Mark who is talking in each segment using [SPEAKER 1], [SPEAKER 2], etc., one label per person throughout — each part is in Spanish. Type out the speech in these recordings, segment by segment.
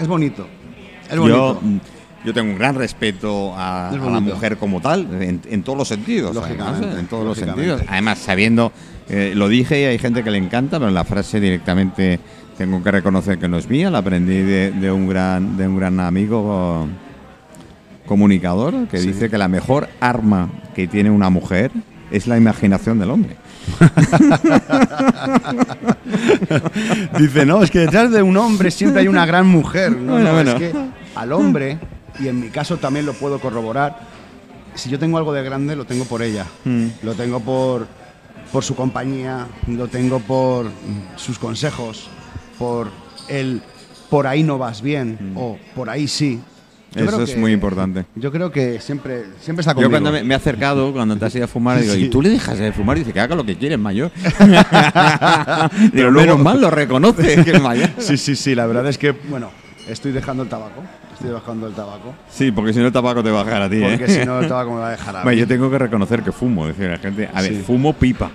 [SPEAKER 1] Es bonito. Es
[SPEAKER 2] Yo, mm,
[SPEAKER 1] bonito.
[SPEAKER 2] yo tengo un gran respeto a,
[SPEAKER 1] Es
[SPEAKER 2] a la
[SPEAKER 1] bonito.
[SPEAKER 2] mujer como tal, en, en todos los sentidos.
[SPEAKER 1] Lógicamente,
[SPEAKER 2] además, en todos los
[SPEAKER 1] lógicamente.
[SPEAKER 2] sentidos. Además, sabiendo, eh, lo dije y hay gente que le encanta, pero la frase directamente tengo que reconocer que no es mía, la aprendí de, de un, gran, de un gran amigo eh, comunicador que dice que la mejor arma que tiene una mujer es la imaginación del hombre.
[SPEAKER 1] Dice, no, es que detrás de un hombre siempre hay una gran mujer. No,
[SPEAKER 2] Bueno,
[SPEAKER 1] no,
[SPEAKER 2] bueno.
[SPEAKER 1] es que al hombre, y en mi caso también lo puedo corroborar, si yo tengo algo de grande, lo tengo por ella.
[SPEAKER 2] Mm.
[SPEAKER 1] Lo tengo por, por su compañía, lo tengo por mm, sus consejos, por el por ahí no vas bien o por ahí sí. Yo
[SPEAKER 2] Mm. Eso
[SPEAKER 1] creo
[SPEAKER 2] es
[SPEAKER 1] que-
[SPEAKER 2] muy importante.
[SPEAKER 1] Yo creo que siempre, siempre está Ah, conmigo.
[SPEAKER 2] Yo cuando me, me he acercado, cuando te has ido a fumar, digo,
[SPEAKER 1] Sí.
[SPEAKER 2] ¿y tú le dejas de fumar? Y dice, que haga lo que quieres, mayor. Pero luego
[SPEAKER 1] menos-
[SPEAKER 2] mal lo reconoce, que es mayor.
[SPEAKER 1] Sí, sí, sí, la verdad es que, bueno, estoy dejando el tabaco. Estoy dejando el tabaco.
[SPEAKER 2] Sí, porque si no el tabaco te va a bajar a ti, ¿eh?
[SPEAKER 1] Porque si no, el tabaco me va a dejar a
[SPEAKER 2] Bueno,
[SPEAKER 1] mí.
[SPEAKER 2] yo tengo que reconocer que fumo, decir, la gente, a ver,
[SPEAKER 1] Sí.
[SPEAKER 2] fumo pipa,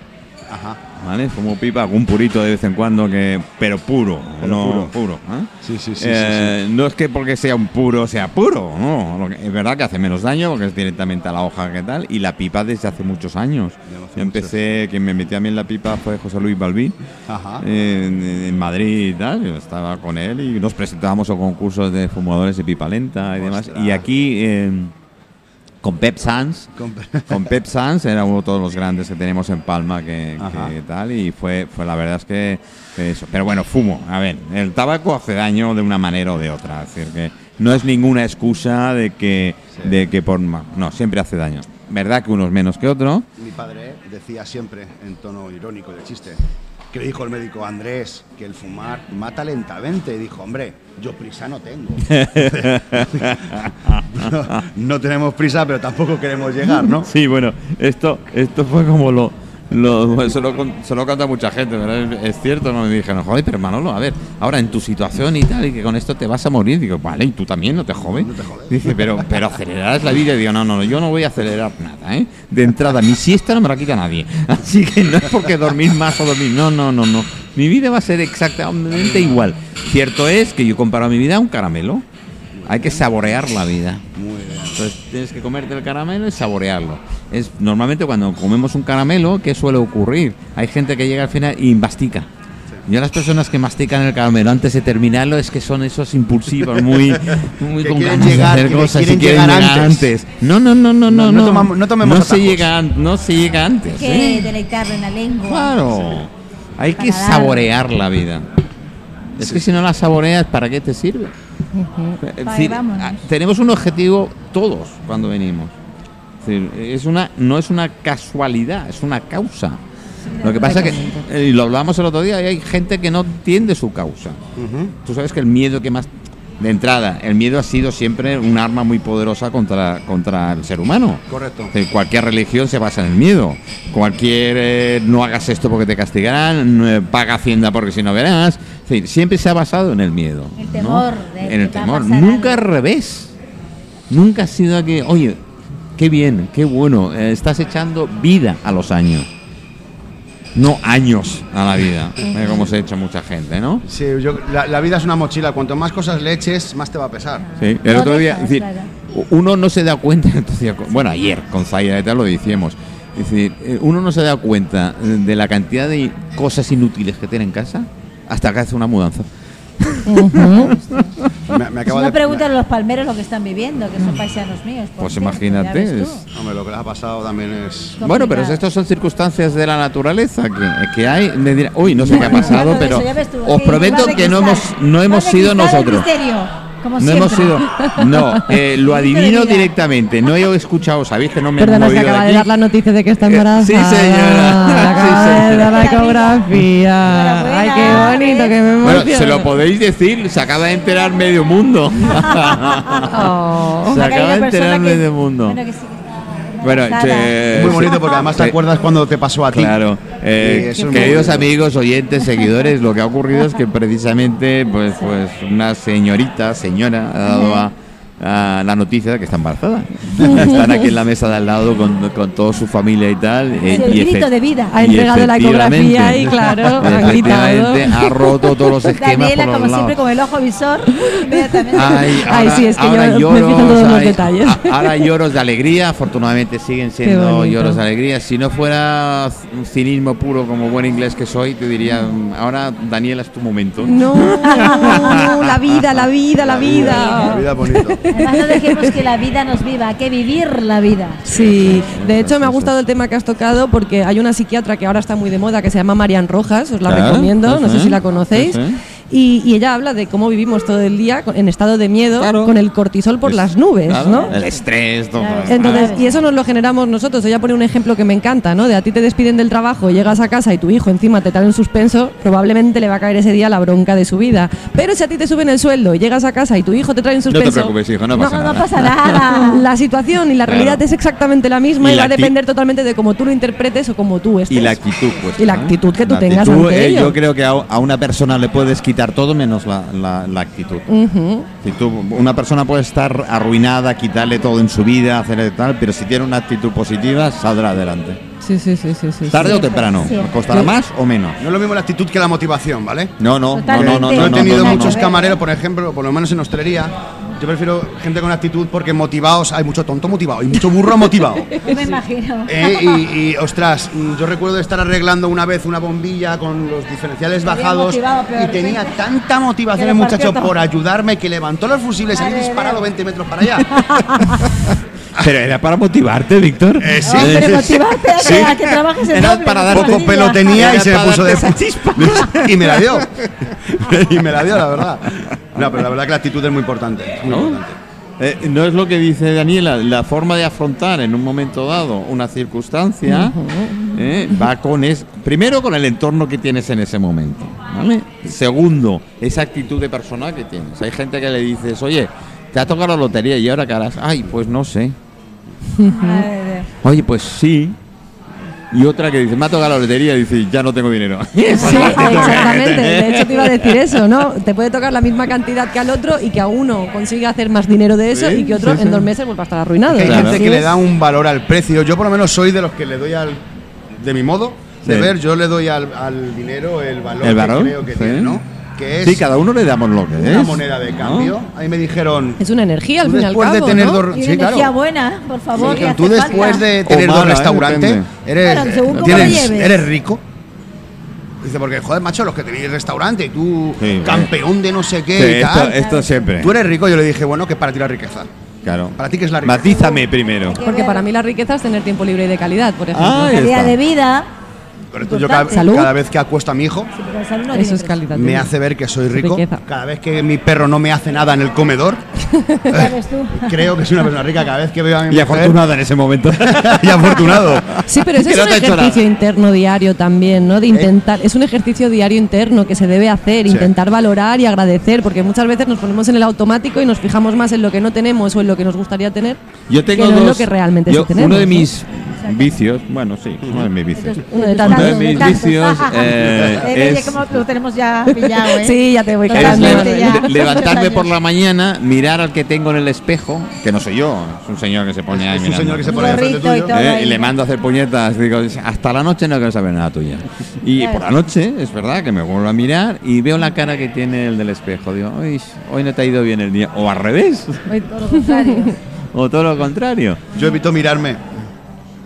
[SPEAKER 1] Ajá.
[SPEAKER 2] ¿vale? Fumo pipa, algún purito de vez en cuando, que pero puro,
[SPEAKER 1] Pero
[SPEAKER 2] no
[SPEAKER 1] puro.
[SPEAKER 2] puro. ¿eh?
[SPEAKER 1] Sí, sí, sí,
[SPEAKER 2] Eh, No es que porque sea un puro sea puro, no. Lo que- es verdad que hace menos daño porque es directamente a la hoja que tal. Y la pipa desde hace muchos años.
[SPEAKER 1] Ya lo hace
[SPEAKER 2] Yo empecé, quien me metía a mí en la pipa fue José Luis Balbín.
[SPEAKER 1] Ajá.
[SPEAKER 2] En, en Madrid y tal, yo estaba con él y nos presentábamos a concursos de fumadores de pipa lenta y demás.
[SPEAKER 1] Ostras.
[SPEAKER 2] Y aquí, eh, con Pep Sanz,
[SPEAKER 1] Con-
[SPEAKER 2] con Pep Sanz era uno de todos los grandes que tenemos en Palma que,
[SPEAKER 1] Ajá.
[SPEAKER 2] que tal y fue, fue la verdad es que eso pero bueno fumo a ver el tabaco hace daño de una manera o de otra es decir que no es ninguna excusa de que
[SPEAKER 1] Sí.
[SPEAKER 2] de que por ma- no siempre hace daño verdad que unos menos que otro
[SPEAKER 1] Mi padre decía siempre, en tono irónico de chiste, que le dijo el médico Andrés que el fumar mata lentamente. Y dijo, hombre, yo prisa no tengo. no, no tenemos prisa, pero tampoco queremos llegar, ¿no?
[SPEAKER 2] sí bueno esto esto fue como lo lo, se, lo, con- se lo canta mucha gente, ¿verdad? Es cierto, ¿no? Me dijeron, joder, pero Manolo, a ver, ahora en tu situación y tal, y que con esto te vas a morir. Digo, vale, y tú también, no te jodes.
[SPEAKER 1] No te jodes.
[SPEAKER 2] Dice, pero, pero acelerarás la vida. Y digo, no, no, no, yo no voy a acelerar nada, ¿eh? De entrada, mi siesta no me la quita nadie. Así que no es porque dormir más o dormir. No, no, no, no. Mi vida va a ser exactamente igual. Cierto es que yo comparo mi vida a un caramelo. Hay que saborear la vida. Entonces tienes que comerte el caramelo y saborearlo. Es normalmente cuando comemos un caramelo, ¿qué suele ocurrir? Hay gente que llega al final y mastica. Yo las personas que mastican el caramelo antes de terminarlo es que son esos impulsivos, muy, muy
[SPEAKER 1] Que
[SPEAKER 2] con
[SPEAKER 1] quieren
[SPEAKER 2] ganas de
[SPEAKER 1] llegar-
[SPEAKER 2] hacer
[SPEAKER 1] que
[SPEAKER 2] cosas y
[SPEAKER 1] quieren
[SPEAKER 2] quieren
[SPEAKER 1] llegar
[SPEAKER 2] llegar antes.
[SPEAKER 1] antes.
[SPEAKER 2] No, no, no, no, no,
[SPEAKER 1] No, no
[SPEAKER 2] no.
[SPEAKER 1] tomamos- no tomemos
[SPEAKER 2] No se
[SPEAKER 1] atajos.
[SPEAKER 2] llega, an- no se llega antes.
[SPEAKER 3] que
[SPEAKER 2] ¿eh?
[SPEAKER 3] deleitarlo en la lengua.
[SPEAKER 2] Claro. Hay que
[SPEAKER 3] Paladar.
[SPEAKER 2] saborear la vida. Es que si no la saboreas, ¿para qué te sirve? Es
[SPEAKER 3] Vale,
[SPEAKER 2] decir,
[SPEAKER 3] vámonos.
[SPEAKER 2] a- tenemos un objetivo todos cuando venimos. Es decir, es una, no es una casualidad, es una causa. Lo que pasa es que, eh, y lo hablábamos el otro día, y hay gente que no entiende su causa. Tú sabes que el miedo que más... De entrada, el miedo ha sido siempre un arma muy poderosa contra, contra el ser humano.
[SPEAKER 1] Correcto.
[SPEAKER 2] Eh, Cualquier religión se basa en el miedo. Cualquier eh, no hagas esto porque te castigarán, no, eh, paga Hacienda porque si no verás. Es decir, siempre se ha basado en el miedo.
[SPEAKER 3] El
[SPEAKER 2] ¿no?
[SPEAKER 3] temor de
[SPEAKER 2] En
[SPEAKER 3] que
[SPEAKER 2] el
[SPEAKER 3] va a
[SPEAKER 2] temor.
[SPEAKER 3] pasar
[SPEAKER 2] Nunca al
[SPEAKER 3] algo.
[SPEAKER 2] revés. Nunca ha sido que, oye, qué bien, qué bueno, eh, estás echando vida a los años. No años a la vida, eh, como se ha hecho mucha gente, ¿no?
[SPEAKER 1] Sí, yo- la, la vida es una mochila. Cuanto más cosas le eches, más te va a pesar.
[SPEAKER 2] Sí, el
[SPEAKER 3] No
[SPEAKER 2] otro día,
[SPEAKER 3] dejas,
[SPEAKER 2] es decir,
[SPEAKER 3] claro.
[SPEAKER 2] uno no se da cuenta, entonces, bueno, ayer con Zaira y tal lo decíamos, es decir, eh, uno no se da cuenta eh, de la cantidad de cosas inútiles que tiene en casa hasta que hace una mudanza.
[SPEAKER 1] Me, me acaba
[SPEAKER 3] no
[SPEAKER 1] de...
[SPEAKER 3] preguntan a los palmeros lo que están viviendo, que son paisanos míos. por
[SPEAKER 2] Mm. Pues
[SPEAKER 3] cierto,
[SPEAKER 2] imagínate,
[SPEAKER 3] ya ves tú.
[SPEAKER 2] es-
[SPEAKER 1] Hombre, lo que les ha pasado también es...
[SPEAKER 2] Bueno, pero
[SPEAKER 3] Complicado.
[SPEAKER 2] estas son circunstancias de la naturaleza que, que hay. Me dirá, uy, no sé qué ha
[SPEAKER 3] Bueno,
[SPEAKER 2] pasado,
[SPEAKER 3] hablando de
[SPEAKER 2] pero
[SPEAKER 3] eso, ya ves tú,
[SPEAKER 2] os
[SPEAKER 3] sí,
[SPEAKER 2] prometo
[SPEAKER 3] vas de
[SPEAKER 2] que no hemos,
[SPEAKER 3] cristal.
[SPEAKER 2] no hemos
[SPEAKER 3] Vas de
[SPEAKER 2] sido
[SPEAKER 3] cristal del
[SPEAKER 2] nosotros.
[SPEAKER 3] misterio, como
[SPEAKER 2] No
[SPEAKER 3] siempre.
[SPEAKER 2] hemos sido. No, eh, lo
[SPEAKER 3] Misterio de
[SPEAKER 2] adivino
[SPEAKER 3] vida.
[SPEAKER 2] directamente. No he escuchado, sabéis que no me he
[SPEAKER 4] Perdona, se
[SPEAKER 2] movido de
[SPEAKER 4] acaba de,
[SPEAKER 2] aquí.
[SPEAKER 4] dar la noticia de que está
[SPEAKER 2] Eh, sí,
[SPEAKER 4] embarazada.
[SPEAKER 2] señora.
[SPEAKER 4] Acaba
[SPEAKER 2] Sí,
[SPEAKER 4] de
[SPEAKER 2] señora.
[SPEAKER 4] dar la ecografía. Ay,
[SPEAKER 3] Enhorabuena.
[SPEAKER 4] qué bonito, que me
[SPEAKER 2] Bueno,
[SPEAKER 4] emociona.
[SPEAKER 2] se lo podéis decir, se acaba de enterar medio mundo.
[SPEAKER 4] Oh.
[SPEAKER 2] Se
[SPEAKER 3] Acá hay
[SPEAKER 2] acaba
[SPEAKER 3] una
[SPEAKER 2] de
[SPEAKER 3] persona
[SPEAKER 2] enterarme
[SPEAKER 3] que-
[SPEAKER 2] del mundo.
[SPEAKER 3] Bueno, que sí que está
[SPEAKER 2] Bueno,
[SPEAKER 3] embarazada.
[SPEAKER 2] che,
[SPEAKER 1] Muy
[SPEAKER 2] Eh, sí.
[SPEAKER 1] bonito porque además te
[SPEAKER 2] Sí.
[SPEAKER 1] acuerdas cuando te pasó a ti.
[SPEAKER 2] Claro. Eh,
[SPEAKER 1] Sí, eso es muy
[SPEAKER 2] queridos
[SPEAKER 1] bonito.
[SPEAKER 2] amigos, oyentes, seguidores, lo que ha ocurrido es que precisamente pues, pues una señorita, señora, ha dado a, a la noticia de que está embarazada. Están aquí en la mesa de al lado con, con toda su familia y tal. eh,
[SPEAKER 3] el
[SPEAKER 2] y
[SPEAKER 3] grito
[SPEAKER 2] efe-
[SPEAKER 3] de vida.
[SPEAKER 4] Ha entregado la ecografía
[SPEAKER 2] efectivamente.
[SPEAKER 4] y claro, han gritado.
[SPEAKER 2] Efectivamente, ha roto todos los esquemas
[SPEAKER 3] Daniela,
[SPEAKER 2] por
[SPEAKER 3] como
[SPEAKER 2] los lados. Ah.
[SPEAKER 3] siempre, con el ojo visor, inmediatamente.
[SPEAKER 2] Ay,
[SPEAKER 4] Ay,
[SPEAKER 2] ahora-
[SPEAKER 4] sí, es que
[SPEAKER 2] ahora
[SPEAKER 4] yo me fijo en todos los detalles.
[SPEAKER 2] a- ahora lloros de alegría, afortunadamente siguen siendo
[SPEAKER 4] bonito.
[SPEAKER 2] lloros de alegría. Si no fuera c- un cinismo puro como buen inglés que soy, te diría, mm, ahora Daniela es tu momento.
[SPEAKER 4] No, la vida, la vida, la
[SPEAKER 1] La
[SPEAKER 4] vida.
[SPEAKER 1] vida bonito.
[SPEAKER 3] Además, no dejemos que la vida nos viva, hay que vivir la vida.
[SPEAKER 4] Sí, de hecho me ha gustado el tema que has tocado porque hay una psiquiatra que ahora está muy de moda que se llama Marian Rojas, os la
[SPEAKER 2] Ah,
[SPEAKER 4] recomiendo, no sé
[SPEAKER 2] ajá,
[SPEAKER 4] si la conocéis.
[SPEAKER 2] ajá.
[SPEAKER 4] Y, y ella habla de cómo vivimos todo el día con- en estado de miedo
[SPEAKER 2] Claro.
[SPEAKER 4] con el cortisol por
[SPEAKER 2] Es-
[SPEAKER 4] las nubes,
[SPEAKER 2] claro,
[SPEAKER 4] ¿no?
[SPEAKER 2] El estrés, todo.
[SPEAKER 3] Claro.
[SPEAKER 4] Entonces,
[SPEAKER 3] Ah.
[SPEAKER 4] y eso nos lo generamos nosotros. Ella pone un ejemplo que me encanta, ¿no? De a ti te despiden del trabajo, llegas a casa y tu hijo encima te trae en suspenso, probablemente le va a caer ese día la bronca de su vida. Pero si a ti te suben el sueldo, y llegas a casa y tu hijo te trae en
[SPEAKER 2] No
[SPEAKER 4] suspenso.
[SPEAKER 2] te preocupes, hijo, no pasa
[SPEAKER 3] No,
[SPEAKER 2] nada.
[SPEAKER 3] no pasa nada.
[SPEAKER 4] La situación y la
[SPEAKER 2] Claro.
[SPEAKER 4] realidad es exactamente la misma
[SPEAKER 2] Y
[SPEAKER 4] y,
[SPEAKER 2] la
[SPEAKER 4] va a
[SPEAKER 2] acti-
[SPEAKER 4] depender totalmente de cómo tú lo interpretes o cómo tú estés.
[SPEAKER 2] Y la actitud, pues.
[SPEAKER 4] Y la
[SPEAKER 2] ¿no?
[SPEAKER 4] actitud que tú
[SPEAKER 2] La
[SPEAKER 4] tengas
[SPEAKER 2] actitud,
[SPEAKER 4] ante
[SPEAKER 2] eh,
[SPEAKER 4] ello.
[SPEAKER 2] Yo creo que a, a una persona le puedes quitar todo menos la, la- la actitud.
[SPEAKER 4] Ujú.
[SPEAKER 2] Si tú, una persona puede estar arruinada, quitarle todo en su vida, hacerle tal, pero si tiene una actitud positiva, saldrá adelante.
[SPEAKER 4] Sí, sí, sí, sí, sí.
[SPEAKER 2] Tarde o
[SPEAKER 3] Siempre,
[SPEAKER 2] temprano,
[SPEAKER 3] siempre.
[SPEAKER 2] costará más o menos.
[SPEAKER 1] No es lo mismo la actitud que la motivación, ¿vale?
[SPEAKER 2] No, no, no, no, no,
[SPEAKER 3] Totalmente.
[SPEAKER 2] no,
[SPEAKER 1] Yo he
[SPEAKER 2] no,
[SPEAKER 1] tenido
[SPEAKER 2] no, no,
[SPEAKER 1] muchos
[SPEAKER 2] no.
[SPEAKER 1] camareros, por ejemplo, por lo menos en hostelería. Yo prefiero gente con actitud porque motivados, hay mucho tonto motivado y mucho burro motivado.
[SPEAKER 3] No me imagino.
[SPEAKER 1] Eh, y, y, ostras, mm, yo recuerdo estar arreglando una vez una bombilla con los diferenciales
[SPEAKER 3] Te había
[SPEAKER 1] bajados
[SPEAKER 3] motivado, pero
[SPEAKER 1] y
[SPEAKER 3] de
[SPEAKER 1] tenía
[SPEAKER 3] repente
[SPEAKER 1] tanta motivación
[SPEAKER 3] que
[SPEAKER 1] el
[SPEAKER 3] lo
[SPEAKER 1] muchacho
[SPEAKER 3] partió todo.
[SPEAKER 1] por ayudarme que levantó los fusibles y
[SPEAKER 3] Madre de
[SPEAKER 1] disparado
[SPEAKER 3] Dios.
[SPEAKER 1] 20 metros para allá.
[SPEAKER 2] Pero era para motivarte, Víctor.
[SPEAKER 1] Eh, sí.
[SPEAKER 3] Hombre, motivarte a que,
[SPEAKER 1] Sí.
[SPEAKER 3] a que trabajes el
[SPEAKER 1] Era
[SPEAKER 3] doble,
[SPEAKER 1] para
[SPEAKER 3] que
[SPEAKER 1] dar poco
[SPEAKER 3] fastidia.
[SPEAKER 1] pelo tenía y se me
[SPEAKER 2] Era
[SPEAKER 1] puso
[SPEAKER 2] para
[SPEAKER 1] de
[SPEAKER 2] darte esa chispa.
[SPEAKER 1] y me la dio. y me la dio, la verdad. No, pero la verdad que la actitud es muy importante. es muy
[SPEAKER 2] ¿No?
[SPEAKER 1] importante.
[SPEAKER 2] Eh, no es lo que dice Daniela, la forma de afrontar en un momento dado una circunstancia eh, va con es primero con el entorno que tienes en ese momento, ¿vale? Segundo, esa actitud de persona que tienes. Hay gente que le dices, oye, te ha tocado la lotería y ahora qué harás, ay, pues no sé,
[SPEAKER 1] ¿Mm?
[SPEAKER 3] Madre Ah, de Dios.
[SPEAKER 2] oye, pues sí. Y otra que dice, me ha tocado la lotería y dice, ya no tengo dinero.
[SPEAKER 4] Sí, exactamente. De hecho, te iba a decir eso, ¿no? Te puede tocar la misma cantidad que al otro y que a uno consigue hacer más dinero de eso
[SPEAKER 2] Sí,
[SPEAKER 4] y que otro
[SPEAKER 2] sí, sí.
[SPEAKER 4] en dos meses vuelva a estar arruinado.
[SPEAKER 1] Que Hay
[SPEAKER 2] Claro.
[SPEAKER 1] gente
[SPEAKER 4] Así
[SPEAKER 1] que le
[SPEAKER 4] es.
[SPEAKER 1] da un valor al precio. Yo por lo menos soy de los que le doy al... De mi modo de
[SPEAKER 2] Sí.
[SPEAKER 1] ver, yo le doy al, al dinero el valor,
[SPEAKER 2] ¿El valor?
[SPEAKER 1] que creo que
[SPEAKER 2] Sí.
[SPEAKER 1] tiene, ¿no? Que es
[SPEAKER 2] Sí, cada uno le damos lo que es.
[SPEAKER 1] una moneda de
[SPEAKER 2] ¿no?
[SPEAKER 1] cambio. Ahí me dijeron...
[SPEAKER 4] Es una energía al
[SPEAKER 1] tú
[SPEAKER 4] fin y al
[SPEAKER 1] después
[SPEAKER 4] cabo.
[SPEAKER 1] de tener
[SPEAKER 4] ¿no?
[SPEAKER 1] dos...
[SPEAKER 3] Y una
[SPEAKER 1] Sí,
[SPEAKER 3] energía
[SPEAKER 1] claro.
[SPEAKER 3] buena, por
[SPEAKER 1] Me
[SPEAKER 3] favor. que
[SPEAKER 1] dijeron,
[SPEAKER 3] hace
[SPEAKER 1] tú después
[SPEAKER 3] falta.
[SPEAKER 1] de tener
[SPEAKER 2] O mala,
[SPEAKER 1] dos
[SPEAKER 2] ¿eh?
[SPEAKER 1] restaurantes,
[SPEAKER 2] Depende.
[SPEAKER 1] eres,
[SPEAKER 3] Claro, según cómo lo
[SPEAKER 1] eres,
[SPEAKER 3] lleves.
[SPEAKER 1] eres rico. Dice, porque joder, macho, los que tenéis restaurante y tú,
[SPEAKER 2] Sí, vale.
[SPEAKER 1] campeón de no sé qué
[SPEAKER 2] Sí,
[SPEAKER 1] y
[SPEAKER 2] esto,
[SPEAKER 1] tal.
[SPEAKER 2] esto siempre.
[SPEAKER 1] Tú eres rico, yo le dije, bueno, que para ti la riqueza.
[SPEAKER 2] Claro.
[SPEAKER 1] Para ti, ¿qué es la riqueza?
[SPEAKER 2] Matízame primero.
[SPEAKER 4] Porque para mí la riqueza es tener tiempo libre y de calidad, por ejemplo.
[SPEAKER 2] Ah, Ahí
[SPEAKER 3] Calidad
[SPEAKER 2] está.
[SPEAKER 3] de vida.
[SPEAKER 1] Correcto, yo cada,
[SPEAKER 3] Importante.
[SPEAKER 4] Salud.
[SPEAKER 1] cada vez que acuesto a mi hijo,
[SPEAKER 3] Sí, porque el salud no
[SPEAKER 4] eso
[SPEAKER 3] tiene
[SPEAKER 4] es
[SPEAKER 3] precio.
[SPEAKER 4] calidad. de
[SPEAKER 1] me
[SPEAKER 4] vida.
[SPEAKER 1] hace ver que soy rico.
[SPEAKER 4] Riqueza.
[SPEAKER 1] Cada vez que mi perro no me hace nada en el comedor,
[SPEAKER 3] Ya ves tú.
[SPEAKER 1] creo que soy una persona rica. Cada vez que veo a mi
[SPEAKER 2] Y
[SPEAKER 1] mujer-
[SPEAKER 2] afortunada en ese momento.
[SPEAKER 1] y afortunado.
[SPEAKER 4] Sí, pero ese
[SPEAKER 2] Que
[SPEAKER 4] es
[SPEAKER 2] no
[SPEAKER 4] un
[SPEAKER 2] te ha hecho
[SPEAKER 4] ejercicio
[SPEAKER 2] nada.
[SPEAKER 4] interno diario también, ¿no? De intentar, es un ejercicio diario interno que se debe hacer,
[SPEAKER 1] Sí.
[SPEAKER 4] intentar valorar y agradecer, porque muchas veces nos ponemos en el automático y nos fijamos más en lo que no tenemos o en lo que nos gustaría tener,
[SPEAKER 2] Yo tengo
[SPEAKER 4] que no
[SPEAKER 2] dos.
[SPEAKER 4] es lo que realmente
[SPEAKER 2] yo-
[SPEAKER 4] sí tenemos.
[SPEAKER 2] uno de
[SPEAKER 4] ¿no?
[SPEAKER 2] mis vicios, bueno, sí, uno de mis vicios.
[SPEAKER 3] Entonces,
[SPEAKER 4] Uno de
[SPEAKER 2] Uno
[SPEAKER 4] tantos.
[SPEAKER 2] de
[SPEAKER 3] tantos,
[SPEAKER 2] mis
[SPEAKER 3] tantos.
[SPEAKER 2] vicios eh,
[SPEAKER 3] Eh, oye,
[SPEAKER 2] es-
[SPEAKER 3] como lo tenemos ya pillado, ¿eh?
[SPEAKER 4] Sí, ya te voy
[SPEAKER 3] Es
[SPEAKER 2] es
[SPEAKER 4] calando.
[SPEAKER 3] Totalmente
[SPEAKER 2] leva- le-
[SPEAKER 3] ya.
[SPEAKER 2] levantarme por la mañana, mirar al que tengo en el espejo, que no soy yo, es un señor que se pone ahí
[SPEAKER 1] Es un
[SPEAKER 2] mirando.
[SPEAKER 1] señor que se
[SPEAKER 3] Un
[SPEAKER 1] pone enfrente
[SPEAKER 3] gorrito y
[SPEAKER 1] tuyo.
[SPEAKER 3] todo.
[SPEAKER 2] ¿Eh?
[SPEAKER 3] ahí.
[SPEAKER 2] y le mando a hacer puñetas. Digo, hasta la noche no quiero saber nada tuya. Y
[SPEAKER 3] Claro.
[SPEAKER 2] por la noche, es verdad que me vuelvo a mirar y veo la cara que tiene el del espejo. Digo, "Uy, hoy no te ha ido bien el día. O al revés,
[SPEAKER 3] Hoy todo lo contrario.
[SPEAKER 2] o todo lo contrario.
[SPEAKER 1] Yo evito mirarme.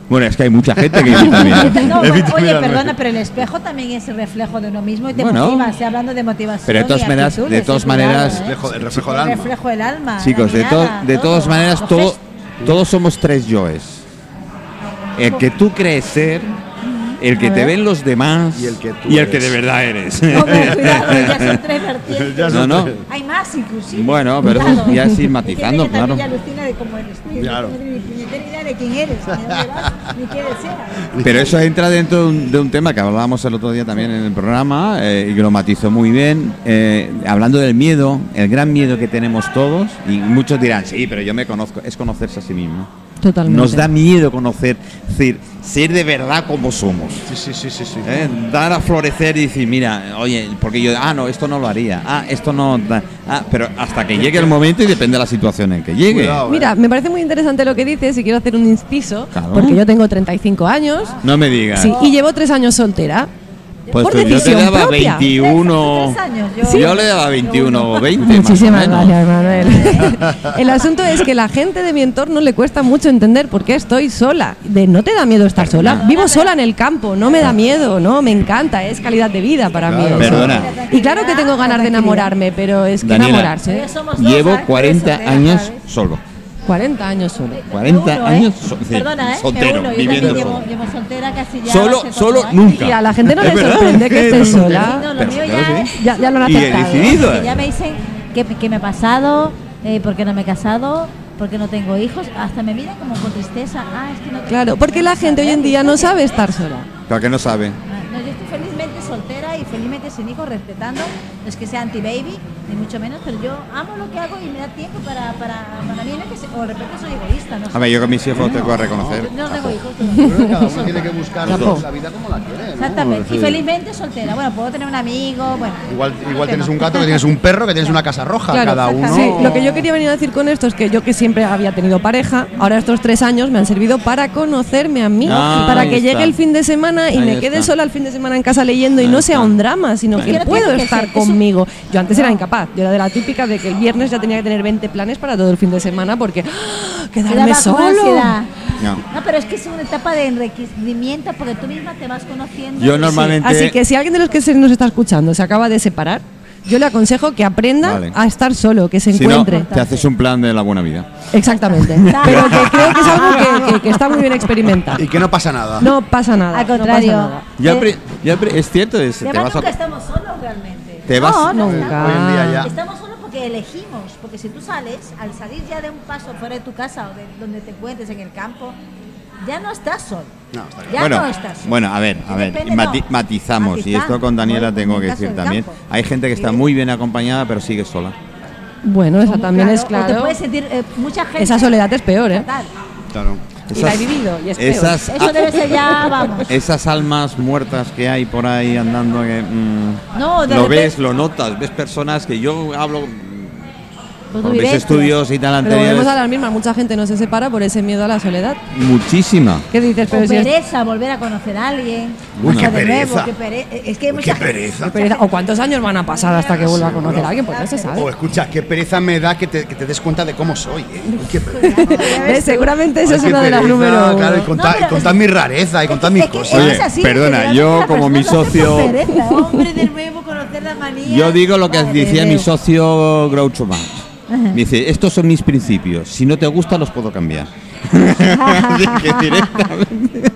[SPEAKER 2] Bueno, es que hay mucha gente que evita mirar.
[SPEAKER 3] No,
[SPEAKER 1] Evito
[SPEAKER 3] bueno, oye,
[SPEAKER 1] mirarme.
[SPEAKER 3] perdona, pero el espejo también es el reflejo de uno mismo y te
[SPEAKER 2] Bueno.
[SPEAKER 3] motiva. Estoy hablando de motivación.
[SPEAKER 2] Pero de todas
[SPEAKER 3] y
[SPEAKER 2] maneras-
[SPEAKER 3] actitudes,
[SPEAKER 2] de todas
[SPEAKER 3] sí, cuidado,
[SPEAKER 2] maneras-
[SPEAKER 3] ¿eh?
[SPEAKER 1] Reflejo, el reflejo del
[SPEAKER 3] El
[SPEAKER 1] alma.
[SPEAKER 3] reflejo del alma.
[SPEAKER 2] Chicos,
[SPEAKER 3] la
[SPEAKER 2] de, to-
[SPEAKER 3] mirada,
[SPEAKER 2] de todas
[SPEAKER 3] todo.
[SPEAKER 2] maneras,
[SPEAKER 3] Los
[SPEAKER 2] todo,
[SPEAKER 3] gestos.
[SPEAKER 2] todos somos tres yoes. El que tú crees ser, el que
[SPEAKER 3] A
[SPEAKER 2] te
[SPEAKER 3] ver.
[SPEAKER 2] ven los demás
[SPEAKER 1] Y el que tú
[SPEAKER 2] y el que
[SPEAKER 1] eres.
[SPEAKER 2] de verdad eres.
[SPEAKER 3] Hombre, cuidado, ya son tres vertientes.
[SPEAKER 1] Ya
[SPEAKER 2] No, no.
[SPEAKER 3] Hay más, inclusive.
[SPEAKER 2] Bueno, pero
[SPEAKER 3] Cuidado.
[SPEAKER 2] ya sí,
[SPEAKER 3] Hay
[SPEAKER 2] matizando,
[SPEAKER 3] gente que
[SPEAKER 2] claro.
[SPEAKER 3] también ya alucina de cómo eres tú, y
[SPEAKER 1] Claro.
[SPEAKER 3] No tienes ni puñetera idea de quién eres, ni dónde vas, ni qué deseas.
[SPEAKER 2] Pero eso entra dentro de un, de un tema que hablábamos el otro día también en el programa eh, y que lo matizó muy bien, eh, hablando del miedo, el gran miedo que tenemos todos, y muchos dirán, sí, pero yo me conozco, es conocerse a sí mismo.
[SPEAKER 4] Totalmente.
[SPEAKER 2] Nos da miedo conocer, es decir, ser de verdad como somos.
[SPEAKER 1] Sí, sí, sí, sí. sí.
[SPEAKER 2] ¿eh? Dar a florecer y decir, mira, oye, porque yo, ah, no, esto no lo haría, ah, esto no, da- ah, pero hasta que llegue el momento y depende de la situación en que llegue.
[SPEAKER 1] Cuidado,
[SPEAKER 4] Mira, me parece muy interesante lo que dices y quiero hacer un inciso,
[SPEAKER 2] Claro.
[SPEAKER 4] porque yo tengo 35 años
[SPEAKER 2] No me digas.
[SPEAKER 4] sí, y llevo tres años soltera.
[SPEAKER 2] Pues
[SPEAKER 4] por
[SPEAKER 2] tú, yo te
[SPEAKER 4] decisión
[SPEAKER 2] daba
[SPEAKER 4] propia.
[SPEAKER 2] 21.
[SPEAKER 3] Tres años, yo-
[SPEAKER 2] yo,
[SPEAKER 3] Sí.
[SPEAKER 2] le daba 21 o 20. más o
[SPEAKER 4] Muchísimas
[SPEAKER 2] menos.
[SPEAKER 4] gracias, Manuel. El asunto es que la gente de mi entorno le cuesta mucho entender por qué estoy sola. De no te da miedo estar sola. Vivo sola en el campo, no me da miedo, no, me encanta, es calidad de vida para mí.
[SPEAKER 1] Claro,
[SPEAKER 4] eso.
[SPEAKER 2] perdona.
[SPEAKER 4] Y claro que tengo ganas de enamorarme, pero es que
[SPEAKER 2] Daniela.
[SPEAKER 4] enamorarse. ¿eh?
[SPEAKER 3] Ya somos dos,
[SPEAKER 2] Llevo
[SPEAKER 3] ¿sabes?
[SPEAKER 2] 40
[SPEAKER 3] Soltera,
[SPEAKER 2] años
[SPEAKER 3] ¿sabes?
[SPEAKER 2] solo.
[SPEAKER 4] 40 años sola.
[SPEAKER 2] 40
[SPEAKER 3] Me uno,
[SPEAKER 2] años
[SPEAKER 3] ¿eh?
[SPEAKER 2] so- sí,
[SPEAKER 3] Perdona, ¿eh?
[SPEAKER 2] soltero,
[SPEAKER 3] Me uno, yo
[SPEAKER 2] viviendo
[SPEAKER 3] también llevo,
[SPEAKER 2] solo.
[SPEAKER 3] llevo soltera casi ya.
[SPEAKER 2] Solo,
[SPEAKER 3] hace cuatro
[SPEAKER 2] solo,
[SPEAKER 3] años.
[SPEAKER 2] nunca.
[SPEAKER 4] Y a la gente no
[SPEAKER 2] Es
[SPEAKER 4] le
[SPEAKER 2] verdad.
[SPEAKER 4] sorprende que estés
[SPEAKER 2] No,
[SPEAKER 4] sola.
[SPEAKER 3] No, lo
[SPEAKER 2] Pero
[SPEAKER 3] mío
[SPEAKER 2] claro
[SPEAKER 3] ya
[SPEAKER 2] que
[SPEAKER 3] es.
[SPEAKER 2] sí.
[SPEAKER 4] Ya, ya lo han
[SPEAKER 2] Y he
[SPEAKER 4] aceptado.
[SPEAKER 2] decidido,
[SPEAKER 3] que
[SPEAKER 2] ¿eh?
[SPEAKER 3] ya me dicen que, que me he pasado, eh, porque no me he casado, porque no tengo hijos, hasta me miran como con tristeza. Ah, es que no tengo-
[SPEAKER 4] Claro, porque la gente hoy en día no sabe estar sola.
[SPEAKER 2] Claro que no sabe.
[SPEAKER 3] Ah, No, yo estoy felizmente soltera y felizmente sin hijos, respetando, no es que sea anti-baby, ni mucho menos, pero yo amo lo que hago y me da tiempo para, para, para mí, no es que se- o de repente soy egoísta, no sé.
[SPEAKER 2] A ver, yo con mis hijos te voy a reconocer.
[SPEAKER 3] No tengo hijos.
[SPEAKER 1] Yo creo que cada uno tiene
[SPEAKER 3] todavía.
[SPEAKER 1] que buscar
[SPEAKER 4] Tampoco.
[SPEAKER 1] la vida como la quiere. ¿no?
[SPEAKER 3] Exactamente. Y
[SPEAKER 1] Sí.
[SPEAKER 3] felizmente soltera. Bueno, puedo tener un amigo, bueno.
[SPEAKER 1] Igual,
[SPEAKER 3] no
[SPEAKER 1] igual tienes
[SPEAKER 3] tengo.
[SPEAKER 1] un gato, que tienes un perro, que tienes una casa roja.
[SPEAKER 4] Claro,
[SPEAKER 1] cada uno.
[SPEAKER 4] Sí, lo que yo quería venir a decir con esto es que yo que siempre había tenido pareja, ahora estos tres años me han servido para conocerme a mí,
[SPEAKER 2] Ah,
[SPEAKER 4] para
[SPEAKER 2] ahí
[SPEAKER 4] que
[SPEAKER 2] está.
[SPEAKER 4] llegue el fin de semana y
[SPEAKER 2] Ahí
[SPEAKER 4] me quede
[SPEAKER 2] está.
[SPEAKER 4] sola el fin de semana en casa leyendo y
[SPEAKER 2] Ahí
[SPEAKER 4] no
[SPEAKER 2] está.
[SPEAKER 4] sea un drama, sino
[SPEAKER 2] Ahí
[SPEAKER 4] que
[SPEAKER 2] está.
[SPEAKER 4] puedo
[SPEAKER 3] Pero tiene que
[SPEAKER 4] estar
[SPEAKER 3] ser- eso-
[SPEAKER 4] conmigo. Yo antes era incapaz, yo era de la típica de que el viernes ya tenía que tener 20 planes para todo el fin de semana porque ¡ah!
[SPEAKER 3] Te daba
[SPEAKER 4] quedarme
[SPEAKER 3] como
[SPEAKER 4] solo.
[SPEAKER 3] ansiedad.
[SPEAKER 2] No.
[SPEAKER 3] No, pero es que es una etapa de enriquecimiento porque tú misma te vas conociendo.
[SPEAKER 2] Yo
[SPEAKER 3] y-
[SPEAKER 2] normalmente-
[SPEAKER 4] Así que si alguien de los que se nos está escuchando se acaba de separar, yo le aconsejo que aprenda
[SPEAKER 2] Vale.
[SPEAKER 4] a estar solo, que se
[SPEAKER 2] Si no,
[SPEAKER 4] encuentre.
[SPEAKER 2] te haces un plan de la buena vida.
[SPEAKER 4] Exactamente. Pero que creo que es algo que, que- que está muy bien experimentado.
[SPEAKER 1] Y que no pasa nada.
[SPEAKER 4] No pasa nada.
[SPEAKER 3] Al
[SPEAKER 4] no pasa
[SPEAKER 3] contrario.
[SPEAKER 4] nada.
[SPEAKER 2] Ya,
[SPEAKER 3] Eh,
[SPEAKER 2] pre- ya pre- es cierto, es- te
[SPEAKER 3] además,
[SPEAKER 2] vas
[SPEAKER 3] nunca
[SPEAKER 2] a.
[SPEAKER 3] estamos solos realmente.
[SPEAKER 2] Te vas-
[SPEAKER 3] no, no
[SPEAKER 4] Nunca.
[SPEAKER 1] Hoy en día ya.
[SPEAKER 3] Estamos solos porque elegimos, porque si tú sales, al salir ya de un paso fuera de tu casa o de donde te encuentres en el campo, ya no estás solo.
[SPEAKER 1] No, está claro.
[SPEAKER 3] Ya
[SPEAKER 2] bueno,
[SPEAKER 3] no estás solo.
[SPEAKER 2] bueno, a ver, a ver,
[SPEAKER 3] Depende,
[SPEAKER 2] mati-
[SPEAKER 3] no.
[SPEAKER 2] matizamos, y
[SPEAKER 3] Matizamos,
[SPEAKER 2] esto con Daniela
[SPEAKER 3] ¿no?
[SPEAKER 2] tengo
[SPEAKER 3] En
[SPEAKER 2] que
[SPEAKER 3] el caso
[SPEAKER 2] decir
[SPEAKER 3] del
[SPEAKER 2] también.
[SPEAKER 3] campo.
[SPEAKER 2] Hay gente que está
[SPEAKER 3] Sí.
[SPEAKER 2] muy bien acompañada, pero sigue sola.
[SPEAKER 4] Bueno, esa Ah, también es
[SPEAKER 3] O te
[SPEAKER 4] claro.
[SPEAKER 3] puedes sentir, eh, mucha gente.
[SPEAKER 4] Esa soledad es peor, ¿eh?
[SPEAKER 3] Fatal.
[SPEAKER 1] Claro.
[SPEAKER 4] Y la he vivido, y es peor.
[SPEAKER 2] esas,
[SPEAKER 3] Eso debe ser ya, vamos.
[SPEAKER 2] esas almas muertas que hay por ahí andando que mm,
[SPEAKER 3] No, de
[SPEAKER 2] lo
[SPEAKER 3] repente-
[SPEAKER 2] ves, lo notas, ves personas que yo hablo mm, por
[SPEAKER 3] Por tu
[SPEAKER 2] mis
[SPEAKER 3] vivencia.
[SPEAKER 2] estudios y tal
[SPEAKER 4] Pero volvemos
[SPEAKER 2] anteriores
[SPEAKER 4] a las mismas. Mucha gente no se separa por ese miedo a la soledad.
[SPEAKER 2] muchísima.
[SPEAKER 4] ¿Qué dices?
[SPEAKER 3] O
[SPEAKER 4] Pero si es-
[SPEAKER 3] pereza, volver a conocer a alguien.
[SPEAKER 2] Uy,
[SPEAKER 3] O
[SPEAKER 2] qué
[SPEAKER 3] de nuevo,
[SPEAKER 1] pereza.
[SPEAKER 3] qué pereza. Es que hay
[SPEAKER 1] Uy,
[SPEAKER 3] mucha
[SPEAKER 1] qué pereza.
[SPEAKER 4] qué pereza. ¿O cuántos años van a pasar hasta que vuelva a conocer a alguien? Pues no se
[SPEAKER 1] O
[SPEAKER 4] sabe.
[SPEAKER 1] escucha, qué pereza me da que te, que te des cuenta de cómo soy. ¿eh? Uy, qué pereza.
[SPEAKER 4] ¿Ves? Seguramente esa
[SPEAKER 1] Ay,
[SPEAKER 4] es
[SPEAKER 1] qué
[SPEAKER 4] una de las
[SPEAKER 1] pereza,
[SPEAKER 4] número uno.
[SPEAKER 1] Claro, y contar,
[SPEAKER 3] No, pero-
[SPEAKER 1] contar mi rareza y contar mis
[SPEAKER 3] Es que
[SPEAKER 1] cosas.
[SPEAKER 2] Oye,
[SPEAKER 3] es así,
[SPEAKER 2] perdona,
[SPEAKER 3] literalmente
[SPEAKER 2] yo
[SPEAKER 3] la
[SPEAKER 2] como
[SPEAKER 3] persona
[SPEAKER 2] mi
[SPEAKER 3] lo hace por
[SPEAKER 2] socio-
[SPEAKER 3] pereza. Hombre, de nuevo conocer la manía.
[SPEAKER 2] Yo digo lo que
[SPEAKER 3] Madre
[SPEAKER 2] decía
[SPEAKER 3] de
[SPEAKER 2] mi
[SPEAKER 3] Dios.
[SPEAKER 2] socio Groucho Marx. Me dice, estos son mis principios, si no te gustan los puedo cambiar. Así que directamente.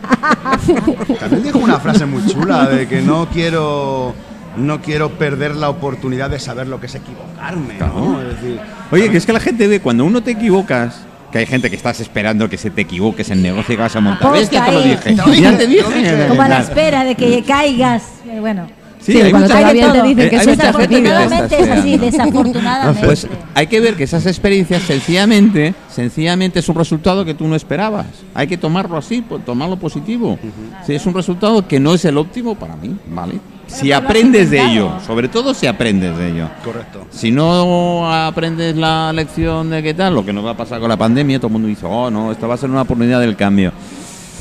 [SPEAKER 1] También dijo una frase muy chula de que no quiero no quiero perder la oportunidad de saber lo que es equivocarme, ¿no?
[SPEAKER 2] Claro.
[SPEAKER 1] Es decir,
[SPEAKER 2] Oye, que es que la gente ve cuando uno te equivocas, que hay gente que estás esperando que se te equivoques en negocio que vas a montar.
[SPEAKER 3] Aposta eh.
[SPEAKER 2] ¿Ves? Ya te lo
[SPEAKER 3] ahí.
[SPEAKER 2] dije.
[SPEAKER 1] Te lo dije,
[SPEAKER 2] Ya te
[SPEAKER 1] te lo dije.
[SPEAKER 2] dije.
[SPEAKER 3] Como a la espera de que caigas. Pero bueno.
[SPEAKER 2] Sí,
[SPEAKER 4] Sí,
[SPEAKER 2] hay
[SPEAKER 4] cuando
[SPEAKER 2] mucha
[SPEAKER 4] te va
[SPEAKER 2] gente-
[SPEAKER 4] bien te
[SPEAKER 3] todo.
[SPEAKER 4] dicen
[SPEAKER 2] Eh,
[SPEAKER 4] que
[SPEAKER 2] hay
[SPEAKER 4] soy
[SPEAKER 2] mucha gente que te está
[SPEAKER 4] perfecta.
[SPEAKER 3] Desafortunadamente es así,
[SPEAKER 2] esperando.
[SPEAKER 3] desafortunadamente.
[SPEAKER 2] Pues hay que ver que esas experiencias sencillamente, sencillamente es un resultado que tú no esperabas. Hay que tomarlo así, po- tomarlo positivo. Si es un resultado que no es el óptimo para mí, ¿vale? Si
[SPEAKER 3] pero lo has
[SPEAKER 2] aprendes de ello,
[SPEAKER 3] intentado.
[SPEAKER 2] sobre todo si aprendes de ello.
[SPEAKER 1] correcto.
[SPEAKER 2] Si no aprendes la lección de qué tal, lo que nos va a pasar con la pandemia, todo el mundo dice, oh no, esto va a ser una oportunidad del cambio.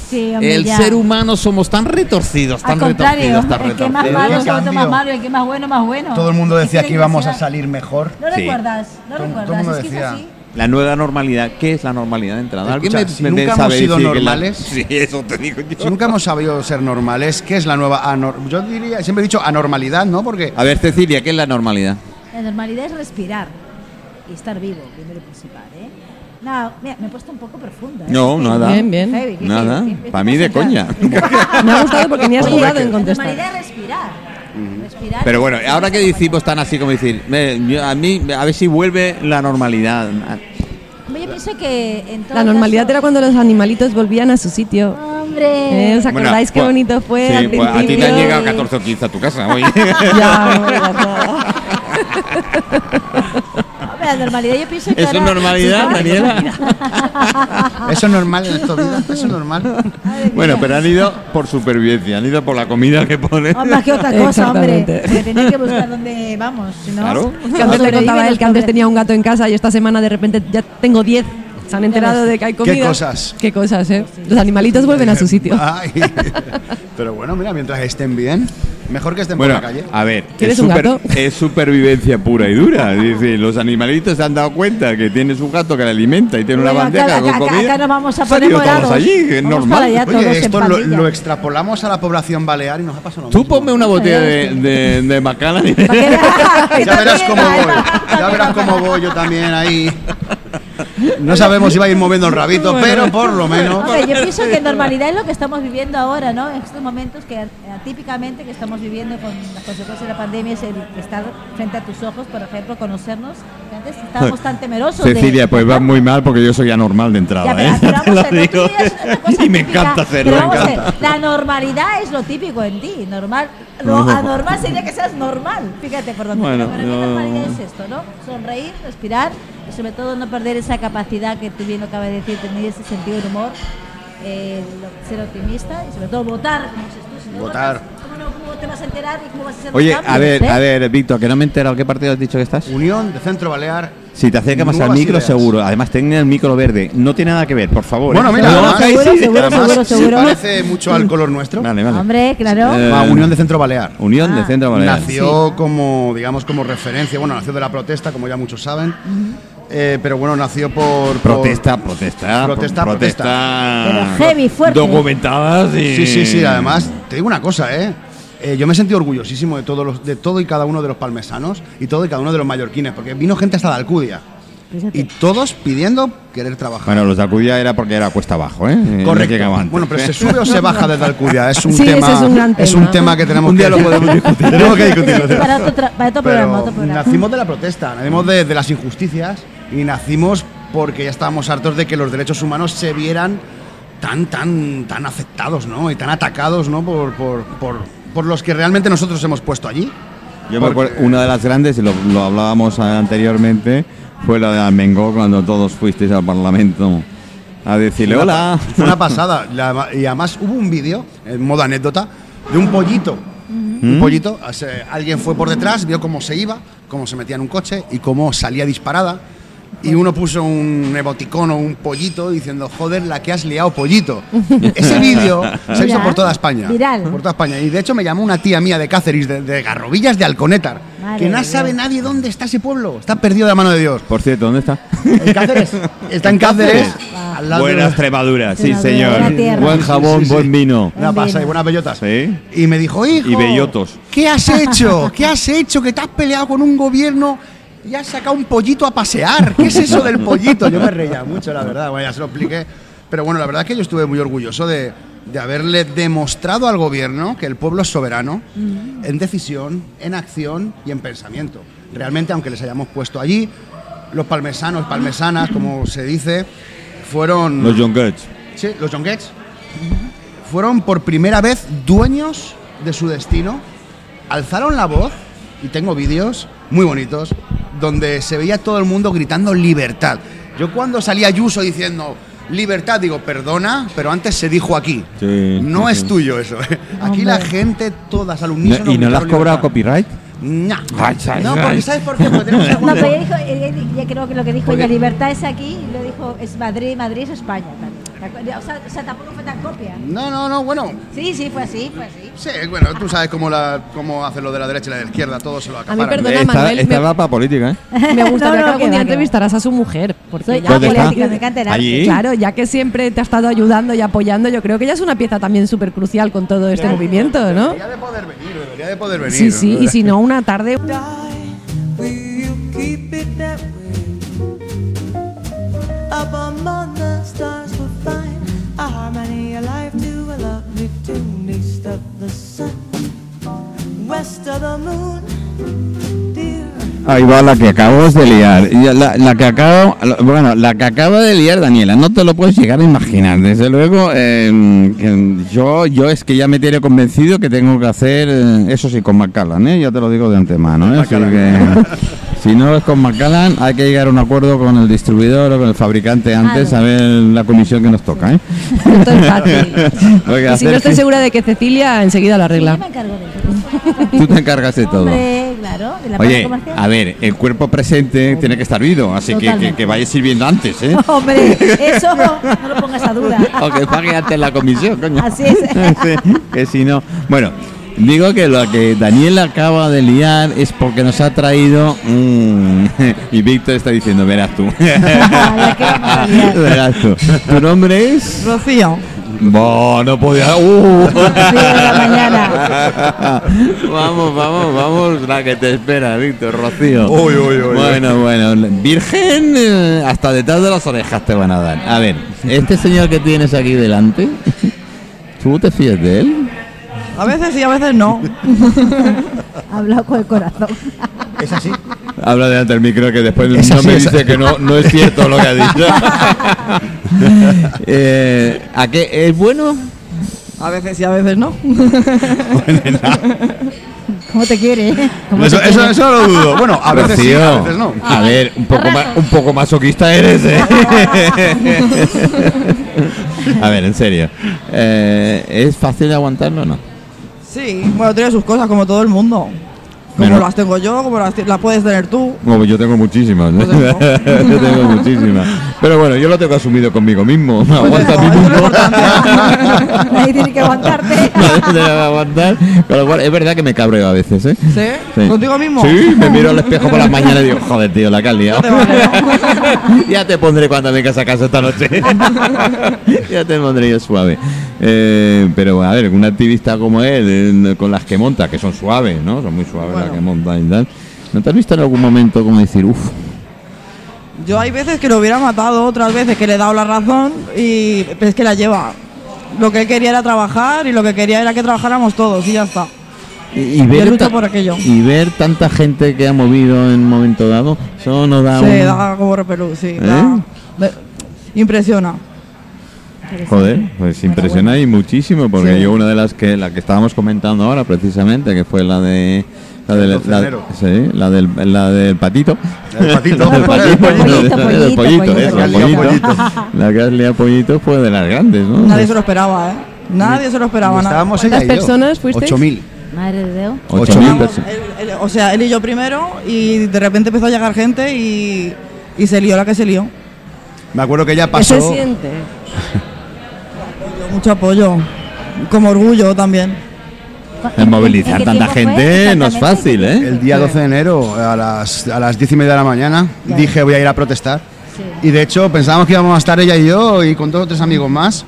[SPEAKER 3] Sí, hombre,
[SPEAKER 2] El
[SPEAKER 3] ya.
[SPEAKER 2] ser humano somos tan retorcidos, tan
[SPEAKER 3] Al contrario,
[SPEAKER 2] retorcidos, tan
[SPEAKER 3] el que más
[SPEAKER 1] retorcido.
[SPEAKER 3] malo
[SPEAKER 1] Yo
[SPEAKER 3] se otro más
[SPEAKER 1] cambio.
[SPEAKER 3] malo, el que más bueno más bueno.
[SPEAKER 1] Todo el mundo
[SPEAKER 3] Es
[SPEAKER 1] decía
[SPEAKER 3] la
[SPEAKER 1] que íbamos a
[SPEAKER 3] intensidad.
[SPEAKER 1] salir mejor.
[SPEAKER 3] No
[SPEAKER 2] Sí.
[SPEAKER 3] recuerdas, no
[SPEAKER 1] Todo- todo el
[SPEAKER 3] recuerdas,
[SPEAKER 1] mundo
[SPEAKER 3] es que es
[SPEAKER 1] decía.
[SPEAKER 3] así.
[SPEAKER 2] La nueva normalidad, ¿qué es la normalidad de entrada?
[SPEAKER 1] Escucha, si nunca hemos sido
[SPEAKER 2] decir que la-
[SPEAKER 1] normales-
[SPEAKER 2] Sí, eso te digo yo.
[SPEAKER 1] Si nunca hemos sabido ser normales, ¿qué es la nueva anor- Yo diría, siempre he dicho anormalidad, ¿no? Porque
[SPEAKER 2] A ver, Cecilia, ¿qué es la normalidad?
[SPEAKER 3] La normalidad es respirar y estar vivo, primero y principal, ¿eh? No, mira, me he puesto un poco profunda. ¿eh?
[SPEAKER 2] No,
[SPEAKER 3] Qué
[SPEAKER 2] nada.
[SPEAKER 4] Bien, bien.
[SPEAKER 3] heavy, qué
[SPEAKER 2] Nada,
[SPEAKER 3] heavy, qué-
[SPEAKER 2] pa'
[SPEAKER 3] qué
[SPEAKER 2] mí de
[SPEAKER 3] concentrada.
[SPEAKER 2] coña.
[SPEAKER 4] Me ha gustado porque ni has
[SPEAKER 2] Oye,
[SPEAKER 4] jugado
[SPEAKER 2] que-
[SPEAKER 4] en
[SPEAKER 3] La
[SPEAKER 4] contestar.
[SPEAKER 3] normalidad es respirar. respirar.
[SPEAKER 2] Pero bueno, ahora que decimos tan así como decir, "Me- yo- a mí, a ver si vuelve la normalidad.
[SPEAKER 3] Hombre, Yo pienso que en todo
[SPEAKER 4] La normalidad
[SPEAKER 3] caso-
[SPEAKER 4] era cuando los animalitos volvían a su sitio.
[SPEAKER 3] Hombre.
[SPEAKER 4] Eh, ¿Os acordáis qué
[SPEAKER 2] pues-
[SPEAKER 4] bonito fue
[SPEAKER 2] sí,
[SPEAKER 4] al
[SPEAKER 2] pues a ti te han
[SPEAKER 4] principio?
[SPEAKER 2] llegado 14 o 15 a tu casa hoy.
[SPEAKER 4] Ya, no me digas nada.
[SPEAKER 3] Hombre, la normalidad. Yo pienso que
[SPEAKER 2] ¿Eso
[SPEAKER 3] ahora-
[SPEAKER 2] es normalidad,
[SPEAKER 3] Sí,
[SPEAKER 2] Daniela?
[SPEAKER 3] Ah.
[SPEAKER 1] ¿Eso es normal en esta vida? ¿Eso es normal?
[SPEAKER 3] Madre
[SPEAKER 2] Bueno,
[SPEAKER 3] mía.
[SPEAKER 2] pero han ido por supervivencia, han ido por la comida que ponen.
[SPEAKER 3] Ah, más que otra cosa, hombre.
[SPEAKER 4] Exactamente.
[SPEAKER 3] Porque tenía que buscar dónde vamos, si no.
[SPEAKER 2] Claro.
[SPEAKER 4] Que antes te
[SPEAKER 3] sobreviven
[SPEAKER 4] contaba él
[SPEAKER 3] los
[SPEAKER 4] que antes
[SPEAKER 3] pobres.
[SPEAKER 4] tenía un gato en casa y esta semana de repente ya tengo 10. Se han enterado de que hay comida.
[SPEAKER 1] cosas? Ah.
[SPEAKER 4] Qué cosas, ¿eh? Los animalitos vuelven a su sitio.
[SPEAKER 1] Ay. Pero bueno, mira, mientras estén bien, mejor que estén
[SPEAKER 2] Bueno,
[SPEAKER 1] por la calle.
[SPEAKER 2] a ver,
[SPEAKER 4] ¿Quieres
[SPEAKER 2] es,
[SPEAKER 4] un
[SPEAKER 2] super-
[SPEAKER 4] gato?
[SPEAKER 2] es supervivencia pura y dura. Es decir, los animalitos se han dado cuenta que tiene su gato que le alimenta y tiene una
[SPEAKER 3] Bueno,
[SPEAKER 2] bandeja
[SPEAKER 3] acá-
[SPEAKER 2] con
[SPEAKER 3] acá-
[SPEAKER 2] comida.
[SPEAKER 3] acá nos vamos a
[SPEAKER 2] Se han
[SPEAKER 3] poner
[SPEAKER 2] ido
[SPEAKER 3] morados.
[SPEAKER 2] todos allí, que es
[SPEAKER 3] Vamos
[SPEAKER 2] normal.
[SPEAKER 3] para allá. Ya todos
[SPEAKER 1] Oye,
[SPEAKER 3] en
[SPEAKER 1] esto lo,
[SPEAKER 3] pandilla.
[SPEAKER 1] lo extrapolamos a la población balear y nos ha pasado lo
[SPEAKER 2] Tú
[SPEAKER 1] mismo.
[SPEAKER 2] ponme una botella de, de, de Macallan y-
[SPEAKER 3] Para que vea-
[SPEAKER 1] Ya verás cómo
[SPEAKER 3] También
[SPEAKER 1] voy.
[SPEAKER 3] va,
[SPEAKER 1] Ya
[SPEAKER 3] también
[SPEAKER 1] verás
[SPEAKER 3] va
[SPEAKER 1] cómo
[SPEAKER 3] para-
[SPEAKER 1] voy yo también ahí. No sabemos si va a ir moviendo el rabito, pero por lo menos.
[SPEAKER 3] Hombre, yo pienso que normalidad es lo que estamos viviendo ahora, ¿no? En estos momentos que atípicamente que estamos viviendo con las consecuencias de la pandemia es el estar frente a tus ojos, por ejemplo, conocernos. que Antes estábamos tan temerosos de-
[SPEAKER 2] Cecilia, pues va muy mal porque yo soy anormal de entrada,
[SPEAKER 3] Ya,
[SPEAKER 2] ¿eh?
[SPEAKER 3] pero-
[SPEAKER 2] Ya
[SPEAKER 3] pero
[SPEAKER 2] te
[SPEAKER 3] vamos a
[SPEAKER 2] lo
[SPEAKER 3] ver, no, tú
[SPEAKER 2] digo.
[SPEAKER 3] ya es una cosa
[SPEAKER 2] Y me
[SPEAKER 3] típica,
[SPEAKER 2] encanta hacerlo,
[SPEAKER 3] pero
[SPEAKER 2] me
[SPEAKER 3] vamos a ver,
[SPEAKER 2] encanta.
[SPEAKER 3] La normalidad es lo típico en ti, normal. Lo
[SPEAKER 2] No.
[SPEAKER 3] anormal sería que seas normal. Fíjate por dónde.
[SPEAKER 2] Bueno,
[SPEAKER 3] pero la
[SPEAKER 2] no.
[SPEAKER 3] normalidad es esto, ¿no? Sonreír, respirar y sobre todo no perder esa capacidad que tú bien lo acabas de decir, tener ese sentido del humor, eh, lo- ser optimista y sobre todo votar, como dices tú. Si no
[SPEAKER 1] Votar.
[SPEAKER 3] votas, ¿Cómo, no- cómo te vas a enterar y cómo vas a hacer los
[SPEAKER 2] Oye,
[SPEAKER 3] cambios,
[SPEAKER 2] a ver,
[SPEAKER 3] eh?
[SPEAKER 2] a ver, Víctor, que no me he enterado. ¿Qué partido has dicho que estás?
[SPEAKER 1] Unión de Centro Balear.
[SPEAKER 2] Si te acercas más al
[SPEAKER 1] Nuevas
[SPEAKER 2] micro,
[SPEAKER 1] ideas.
[SPEAKER 2] seguro. Además, tenga el micro verde. No tiene nada que ver, por favor.
[SPEAKER 1] Bueno,
[SPEAKER 2] ¿eh?
[SPEAKER 1] mira,
[SPEAKER 2] No,
[SPEAKER 1] además-
[SPEAKER 2] ahí sí.
[SPEAKER 3] seguro,
[SPEAKER 1] además,
[SPEAKER 3] seguro,
[SPEAKER 1] se
[SPEAKER 3] seguro.
[SPEAKER 1] parece mucho al color nuestro.
[SPEAKER 2] Vale, vale.
[SPEAKER 3] Hombre, claro.
[SPEAKER 2] Eh,
[SPEAKER 1] Ah, Unión de Centro Balear.
[SPEAKER 2] Unión de
[SPEAKER 3] Ah.
[SPEAKER 2] Centro Balear.
[SPEAKER 1] Nació como, digamos, como referencia, bueno, nació de la protesta, como ya muchos saben, eh, pero bueno, nació por... por-
[SPEAKER 2] Protesta, protesta,
[SPEAKER 1] Protesta,
[SPEAKER 2] pro-
[SPEAKER 3] protesta. Pero heavy, fuerte.
[SPEAKER 2] Documentadas y.
[SPEAKER 1] Sí, sí, sí, además, te digo una cosa, ¿eh? Eh, yo me he sentido orgullosísimo de, todos los, de todo y cada uno de los palmesanos y todo y cada uno de los mallorquines, porque vino gente hasta la Alcudia.
[SPEAKER 3] Fíjate.
[SPEAKER 1] Y todos pidiendo querer trabajar.
[SPEAKER 2] Bueno, los de Alcudia era porque era cuesta abajo, ¿eh? Eh, no
[SPEAKER 1] Correcto.
[SPEAKER 2] llegaba antes.
[SPEAKER 1] Bueno, pero se sube o se baja desde Alcudia. Es un
[SPEAKER 4] Sí,
[SPEAKER 1] tema.
[SPEAKER 4] ese es un gran tema.
[SPEAKER 1] tema que tenemos
[SPEAKER 2] Un
[SPEAKER 1] que
[SPEAKER 2] día lo podemos discutir. Tenemos que discutirlo.
[SPEAKER 3] Para otro, tra- para otro
[SPEAKER 1] Pero
[SPEAKER 3] programa, otro programa.
[SPEAKER 1] nacimos de la protesta, nacimos de, de las injusticias y nacimos porque ya estábamos hartos de que los derechos humanos se vieran tan, tan, tan afectados, ¿no? Y tan atacados, ¿no? Por, por, por, por los que realmente nosotros hemos puesto allí.
[SPEAKER 2] Yo me acuerdo, una de las grandes, y lo, lo hablábamos anteriormente, fue la de Almengó cuando todos fuisteis al Parlamento a decirle
[SPEAKER 1] Fue una
[SPEAKER 2] hola.
[SPEAKER 1] pa- Fue una pasada. La- y además hubo un vídeo, en modo anécdota, de un pollito. Un pollito, o sea, alguien fue por detrás, vio cómo se iba, cómo se metía en un coche y cómo salía disparada. Y uno puso un emoticón o un pollito diciendo, joder, la que has liado pollito. Ese vídeo se hizo
[SPEAKER 3] Viral.
[SPEAKER 1] por toda España.
[SPEAKER 3] Viral.
[SPEAKER 1] Por toda España. Y de hecho me llamó una tía mía de Cáceres, de, de Garrobillas de Alconétar,
[SPEAKER 3] Madre
[SPEAKER 1] que no
[SPEAKER 3] de
[SPEAKER 1] sabe
[SPEAKER 3] Dios.
[SPEAKER 1] nadie dónde está ese pueblo. Está perdido de la mano de Dios.
[SPEAKER 2] Por cierto, ¿dónde está?
[SPEAKER 1] En Cáceres. Está en Cáceres.
[SPEAKER 3] Ah.
[SPEAKER 1] al lado de-
[SPEAKER 2] trepaduras, sí
[SPEAKER 3] Trepaduras, buena tierra.
[SPEAKER 2] Buen
[SPEAKER 1] Sí,
[SPEAKER 2] jabón,
[SPEAKER 1] sí, sí.
[SPEAKER 2] buen vino.
[SPEAKER 1] Una pasa y buenas bellotas.
[SPEAKER 2] Sí.
[SPEAKER 1] Y me dijo, hijo.
[SPEAKER 2] Y bellotos.
[SPEAKER 1] ¿Qué has hecho? ¿Qué has hecho? Que te has peleado con un gobierno y has sacado un pollito a pasear. ¿Qué es eso del pollito? Yo me reía mucho, la verdad. Bueno, ya se lo expliqué. Pero bueno, la verdad es que yo estuve muy orgulloso de, de haberle demostrado al gobierno que el pueblo es soberano en decisión, en acción y en pensamiento. Realmente, aunque les hayamos puesto allí, los palmesanos, palmesanas, como se dice, fueron.
[SPEAKER 2] Los John Gertz.
[SPEAKER 1] Sí, los Jonquets fueron por primera vez dueños de su destino, alzaron la voz, y tengo vídeos muy bonitos, donde se veía todo el mundo gritando libertad. Yo cuando salía Ayuso diciendo libertad, digo, perdona, pero antes se dijo aquí.
[SPEAKER 2] Sí,
[SPEAKER 1] no
[SPEAKER 2] sí,
[SPEAKER 1] es
[SPEAKER 2] sí.
[SPEAKER 1] tuyo eso. Aquí la gente, todas al unísono
[SPEAKER 2] ¿Y no le has
[SPEAKER 1] gritaron
[SPEAKER 2] cobrado
[SPEAKER 1] libertad.
[SPEAKER 2] copyright?
[SPEAKER 1] Nah.
[SPEAKER 2] Ay, ay,
[SPEAKER 1] No, porque
[SPEAKER 2] ay.
[SPEAKER 1] ¿sabes por qué? Porque tenemos algo
[SPEAKER 3] No,
[SPEAKER 1] de-
[SPEAKER 3] pues pero ella dijo, ella- ella creo que lo que dijo
[SPEAKER 1] Porque-
[SPEAKER 3] ella, libertad es aquí, y lo dijo, es Madrid, Madrid es España. también. O sea, o sea, tampoco fue tan copia.
[SPEAKER 1] no, no, no, bueno,
[SPEAKER 3] Sí, sí, fue así, fue así.
[SPEAKER 1] Sí, bueno, tú sabes cómo, la, cómo hacen lo de la derecha y la de la izquierda, todo se lo acaparan.
[SPEAKER 4] perdona,
[SPEAKER 2] Esta-
[SPEAKER 4] Manuel,
[SPEAKER 2] Esta
[SPEAKER 4] me-
[SPEAKER 2] va para política, ¿eh?
[SPEAKER 4] Me gustaría
[SPEAKER 3] No, no,
[SPEAKER 4] que
[SPEAKER 3] que
[SPEAKER 4] algún
[SPEAKER 3] va,
[SPEAKER 4] día
[SPEAKER 3] que
[SPEAKER 4] entrevistaras a su mujer. Porque
[SPEAKER 3] Soy
[SPEAKER 4] ya,
[SPEAKER 2] ¿Dónde está?
[SPEAKER 3] política, me encanta el arte.
[SPEAKER 2] Allí.
[SPEAKER 4] Claro, ya que siempre te ha estado ayudando y apoyando, yo creo que ella es una pieza también súper crucial con todo este movimiento, ¿no?
[SPEAKER 1] Debería de poder venir, debería de poder venir.
[SPEAKER 4] Sí, sí, y si no, una tarde.
[SPEAKER 5] die, will you keep it that way? Up among the stars we'll find a harmony alive to a lovely tune east of the sun, west of the moon, dear.
[SPEAKER 2] Ahí va la que acabas de liar. Y La, la que acabo, la- bueno, la que acaba de liar Daniela, no te lo puedes llegar a imaginar. Desde luego, eh, que yo, yo es que ya me tiene convencido que tengo que hacer, eh, eso sí, con Macallan, ¿eh? ya te lo digo de antemano. ¿eh? Así
[SPEAKER 1] Macallan.
[SPEAKER 2] que- Si no es con Macallan, hay que llegar a un acuerdo con el distribuidor o con el fabricante antes,
[SPEAKER 3] Claro.
[SPEAKER 2] a ver la comisión que nos toca, ¿eh?
[SPEAKER 4] Esto es fácil.
[SPEAKER 2] Porque
[SPEAKER 4] Y si no
[SPEAKER 2] hacer-
[SPEAKER 4] estoy segura de que Cecilia enseguida
[SPEAKER 3] Sí, yo
[SPEAKER 4] lo arregla.
[SPEAKER 3] me encargo de eso.
[SPEAKER 2] Tú te encargas de todo.
[SPEAKER 3] Hombre, claro, de la parte
[SPEAKER 2] Oye,
[SPEAKER 3] comercial.
[SPEAKER 2] a ver, el cuerpo presente tiene que estar vivo, así que, que,
[SPEAKER 3] Totalmente.
[SPEAKER 2] que vaya sirviendo antes, ¿eh?
[SPEAKER 3] Hombre, eso no lo pongas a duda.
[SPEAKER 2] o que pague antes la comisión, coño.
[SPEAKER 3] Así es.
[SPEAKER 2] Sí, que si no. Bueno, digo que lo que Daniel acaba de liar es porque nos ha traído. mm, y Víctor está diciendo, verás tú.
[SPEAKER 3] Vale, qué barbaridad.
[SPEAKER 2] verás tú. ¿Tu nombre es?
[SPEAKER 6] Rocío.
[SPEAKER 2] No, no podía. Uh.
[SPEAKER 3] de la mañana.
[SPEAKER 2] vamos, vamos, vamos. La que te espera, Víctor, Rocío.
[SPEAKER 1] Uy, uy, uy, uy.
[SPEAKER 2] Bueno, bueno. Virgen, eh, hasta detrás de las orejas te van a dar. A ver, este señor que tienes aquí delante, ¿tú te fías de él?
[SPEAKER 6] A veces sí, a veces no.
[SPEAKER 3] Ha hablado con el corazón.
[SPEAKER 1] Es así.
[SPEAKER 2] Habla delante del micro que después
[SPEAKER 1] Es así, es-
[SPEAKER 2] que no, no es cierto lo que ha dicho. Eh, ¿A qué? ¿Es bueno?
[SPEAKER 6] A veces sí, a veces no.
[SPEAKER 3] ¿Cómo te quiere? eh? ¿Cómo
[SPEAKER 2] Pues
[SPEAKER 1] Eso,
[SPEAKER 3] te
[SPEAKER 1] eso,
[SPEAKER 3] quiere?
[SPEAKER 1] eso lo dudo. Bueno, a veces sí, a
[SPEAKER 2] Rocío,
[SPEAKER 1] veces no.
[SPEAKER 2] A ver, un poco, ma- un poco masoquista eres, ¿eh? a ver, en serio. Eh, ¿Es fácil aguantarlo o no?
[SPEAKER 6] Sí, bueno, tiene sus cosas como todo el mundo. Como
[SPEAKER 2] Menos-
[SPEAKER 6] las tengo yo, como las, ti- las puedes tener tú.
[SPEAKER 2] Bueno, yo tengo muchísimas. ¿no?
[SPEAKER 6] Pues eso.
[SPEAKER 2] yo tengo muchísimas. Pero bueno, yo lo tengo asumido conmigo mismo. Me aguanto a mí
[SPEAKER 6] eso, eso es lo
[SPEAKER 2] mismo.
[SPEAKER 6] importante.
[SPEAKER 3] Nadie tiene que aguantarte.
[SPEAKER 2] Nadie te va a aguantar. Con lo cual, es verdad que me cabreo a veces, ¿eh?
[SPEAKER 6] ¿Sí? ¿Contigo mismo?
[SPEAKER 2] Sí, me miro al espejo por la mañana y digo, joder, tío, la que has liado.
[SPEAKER 6] No te vale,
[SPEAKER 2] ya te pondré cuando vengas a casa esta noche. ya te pondré yo suave. Eh, pero a ver, un activista como él, eh, con las que monta, que son suaves, ¿no? Son muy suaves las
[SPEAKER 6] Bueno.
[SPEAKER 2] que montan y tal. ¿No te has visto en algún momento como decir, uff,
[SPEAKER 6] Yo hay veces que lo hubiera matado, otras veces que le he dado la razón y pero es que la lleva. Lo que él quería era trabajar y lo que quería era que trabajáramos todos y ya está.
[SPEAKER 2] Y, y ver
[SPEAKER 6] lucho
[SPEAKER 2] ta-
[SPEAKER 6] por aquello.
[SPEAKER 2] y ver tanta gente que ha movido en un momento dado, eso no
[SPEAKER 1] Ah,
[SPEAKER 2] da
[SPEAKER 6] Se
[SPEAKER 2] un-
[SPEAKER 6] da como repelú, sí.
[SPEAKER 2] ¿Eh?
[SPEAKER 6] da- me- impresiona.
[SPEAKER 2] Joder, pues impresiona y muchísimo, porque yo una de las que la que estábamos comentando ahora precisamente, que fue la de la del,
[SPEAKER 1] El
[SPEAKER 2] la,
[SPEAKER 1] cocinero.
[SPEAKER 2] sí, la del, la del patito.
[SPEAKER 1] La del patito.
[SPEAKER 2] La del
[SPEAKER 1] Pollito,
[SPEAKER 2] patito, la del
[SPEAKER 3] pollito,
[SPEAKER 2] pollito,
[SPEAKER 3] pollito.
[SPEAKER 2] eso,
[SPEAKER 1] La que has liado
[SPEAKER 2] pollito. La que has liado pollito fue de las grandes, ¿no?
[SPEAKER 6] Nadie se lo esperaba, ¿eh? Nadie se lo esperaba. nada.
[SPEAKER 1] Estábamos
[SPEAKER 4] ¿Cuántas
[SPEAKER 1] ella y yo.
[SPEAKER 4] personas fuisteis?
[SPEAKER 1] 8.000.
[SPEAKER 3] Madre de Dios.
[SPEAKER 2] Ocho
[SPEAKER 1] ocho
[SPEAKER 2] mil
[SPEAKER 1] mil.
[SPEAKER 2] personas.
[SPEAKER 6] Él- él- o sea, él y yo primero y de repente empezó a llegar gente y, y se lió la que se lió.
[SPEAKER 1] Me acuerdo que ella
[SPEAKER 4] ¿Qué
[SPEAKER 1] pasó.
[SPEAKER 4] se siente?
[SPEAKER 6] Mucho apoyo, como orgullo también.
[SPEAKER 3] ¿En- en-
[SPEAKER 2] movilizar
[SPEAKER 3] en qué
[SPEAKER 2] tanta
[SPEAKER 3] tiempo
[SPEAKER 2] gente
[SPEAKER 3] fue?
[SPEAKER 2] no es
[SPEAKER 3] Exactamente,
[SPEAKER 2] fácil,
[SPEAKER 3] ¿en qué
[SPEAKER 2] ¿eh?
[SPEAKER 1] El
[SPEAKER 3] tiempo
[SPEAKER 1] día
[SPEAKER 3] fue?
[SPEAKER 1] 12 de enero, a las, a las 10 y media de la mañana,
[SPEAKER 3] Ya.
[SPEAKER 1] dije voy a ir a protestar.
[SPEAKER 3] Sí.
[SPEAKER 1] Y de hecho pensábamos que íbamos a estar ella y yo y con dos o tres amigos más.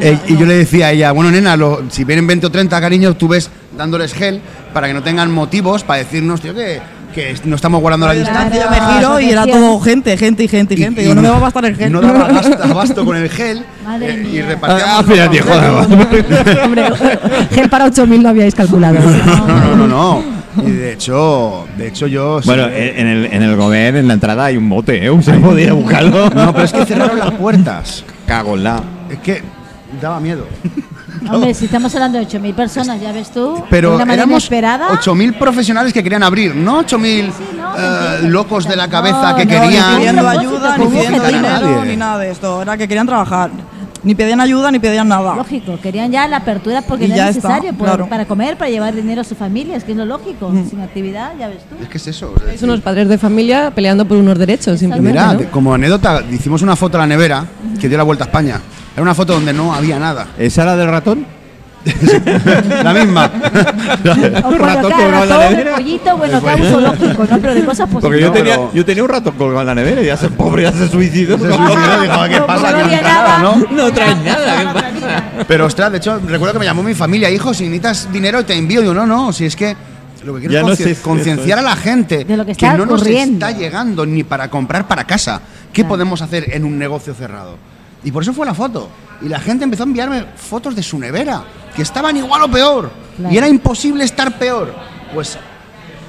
[SPEAKER 1] Eh, y yo le decía a ella, bueno nena, lo- si vienen 20 o 30 cariños, tú ves dándoles gel para que no tengan motivos para decirnos, tío, que, que no estamos guardando la
[SPEAKER 3] Claro.
[SPEAKER 1] distancia.
[SPEAKER 6] Yo me giro y era
[SPEAKER 3] asociación.
[SPEAKER 6] todo gente, gente y gente y gente. Digo, no me va a bastar el gente.
[SPEAKER 1] No daba abasto, abasto con el gel.
[SPEAKER 3] Madre
[SPEAKER 1] eh, y
[SPEAKER 3] mía.
[SPEAKER 1] repartíamos
[SPEAKER 2] Ah,
[SPEAKER 1] los
[SPEAKER 2] fíjate,
[SPEAKER 1] panfletos.
[SPEAKER 2] joder,
[SPEAKER 4] Hombre, gel para 8.000 lo habíais calculado.
[SPEAKER 1] No, no, no, no. Y de hecho, de hecho yo...
[SPEAKER 2] Bueno,
[SPEAKER 1] sí-
[SPEAKER 2] eh, en el, en el Gobern, en la entrada hay un bote, ¿eh? Un se podía buscarlo.
[SPEAKER 1] No, pero es que cerraron las puertas.
[SPEAKER 2] Cago en la.
[SPEAKER 1] Es que daba miedo.
[SPEAKER 3] Hombre, si estamos hablando de 8.000 personas, ya ves tú. de
[SPEAKER 1] Pero
[SPEAKER 3] una manera
[SPEAKER 1] éramos
[SPEAKER 3] esperada.
[SPEAKER 1] 8.000 profesionales que querían abrir, no 8.000
[SPEAKER 3] Sí, sí, no,
[SPEAKER 1] eh,
[SPEAKER 3] te entiendo,
[SPEAKER 1] locos de la cabeza
[SPEAKER 3] no,
[SPEAKER 1] que
[SPEAKER 3] no,
[SPEAKER 6] ni
[SPEAKER 1] querían.
[SPEAKER 6] pidiendo
[SPEAKER 3] Propósito,
[SPEAKER 6] ayuda, ni
[SPEAKER 3] como
[SPEAKER 6] pidiendo
[SPEAKER 3] objetivo.
[SPEAKER 6] dinero,
[SPEAKER 1] Nadie.
[SPEAKER 6] ni nada de esto. Era que querían trabajar. Ni pedían ayuda, ni pedían nada.
[SPEAKER 3] Lógico, querían ya la apertura porque
[SPEAKER 6] Y
[SPEAKER 3] no
[SPEAKER 6] ya
[SPEAKER 3] era
[SPEAKER 6] está,
[SPEAKER 3] necesario por-
[SPEAKER 6] claro.
[SPEAKER 3] para comer, para llevar dinero a su familia, es que es lo lógico. Sin actividad, ya ves tú.
[SPEAKER 1] Es que es eso.
[SPEAKER 4] Es unos padres de familia peleando por unos derechos, simplemente.
[SPEAKER 1] Mira,
[SPEAKER 4] ¿no?
[SPEAKER 1] te- como anécdota, hicimos una foto a la nevera que dio la vuelta a España. Era una foto donde no había nada.
[SPEAKER 2] ¿Esa la del ratón?
[SPEAKER 1] La misma.
[SPEAKER 3] O
[SPEAKER 2] Ratón
[SPEAKER 3] cuando cada
[SPEAKER 2] colgado en la
[SPEAKER 3] ratón, el
[SPEAKER 2] nevera.
[SPEAKER 3] pollito, bueno, cada uso lógico, Pues ¿no? Pero de cosas
[SPEAKER 2] Porque yo
[SPEAKER 3] positivas.
[SPEAKER 2] tenía,
[SPEAKER 1] pero-
[SPEAKER 2] yo tenía un ratón colgado en la nevera y ya se pobre, ya se suicidó.
[SPEAKER 1] Se suicidó, dijo, "Ah, ¿qué
[SPEAKER 3] No,
[SPEAKER 1] pasa?
[SPEAKER 3] no
[SPEAKER 1] Que
[SPEAKER 3] había
[SPEAKER 1] no está nada,
[SPEAKER 3] nada.
[SPEAKER 1] ¿no?".
[SPEAKER 2] No traes nada, ¿qué pasa?
[SPEAKER 1] Pero ostras, de hecho, recuerdo que me llamó mi familia, hijo, si necesitas dinero te envío. Yo, no, no, si es que lo que quiero
[SPEAKER 2] Ya
[SPEAKER 1] es
[SPEAKER 2] no
[SPEAKER 1] consci-
[SPEAKER 2] sé si esto
[SPEAKER 1] concienciar a la gente
[SPEAKER 3] De lo que está
[SPEAKER 1] no nos
[SPEAKER 3] ocurriendo.
[SPEAKER 1] está llegando ni para comprar para casa. ¿Qué
[SPEAKER 3] Claro.
[SPEAKER 1] podemos hacer en un negocio cerrado? Y por eso fue la foto. Y la gente empezó a enviarme fotos de su nevera, que estaban igual o peor.
[SPEAKER 3] Claro.
[SPEAKER 1] Y era imposible estar peor. Pues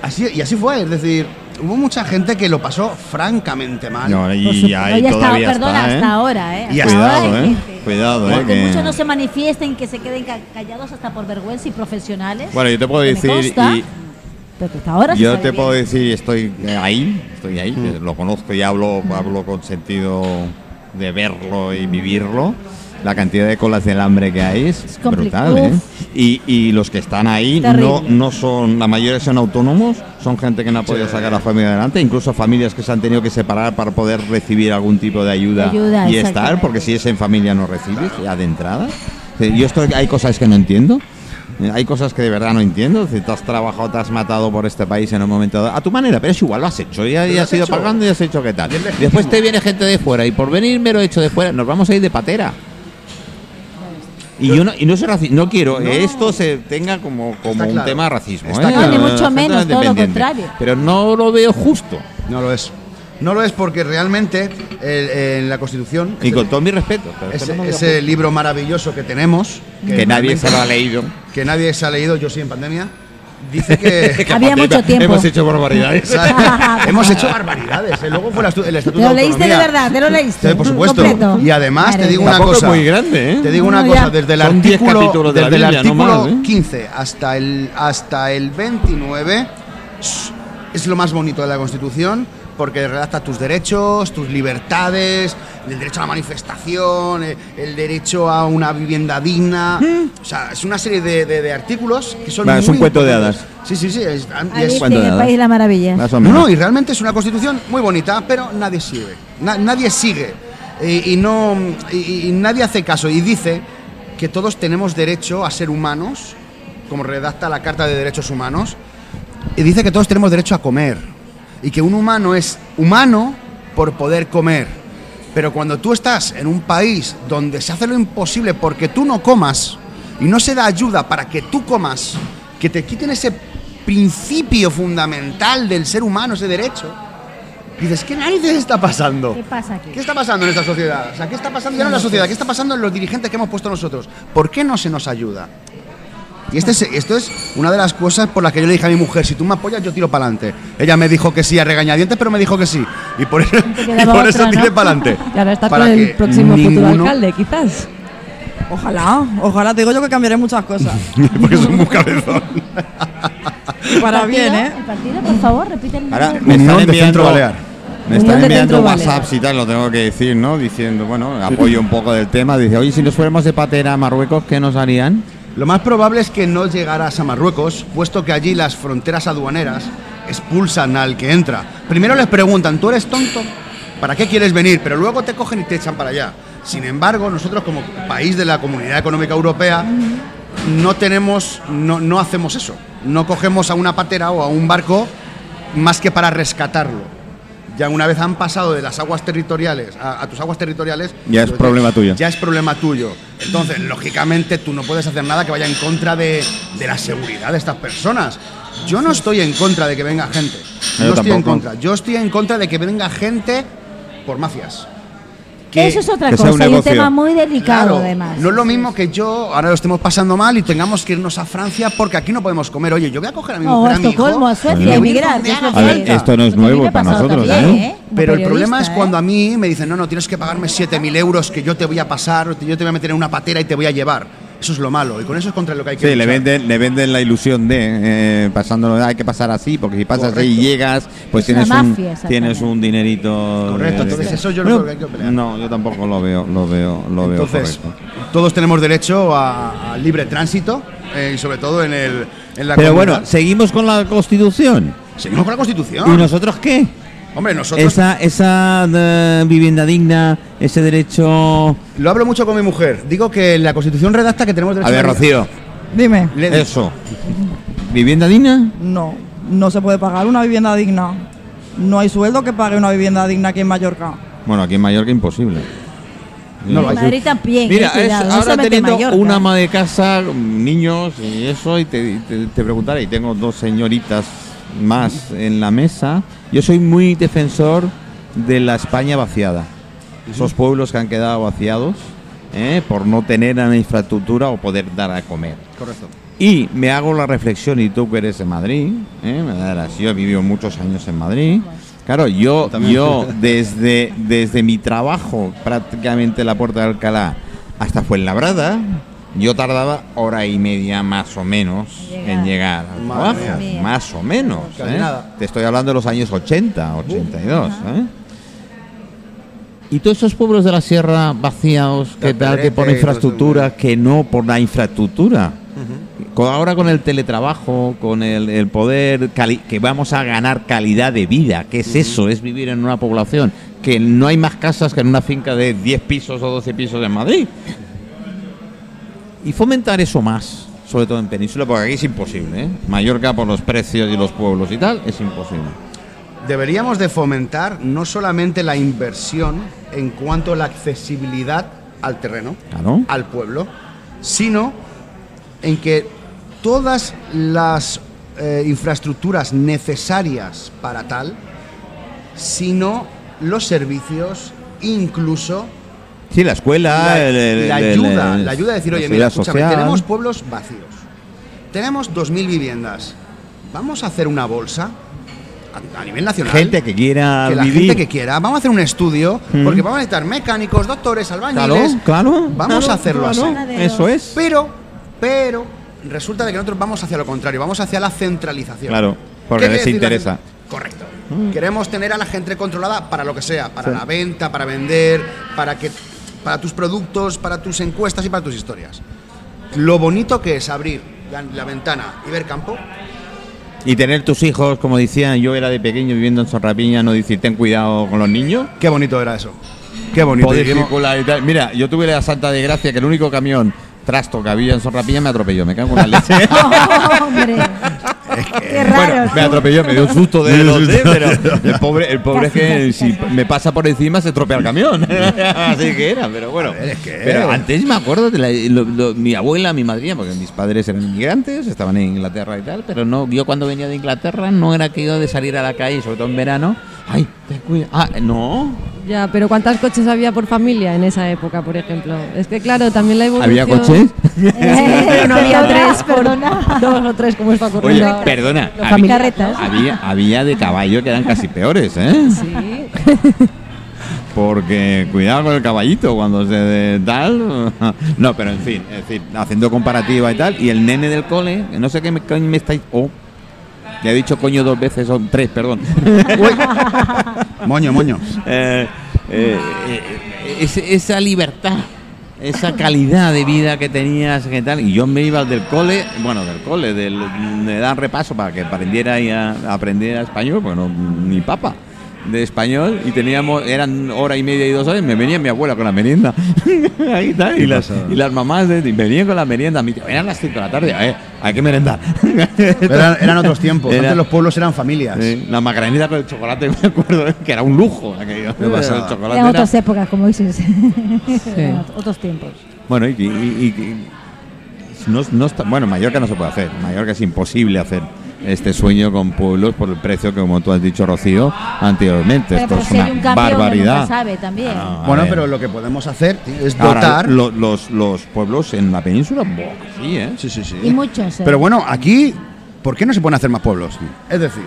[SPEAKER 1] así, y así fue, es decir, hubo mucha gente que lo pasó francamente mal.
[SPEAKER 3] Por
[SPEAKER 2] y
[SPEAKER 3] supuesto,
[SPEAKER 2] ahí
[SPEAKER 3] ya está,
[SPEAKER 2] todavía
[SPEAKER 3] perdona,
[SPEAKER 2] está, ¿eh?
[SPEAKER 3] hasta ahora, ¿eh?
[SPEAKER 1] Y
[SPEAKER 3] Hasta
[SPEAKER 2] cuidado,
[SPEAKER 3] ahora hay
[SPEAKER 2] ¿eh?
[SPEAKER 3] gente.
[SPEAKER 2] Cuidado, ¿eh?
[SPEAKER 3] Porque
[SPEAKER 2] Que-
[SPEAKER 3] muchos no se manifiesten, que se queden ca- callados hasta por vergüenza y profesionales.
[SPEAKER 2] Bueno, yo te puedo
[SPEAKER 3] que me
[SPEAKER 2] decir,
[SPEAKER 3] consta.
[SPEAKER 2] y,
[SPEAKER 3] Pero hasta ahora se
[SPEAKER 2] Yo
[SPEAKER 3] sabe
[SPEAKER 2] te
[SPEAKER 3] bien.
[SPEAKER 2] puedo decir, estoy ahí, estoy ahí, que lo conozco y hablo, hablo con sentido de verlo y vivirlo. La cantidad de colas del hambre que hay es,
[SPEAKER 3] Es compli-
[SPEAKER 2] brutal, ¿eh?
[SPEAKER 3] Uf.
[SPEAKER 2] Y, y los que están ahí no,
[SPEAKER 3] Terrible.
[SPEAKER 2] no son, la mayoría son autónomos, son gente que no ha podido sacar a la familia adelante, incluso familias que se han tenido que separar para poder recibir algún tipo de ayuda,
[SPEAKER 3] De ayuda,
[SPEAKER 2] y estar,
[SPEAKER 3] exactamente.
[SPEAKER 2] porque si es en familia no recibes, ya de entrada. Eh, Sí, Yo estoy, hay cosas que no entiendo. Eh, Hay cosas que de verdad no entiendo. Si te has trabajado, te has matado por este país en un momento dado. A tu manera, pero es igual, lo has hecho. Ya, ya
[SPEAKER 1] lo
[SPEAKER 2] has
[SPEAKER 1] has
[SPEAKER 2] ido
[SPEAKER 1] hecho.
[SPEAKER 2] pagando y has hecho qué tal.
[SPEAKER 1] Y es legítimo.
[SPEAKER 2] Después te viene gente de fuera y por venir me lo he hecho de fuera. Nos vamos a ir de patera. Y yo no, y no soy raci- no quiero que esto se tenga como, como un
[SPEAKER 1] claro.
[SPEAKER 2] tema de racismo.
[SPEAKER 1] Está
[SPEAKER 2] ¿eh?
[SPEAKER 1] claro. No, ni
[SPEAKER 3] mucho menos,
[SPEAKER 2] Exactamente
[SPEAKER 3] todo lo
[SPEAKER 2] independiente.
[SPEAKER 3] contrario.
[SPEAKER 2] Pero no lo veo justo.
[SPEAKER 1] No lo es. No lo es porque realmente eh, en la Constitución,
[SPEAKER 2] Y con todo mi respeto. pero es que
[SPEAKER 1] ese,
[SPEAKER 2] no lo veo
[SPEAKER 1] ese libro maravilloso que tenemos,
[SPEAKER 2] justo. que nadie se lo ha
[SPEAKER 1] realmente-
[SPEAKER 2] leído.
[SPEAKER 1] que nadie se ha leído, yo sí en pandemia, dice que...
[SPEAKER 3] Había
[SPEAKER 2] Porque
[SPEAKER 3] mucho tiempo.
[SPEAKER 2] Hemos hecho barbaridades.
[SPEAKER 1] ¿sabes? Hemos hecho barbaridades. ¿eh? Luego fue la estu- el
[SPEAKER 3] Te
[SPEAKER 1] Estatuto
[SPEAKER 3] lo
[SPEAKER 1] de
[SPEAKER 3] leíste de
[SPEAKER 1] Autonomía.
[SPEAKER 3] verdad, te lo leíste.
[SPEAKER 1] Sí, por supuesto.
[SPEAKER 3] completo.
[SPEAKER 1] Y además te digo una
[SPEAKER 2] Tampoco
[SPEAKER 1] cosa.
[SPEAKER 2] es muy grande, ¿eh?
[SPEAKER 1] Te digo
[SPEAKER 3] No,
[SPEAKER 1] una
[SPEAKER 3] no,
[SPEAKER 1] cosa,
[SPEAKER 3] ya.
[SPEAKER 1] desde el
[SPEAKER 2] Son 10
[SPEAKER 1] artículo,
[SPEAKER 2] capítulos de la
[SPEAKER 1] desde el
[SPEAKER 2] Biblia, no
[SPEAKER 1] artículo
[SPEAKER 2] más, ¿eh?
[SPEAKER 1] 15 hasta el, hasta el 29 es- es lo más bonito de la Constitución porque redacta tus derechos, tus libertades, el derecho a la manifestación, eh, el derecho a una vivienda digna.
[SPEAKER 3] ¿Mm?
[SPEAKER 1] O sea, es una serie de, de- de artículos que son
[SPEAKER 2] Vale, es un
[SPEAKER 1] muy
[SPEAKER 2] cuento de
[SPEAKER 1] importantes.
[SPEAKER 2] hadas.
[SPEAKER 1] Sí, sí, sí. es- y
[SPEAKER 3] Ahí
[SPEAKER 1] es-
[SPEAKER 3] viste,
[SPEAKER 2] cuando
[SPEAKER 3] en el
[SPEAKER 2] nada.
[SPEAKER 3] país de la maravilla.
[SPEAKER 2] Más o
[SPEAKER 1] no,
[SPEAKER 2] menos.
[SPEAKER 1] no, y realmente es una constitución muy bonita, pero nadie sigue. Na- nadie sigue. Y, y no, y, y nadie hace caso. Y dice que todos tenemos derecho a ser humanos, como redacta la Carta de Derechos Humanos. Y dice que todos tenemos derecho a comer. Y que un humano es humano por poder comer. Pero cuando tú estás en un país donde se hace lo imposible porque tú no comas y no se da ayuda para que tú comas, que te quiten ese principio fundamental del ser humano, ese derecho, dices, ¿qué narices está pasando?
[SPEAKER 3] ¿Qué pasa aquí?
[SPEAKER 1] ¿Qué está pasando en esta sociedad? O sea, ¿qué está pasando ya no en la sociedad? ¿Qué está pasando en los dirigentes que hemos puesto nosotros? ¿Por qué no se nos ayuda? Y este es- esto es una de las cosas por las que yo le dije a mi mujer, si tú me apoyas, yo tiro para adelante. Ella me dijo que sí a regañadientes, pero me dijo que sí. Y por eso,
[SPEAKER 3] quedaba
[SPEAKER 1] y por eso
[SPEAKER 3] otra, ¿no?
[SPEAKER 1] tiré para adelante.
[SPEAKER 4] Y ahora está
[SPEAKER 1] Para
[SPEAKER 4] con el
[SPEAKER 1] que
[SPEAKER 4] próximo futuro
[SPEAKER 1] ninguno-
[SPEAKER 4] alcalde, quizás.
[SPEAKER 6] Ojalá, ojalá, te digo yo que cambiaré muchas cosas.
[SPEAKER 1] Porque soy muy cabezón.
[SPEAKER 6] Y para bien, ¿eh?
[SPEAKER 3] El partido, por favor, repite el
[SPEAKER 2] Ahora
[SPEAKER 3] nombre.
[SPEAKER 2] me
[SPEAKER 1] Unión
[SPEAKER 2] están
[SPEAKER 1] de Centro
[SPEAKER 2] enviando,
[SPEAKER 1] Balear.
[SPEAKER 2] me están
[SPEAKER 4] Unión de
[SPEAKER 2] enviando
[SPEAKER 4] Centro Balear.
[SPEAKER 2] WhatsApps y tal, lo tengo que decir, ¿no? Diciendo, bueno, apoyo un poco del tema. Dice, oye, si nos fuéramos de patera a Marruecos, ¿qué nos harían?
[SPEAKER 1] Lo más probable es que no llegarás a Marruecos, puesto que allí las fronteras aduaneras expulsan al que entra. Primero les preguntan, ¿tú eres tonto? ¿Para qué quieres venir? Pero luego te cogen y te echan para allá. Sin embargo, nosotros como país de la Comunidad Económica Europea no tenemos, no, no hacemos eso. No cogemos a una patera o a un barco más que para rescatarlo. Ya una vez han pasado de las aguas territoriales a, a tus aguas territoriales,
[SPEAKER 2] Ya es
[SPEAKER 1] lo-
[SPEAKER 2] problema tuyo.
[SPEAKER 1] ya es problema tuyo. Entonces, lógicamente, tú no puedes hacer nada que vaya en contra de, de la seguridad de estas personas. Yo no estoy en contra de que venga gente. No,
[SPEAKER 2] No,
[SPEAKER 1] estoy
[SPEAKER 2] yo
[SPEAKER 1] en
[SPEAKER 2] tampoco.
[SPEAKER 1] contra. Yo estoy en contra de que venga gente por mafias.
[SPEAKER 3] Eso es otra
[SPEAKER 2] que sea un
[SPEAKER 3] cosa y un
[SPEAKER 2] negocio.
[SPEAKER 3] tema muy delicado,
[SPEAKER 1] Claro,
[SPEAKER 3] además.
[SPEAKER 1] No es lo mismo que yo ahora lo estemos pasando mal y tengamos que irnos a Francia porque aquí no podemos comer. Oye, yo voy a coger a mi
[SPEAKER 3] No,
[SPEAKER 1] mujer
[SPEAKER 3] a
[SPEAKER 1] a mi hijo,
[SPEAKER 3] Estocolmo, a
[SPEAKER 1] y
[SPEAKER 3] Suecia,
[SPEAKER 1] voy
[SPEAKER 3] a
[SPEAKER 1] ir
[SPEAKER 3] emigrar.
[SPEAKER 1] donde
[SPEAKER 3] que es lo
[SPEAKER 1] haga
[SPEAKER 2] A ver,
[SPEAKER 1] falta.
[SPEAKER 2] esto no es
[SPEAKER 3] A mí me
[SPEAKER 2] nuevo
[SPEAKER 3] ha
[SPEAKER 2] para
[SPEAKER 3] pasado
[SPEAKER 2] nosotros,
[SPEAKER 3] también,
[SPEAKER 2] ¿eh?
[SPEAKER 3] Como
[SPEAKER 1] Pero el problema es
[SPEAKER 3] periodista,
[SPEAKER 1] cuando
[SPEAKER 3] ¿eh?
[SPEAKER 1] a mí me dicen, no, no, tienes que pagarme 7.000 euros que yo te voy a pasar, o te- yo te voy a meter en una patera y te voy a llevar. Eso es lo malo. Y con eso es contra lo que hay que
[SPEAKER 2] Sí, le
[SPEAKER 1] luchar.
[SPEAKER 2] venden, le venden la ilusión de eh, pasándolo, hay que pasar así, porque si pasas
[SPEAKER 1] Correcto.
[SPEAKER 2] así y llegas, pues
[SPEAKER 3] Es una
[SPEAKER 2] tienes, un,
[SPEAKER 3] mafia, exactamente.
[SPEAKER 2] tienes un dinerito.
[SPEAKER 1] Correcto,
[SPEAKER 2] de-
[SPEAKER 1] entonces
[SPEAKER 2] de-
[SPEAKER 1] eso yo no
[SPEAKER 2] Bueno,
[SPEAKER 1] creo que hay que pelear.
[SPEAKER 2] No, yo tampoco lo veo, lo veo, lo veo
[SPEAKER 1] Entonces,
[SPEAKER 2] correcto.
[SPEAKER 1] todos tenemos derecho a, a libre tránsito eh, y sobre todo en, el, en la
[SPEAKER 2] Pero bueno,
[SPEAKER 1] comunidad.
[SPEAKER 2] seguimos con la Constitución.
[SPEAKER 1] seguimos con la Constitución.
[SPEAKER 2] ¿Y nosotros qué?
[SPEAKER 1] Hombre, nosotros...
[SPEAKER 2] Esa, esa eh, vivienda digna, ese derecho
[SPEAKER 1] Lo hablo mucho con mi mujer. Digo que la Constitución redacta que tenemos derecho
[SPEAKER 2] A ver,
[SPEAKER 1] la vida.
[SPEAKER 2] Rocío,
[SPEAKER 6] ¿eh? Dime,
[SPEAKER 1] Le he dicho,
[SPEAKER 2] eso. ¿Vivienda digna?
[SPEAKER 6] no, no se puede pagar una vivienda digna. No hay sueldo que pague una vivienda digna aquí en Mallorca.
[SPEAKER 2] Bueno, aquí en Mallorca imposible.
[SPEAKER 1] No lo
[SPEAKER 3] En
[SPEAKER 1] hay.
[SPEAKER 3] Madrid también.
[SPEAKER 2] Mira,
[SPEAKER 3] eh, cuidado,
[SPEAKER 2] es-
[SPEAKER 3] no
[SPEAKER 2] ahora
[SPEAKER 3] solamente
[SPEAKER 2] teniendo
[SPEAKER 3] Mallorca.
[SPEAKER 2] una ama de casa, niños y eso, y te, te, te preguntaré, y tengo dos señoritas más en la mesa, yo soy muy defensor de la España vaciada. Esos pueblos que han quedado vaciados ¿eh? por no tener una infraestructura o poder dar a comer.
[SPEAKER 1] Correcto.
[SPEAKER 2] Y me hago la reflexión, y tú que eres de Madrid, ¿eh? Me darás, yo he vivido muchos años en Madrid. Claro, yo, yo desde, desde mi trabajo, prácticamente en la puerta de Alcalá, hasta Fuenlabrada, Yo tardaba hora y media más o menos
[SPEAKER 3] Llegar.
[SPEAKER 2] en llegar al
[SPEAKER 1] Madre
[SPEAKER 2] trabajo.
[SPEAKER 3] mía.
[SPEAKER 2] Más o menos.
[SPEAKER 1] Casi
[SPEAKER 2] ¿eh?
[SPEAKER 1] nada.
[SPEAKER 2] Te estoy hablando de los años 80, 82. ¿eh? Y todos esos pueblos de la sierra vacíos, que tal,
[SPEAKER 1] Catarete
[SPEAKER 2] que por
[SPEAKER 1] y todo
[SPEAKER 2] infraestructura,
[SPEAKER 1] eso,
[SPEAKER 2] que no por la infraestructura. Co- Ahora con el teletrabajo, con el, el poder, cali- que vamos a ganar calidad de vida, que es eso, es vivir en una población, que no hay más casas que en una finca de 10 pisos o 12 pisos en Madrid. Y fomentar eso más, sobre todo en Península, porque aquí es imposible. ¿eh? Mallorca por los precios y los pueblos y tal, es imposible.
[SPEAKER 1] Deberíamos de fomentar no solamente la inversión en cuanto a la accesibilidad al terreno,
[SPEAKER 2] Claro.
[SPEAKER 1] al pueblo, sino en que todas las eh, infraestructuras necesarias para tal, sino los servicios, incluso
[SPEAKER 2] Sí, la escuela,
[SPEAKER 1] la,
[SPEAKER 2] Ah, el- el-
[SPEAKER 1] la
[SPEAKER 2] el-
[SPEAKER 1] ayuda,
[SPEAKER 2] el-
[SPEAKER 1] la ayuda de decir,
[SPEAKER 2] la
[SPEAKER 1] oye, mira,
[SPEAKER 2] seguridad
[SPEAKER 1] escúchame,
[SPEAKER 2] social.
[SPEAKER 1] tenemos pueblos vacíos, tenemos 2.000 viviendas, vamos a hacer una bolsa a, a nivel nacional.
[SPEAKER 2] gente que quiera
[SPEAKER 1] que la
[SPEAKER 2] vivir.
[SPEAKER 1] gente que quiera, vamos a hacer un estudio,
[SPEAKER 2] Mm.
[SPEAKER 1] porque vamos a necesitar mecánicos, doctores,
[SPEAKER 2] Claro,
[SPEAKER 1] albañiles.
[SPEAKER 2] claro.
[SPEAKER 1] Vamos
[SPEAKER 2] claro,
[SPEAKER 1] a hacerlo
[SPEAKER 2] claro,
[SPEAKER 3] así.
[SPEAKER 2] Eso es.
[SPEAKER 1] Pero, pero, resulta de que nosotros vamos hacia lo contrario, vamos hacia la centralización.
[SPEAKER 2] Claro, porque
[SPEAKER 1] ¿Qué
[SPEAKER 2] les
[SPEAKER 1] quiere decir la
[SPEAKER 2] interesa. Mm.
[SPEAKER 1] cen- Correcto. Queremos tener a la gente controlada para lo que sea, para la venta, para vender, para que para tus productos, para tus encuestas y para tus historias. Lo bonito que es abrir la, la ventana y ver campo,
[SPEAKER 2] Y tener tus hijos, como decía, yo era de pequeño viviendo en Sorrapiña, no decir ten cuidado con los niños.
[SPEAKER 1] qué bonito era eso. Qué bonito.
[SPEAKER 2] Poder
[SPEAKER 1] Y hemos-
[SPEAKER 2] circular y tal. Mira, yo tuve la santa desgracia que el único camión trasto que había en Sorrapiña me atropelló, me cago en la leche.
[SPEAKER 3] hombre. Qué raro.
[SPEAKER 2] Bueno, me atropelló, me dio un susto de los de, pero el pobre, el pobre es
[SPEAKER 3] Casi,
[SPEAKER 2] que
[SPEAKER 3] casi,
[SPEAKER 2] si
[SPEAKER 3] casi.
[SPEAKER 2] me pasa por encima se tropea el camión. Así que era, pero bueno.
[SPEAKER 1] ver, es que-
[SPEAKER 2] Pero antes me acuerdo de la- lo- lo- mi abuela, mi madrina, porque mis padres eran inmigrantes, estaban en Inglaterra y tal, pero no, yo cuando venía de Inglaterra no era que iba de salir a la calle, sobre todo en verano. Ay, ten cuidado. Ah, no.
[SPEAKER 4] Ya, pero ¿cuántos coches había por familia en esa época, por ejemplo? Es que claro, también la evolución...
[SPEAKER 2] ¿Había coches?
[SPEAKER 3] Eh,
[SPEAKER 4] no había tres, por-
[SPEAKER 3] perdona.
[SPEAKER 4] Dos o tres, como está
[SPEAKER 2] Oye,
[SPEAKER 4] ocurriendo ahora.
[SPEAKER 2] perdona.
[SPEAKER 4] Los
[SPEAKER 2] Había,
[SPEAKER 4] camioncarretas.
[SPEAKER 2] había, había de caballo que eran casi peores, ¿eh?
[SPEAKER 4] Sí.
[SPEAKER 2] Porque cuidado con el caballito cuando se de- tal. No, pero en fin, es decir, haciendo comparativa y tal. Y el nene del cole, que no sé qué me, coño me estáis. Oh, le he dicho coño dos veces, son tres, perdón.
[SPEAKER 1] Moño, moño.
[SPEAKER 2] Eh, eh, eh, es- esa libertad, esa calidad de vida que tenías, que tal. Y yo me iba del cole, bueno, del cole, del, me dan repaso para que aprendiera y a- aprendiera español, porque no, ni papa de español y teníamos eran hora y media y dos horas y me venía mi abuela con la merienda Ahí tal, y, las, y las mamás de, y venían con la merienda mi tío, eran las cinco de la tarde eh, hay que merendar
[SPEAKER 1] Eran, eran otros tiempos.
[SPEAKER 2] Era-
[SPEAKER 1] Antes los pueblos eran familias.
[SPEAKER 2] Sí, la macaranita con el chocolate, me acuerdo, ¿eh? que era un lujo aquello.
[SPEAKER 1] Qué pasada.
[SPEAKER 2] El chocolate era-
[SPEAKER 3] Eran otras épocas, como dices. Eran ot- Otros tiempos.
[SPEAKER 2] Bueno, y, y- y- y- no, no está, bueno, en Mallorca no se puede hacer. En Mallorca es imposible hacer este sueño con pueblos por el precio que, como tú has dicho, Rocío, anteriormente.
[SPEAKER 3] Pero,
[SPEAKER 2] Este, Esto
[SPEAKER 3] pero
[SPEAKER 2] es
[SPEAKER 3] si
[SPEAKER 2] una
[SPEAKER 3] hay un cambio, uno nunca
[SPEAKER 2] barbaridad.
[SPEAKER 3] sabe también.
[SPEAKER 2] Ah, a
[SPEAKER 1] Bueno,
[SPEAKER 2] ver.
[SPEAKER 1] pero lo que podemos hacer es
[SPEAKER 2] Ahora,
[SPEAKER 1] dotar.
[SPEAKER 2] lo- los, los pueblos en la península, buah, sí, ¿eh?
[SPEAKER 1] sí, sí.
[SPEAKER 3] Y muchos. eh.
[SPEAKER 1] Pero bueno, aquí, ¿por qué no se pueden hacer más pueblos? Es decir,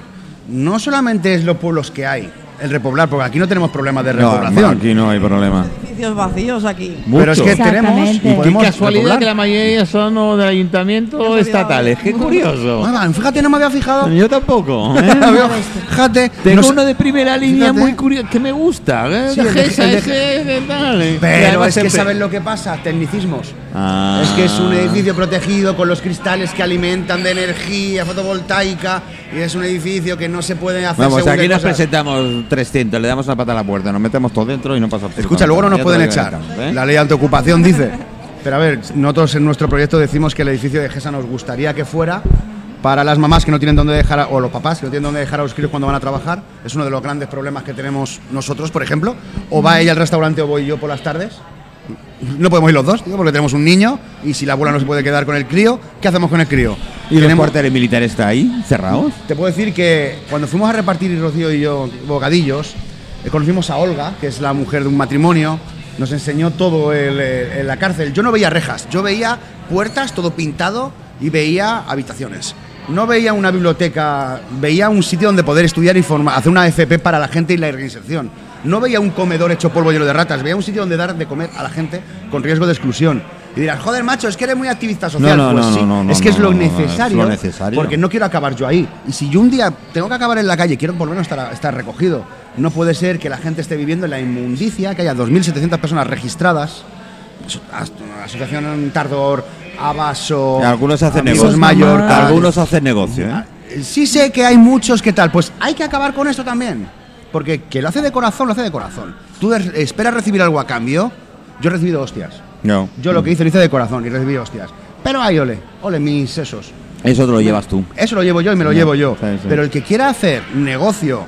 [SPEAKER 1] no solamente es los pueblos que hay, el repoblar, porque aquí no tenemos problemas de
[SPEAKER 2] No,
[SPEAKER 1] repoblación.
[SPEAKER 2] aquí no hay problema.
[SPEAKER 6] Edificios vacíos aquí.
[SPEAKER 1] Pero es
[SPEAKER 2] Mucho.
[SPEAKER 1] que tenemos.
[SPEAKER 3] Exactamente.
[SPEAKER 2] Qué
[SPEAKER 1] podemos
[SPEAKER 2] casualidad
[SPEAKER 1] repoblar.
[SPEAKER 2] que la mayoría son o de ayuntamientos
[SPEAKER 6] sabía.
[SPEAKER 2] estatales. Qué curioso.
[SPEAKER 1] Ah, fíjate, no me había fijado.
[SPEAKER 2] Yo tampoco. ¿eh?
[SPEAKER 1] No me había- Fíjate.
[SPEAKER 2] Tengo
[SPEAKER 1] no sé-
[SPEAKER 2] uno de primera línea
[SPEAKER 1] Fíjate.
[SPEAKER 2] muy curioso que me gusta. ¿eh?
[SPEAKER 1] Sí, el de-
[SPEAKER 2] Gesa,
[SPEAKER 1] el de-
[SPEAKER 2] ese, de tal, eh. Y
[SPEAKER 1] Pero
[SPEAKER 2] además
[SPEAKER 1] es que
[SPEAKER 2] siempre-
[SPEAKER 1] sabes lo que pasa, tecnicismos.
[SPEAKER 2] Ah.
[SPEAKER 1] Es que es un edificio protegido con los cristales que alimentan de energía fotovoltaica y es un edificio que no se puede hacer.
[SPEAKER 2] Vamos,
[SPEAKER 1] según
[SPEAKER 2] aquí
[SPEAKER 1] qué
[SPEAKER 2] nos
[SPEAKER 1] cosas.
[SPEAKER 2] presentamos 300, le damos una pata a la puerta, nos metemos todo dentro y no pasa absolutamente
[SPEAKER 1] Escucha, luego no nos
[SPEAKER 2] nada.
[SPEAKER 1] pueden
[SPEAKER 2] Ya te lo
[SPEAKER 1] echar.
[SPEAKER 2] adelantamos, ¿eh?
[SPEAKER 1] La ley de autoocupación dice. Pero a ver, nosotros en nuestro proyecto decimos que el edificio de GESA nos gustaría que fuera para las mamás que no tienen dónde dejar, a- o los papás que no tienen dónde dejar a los críos cuando van a trabajar. Es uno de los grandes problemas que tenemos nosotros, por ejemplo. O va ella al restaurante o voy yo por las tardes. No podemos ir los dos, tío, porque tenemos un niño y si la abuela no se puede quedar con el crío, ¿qué hacemos con el crío?
[SPEAKER 2] ¿Y los
[SPEAKER 1] Tenemos-
[SPEAKER 2] cuarteles militares está ahí, cerrados?
[SPEAKER 1] te puedo decir que cuando fuimos a repartir Rocío y yo bocadillos, eh, conocimos a Olga, que es la mujer de un matrimonio, nos enseñó todo el, eh, en la cárcel. Yo no veía rejas, yo veía puertas, todo pintado, y veía habitaciones. No veía una biblioteca, veía un sitio donde poder estudiar y forma- hacer una FP para la gente y la reinserción. No veía un comedor hecho polvo lleno de ratas, veía un sitio donde dar de comer a la gente con riesgo de exclusión. Y dirás, joder, macho, es que eres muy activista social.
[SPEAKER 2] No, no,
[SPEAKER 1] pues
[SPEAKER 2] no,
[SPEAKER 1] sí,
[SPEAKER 2] no, no,
[SPEAKER 1] es que
[SPEAKER 2] no,
[SPEAKER 1] es lo,
[SPEAKER 2] no, no, no, es lo
[SPEAKER 1] necesario,
[SPEAKER 2] necesario.
[SPEAKER 1] Porque no quiero acabar yo ahí. Y si yo un día tengo que acabar en la calle, quiero por lo menos estar, estar recogido. No puede ser que la gente esté viviendo en la inmundicia, que haya 2.700 personas registradas. Aso- as- Asociación Tardor, Abaso.
[SPEAKER 2] Algunos hacen
[SPEAKER 1] Oh, Amigos
[SPEAKER 2] negocio.
[SPEAKER 1] Mallorca.
[SPEAKER 2] Algunos hacen negocio, ¿eh?
[SPEAKER 1] Ah, Sí sé que hay muchos que tal, pues hay que acabar con esto también. Porque que lo hace de corazón, lo hace de corazón. Tú des- esperas recibir algo a cambio. Yo he recibido hostias.
[SPEAKER 2] No.
[SPEAKER 1] Yo lo que hice lo hice de corazón y recibí hostias. Pero ahí ole, ole mis sesos.
[SPEAKER 2] Eso te lo llevas tú.
[SPEAKER 1] Eso lo llevo yo y me lo
[SPEAKER 2] Sí,
[SPEAKER 1] llevo yo.
[SPEAKER 2] sí, sí.
[SPEAKER 1] Pero el que quiera hacer negocio,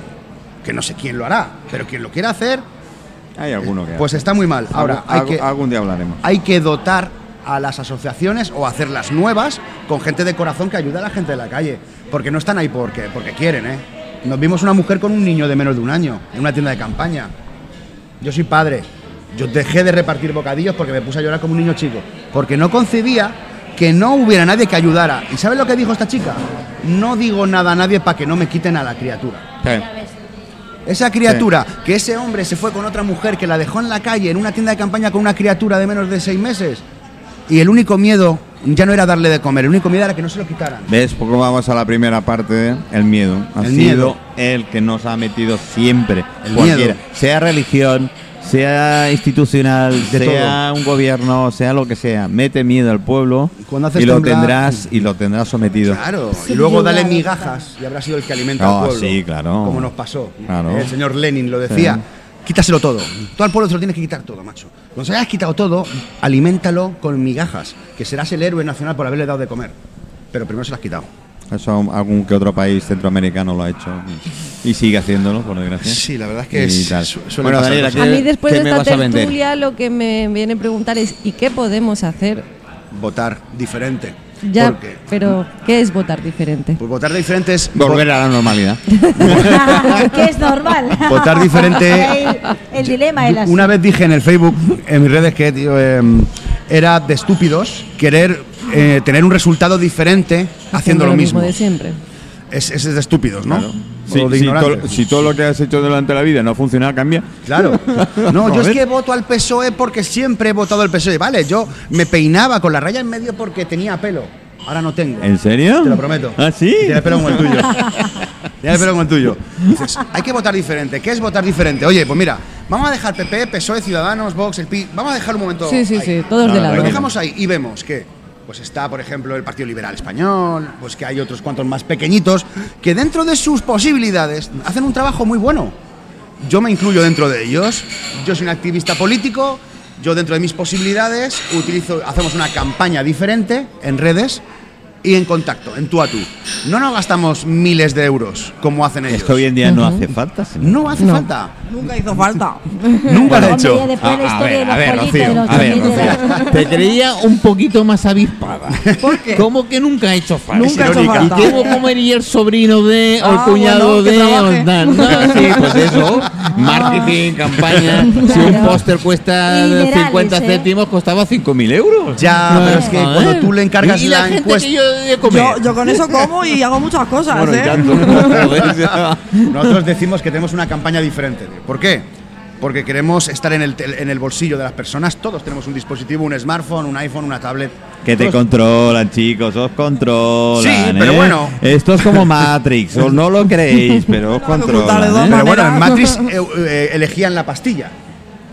[SPEAKER 1] que no sé quién lo hará, pero quien lo quiera hacer,
[SPEAKER 2] Hay alguno que
[SPEAKER 1] pues
[SPEAKER 2] hace.
[SPEAKER 1] está muy mal. Ahora, hay
[SPEAKER 2] Algún-
[SPEAKER 1] que,
[SPEAKER 2] algún día hablaremos.
[SPEAKER 1] hay que dotar a las asociaciones o hacerlas nuevas con gente de corazón que ayude a la gente de la calle. Porque no están ahí porque, porque quieren, ¿eh? Nos vimos una mujer con un niño de menos de un año en una tienda de campaña. Yo soy padre. Yo dejé de repartir bocadillos porque me puse a llorar como un niño chico. Porque no concebía que no hubiera nadie que ayudara. ¿Y sabes lo que dijo esta chica? No digo nada a nadie para que no me quiten a la criatura.
[SPEAKER 2] Sí.
[SPEAKER 1] Esa criatura, que ese hombre se fue con otra mujer que la dejó en la calle, en una tienda de campaña con una criatura de menos de seis meses. Y el único miedo ya no era darle de comer, el único miedo era que no se lo quitaran.
[SPEAKER 2] ¿Ves? Porque vamos a la primera parte, el miedo. Ha
[SPEAKER 1] El
[SPEAKER 2] sido
[SPEAKER 1] miedo.
[SPEAKER 2] el que nos ha metido siempre.
[SPEAKER 1] El
[SPEAKER 2] cualquiera.
[SPEAKER 1] miedo.
[SPEAKER 2] Sea religión, sea institucional,
[SPEAKER 1] De
[SPEAKER 2] sea un gobierno, sea lo que sea. Mete miedo al pueblo
[SPEAKER 1] Cuando haces
[SPEAKER 2] y lo
[SPEAKER 1] temblar-
[SPEAKER 2] tendrás y lo tendrás sometido.
[SPEAKER 1] Claro,
[SPEAKER 3] Sí,
[SPEAKER 1] y luego
[SPEAKER 3] yo
[SPEAKER 1] dale
[SPEAKER 3] la verdad.
[SPEAKER 1] migajas y habrá sido el que alimenta
[SPEAKER 2] No,
[SPEAKER 1] al pueblo.
[SPEAKER 2] Ah, sí, claro.
[SPEAKER 1] Como nos pasó.
[SPEAKER 2] Claro.
[SPEAKER 1] El señor Lenin lo decía.
[SPEAKER 2] Sí.
[SPEAKER 1] Quítaselo todo. Tú al pueblo te lo tienes que quitar todo, macho. Cuando se lo hayas quitado todo, aliméntalo con migajas, que serás el héroe nacional por haberle dado de comer. Pero primero se lo has quitado.
[SPEAKER 2] Eso algún que otro país centroamericano lo ha hecho y sigue haciéndolo, por desgracia.
[SPEAKER 1] Sí, la verdad es que
[SPEAKER 2] Y
[SPEAKER 1] es-
[SPEAKER 2] tal.
[SPEAKER 1] su- suele
[SPEAKER 2] bueno,
[SPEAKER 1] pasar
[SPEAKER 2] Daniela,
[SPEAKER 1] cosas.
[SPEAKER 2] ¿qué-
[SPEAKER 4] A mí después
[SPEAKER 2] qué
[SPEAKER 4] de
[SPEAKER 2] me
[SPEAKER 4] esta
[SPEAKER 2] vas a vender?
[SPEAKER 4] tertulia lo que me viene a preguntar es ¿y qué podemos hacer?
[SPEAKER 1] Votar diferente.
[SPEAKER 4] Ya,
[SPEAKER 1] Porque-
[SPEAKER 4] pero ¿qué es votar diferente?
[SPEAKER 1] Pues votar diferente es
[SPEAKER 2] Volver a la normalidad.
[SPEAKER 3] que es normal.
[SPEAKER 2] Pues
[SPEAKER 1] Votar diferente.
[SPEAKER 3] Ahí el dilema de
[SPEAKER 1] Yo
[SPEAKER 3] las.
[SPEAKER 1] Una vez dije en el Facebook, en mis redes, que tío, em, era de estúpidos querer eh, tener un resultado diferente haciendo lo mismo.
[SPEAKER 4] de siempre.
[SPEAKER 1] Es, es de estúpidos, ¿no?
[SPEAKER 2] Claro.
[SPEAKER 1] O
[SPEAKER 2] Si,
[SPEAKER 1] de
[SPEAKER 2] si
[SPEAKER 1] ignorantes.
[SPEAKER 2] todo, si todo lo que has hecho durante la vida no ha funcionado, cambia.
[SPEAKER 1] Claro. No, yo es
[SPEAKER 2] Joder.
[SPEAKER 1] que voto al PSOE E porque siempre he votado al PSOE. E. Vale, yo me peinaba con la raya en medio porque tenía pelo. Ahora no tengo.
[SPEAKER 2] ¿En serio?
[SPEAKER 1] Te lo prometo.
[SPEAKER 2] ¿Ah, sí?
[SPEAKER 1] Y Tiene pelo como el tuyo. Tiene pelo como el tuyo. Dices, hay que votar diferente. ¿Qué es votar diferente? Oye, pues mira, vamos a dejar PP, PSOE, E, Ciudadanos, Vox, el PI. Vamos a dejar un momento.
[SPEAKER 4] Sí, sí,
[SPEAKER 1] ahí.
[SPEAKER 4] sí, todos
[SPEAKER 2] No,
[SPEAKER 4] de
[SPEAKER 2] no,
[SPEAKER 1] Lo
[SPEAKER 4] lado.
[SPEAKER 2] no,
[SPEAKER 1] dejamos ahí y vemos que pues está, por ejemplo, el Partido Liberal Español, pues que hay otros cuantos más pequeñitos que dentro de sus posibilidades hacen un trabajo muy bueno. Yo me incluyo dentro de ellos. Yo soy un activista político. Yo dentro de mis posibilidades utilizo, hacemos una campaña diferente en redes y en contacto, en tú a tú. No nos gastamos miles de euros como hacen ellos.
[SPEAKER 2] Esto hoy en día no hace falta. señor.
[SPEAKER 1] No hace falta.
[SPEAKER 6] Nunca hizo falta.
[SPEAKER 1] Nunca lo he
[SPEAKER 3] Hombre,
[SPEAKER 1] hecho.
[SPEAKER 3] ya después la
[SPEAKER 2] Ah,
[SPEAKER 3] historia de los pollitos, de los
[SPEAKER 2] a ver,
[SPEAKER 3] también de la-
[SPEAKER 2] Rocío, Te creía un poquito más avispada.
[SPEAKER 6] ¿Por qué?
[SPEAKER 2] ¿Cómo que nunca ha hecho falta?
[SPEAKER 6] Nunca ha hecho
[SPEAKER 2] Irónica.
[SPEAKER 6] falta.
[SPEAKER 2] ¿Y cómo, cómo iría el sobrino de, o el
[SPEAKER 6] Ah,
[SPEAKER 2] cuñado
[SPEAKER 6] bueno, que
[SPEAKER 2] de,
[SPEAKER 6] trabaje.
[SPEAKER 2] o tal? No, sí, pues eso. Marketing, campaña. Si un
[SPEAKER 3] Claro.
[SPEAKER 2] póster cuesta
[SPEAKER 3] Liberales,
[SPEAKER 2] 50
[SPEAKER 3] ¿eh?
[SPEAKER 2] céntimos, costaba 5.000 euros.
[SPEAKER 1] Ya, pero es que
[SPEAKER 2] joder.
[SPEAKER 1] cuando tú le encargas
[SPEAKER 2] y, y
[SPEAKER 1] la
[SPEAKER 2] gente
[SPEAKER 1] encuesta-
[SPEAKER 2] que yo he comido.
[SPEAKER 6] Yo, yo con eso como y hago muchas cosas,
[SPEAKER 2] bueno,
[SPEAKER 6] ¿eh?
[SPEAKER 2] y tanto. Joder, ya.
[SPEAKER 1] Nosotros decimos que tenemos una campaña diferente. tío. ¿Por qué? Porque queremos estar en el, tel- en el bolsillo de las personas. Todos tenemos un dispositivo, un smartphone, un iPhone, una tablet.
[SPEAKER 2] Que te
[SPEAKER 1] Todos-
[SPEAKER 2] controlan, chicos, os controlan.
[SPEAKER 1] Sí, pero
[SPEAKER 2] ¿eh?
[SPEAKER 1] bueno.
[SPEAKER 2] Esto es como Matrix, os no lo creéis, pero os
[SPEAKER 6] No, no, ocultarle
[SPEAKER 2] controlan.
[SPEAKER 6] dos
[SPEAKER 2] ¿eh?
[SPEAKER 1] Pero bueno, en
[SPEAKER 6] Manera.
[SPEAKER 1] Matrix eh, eh, elegían la pastilla.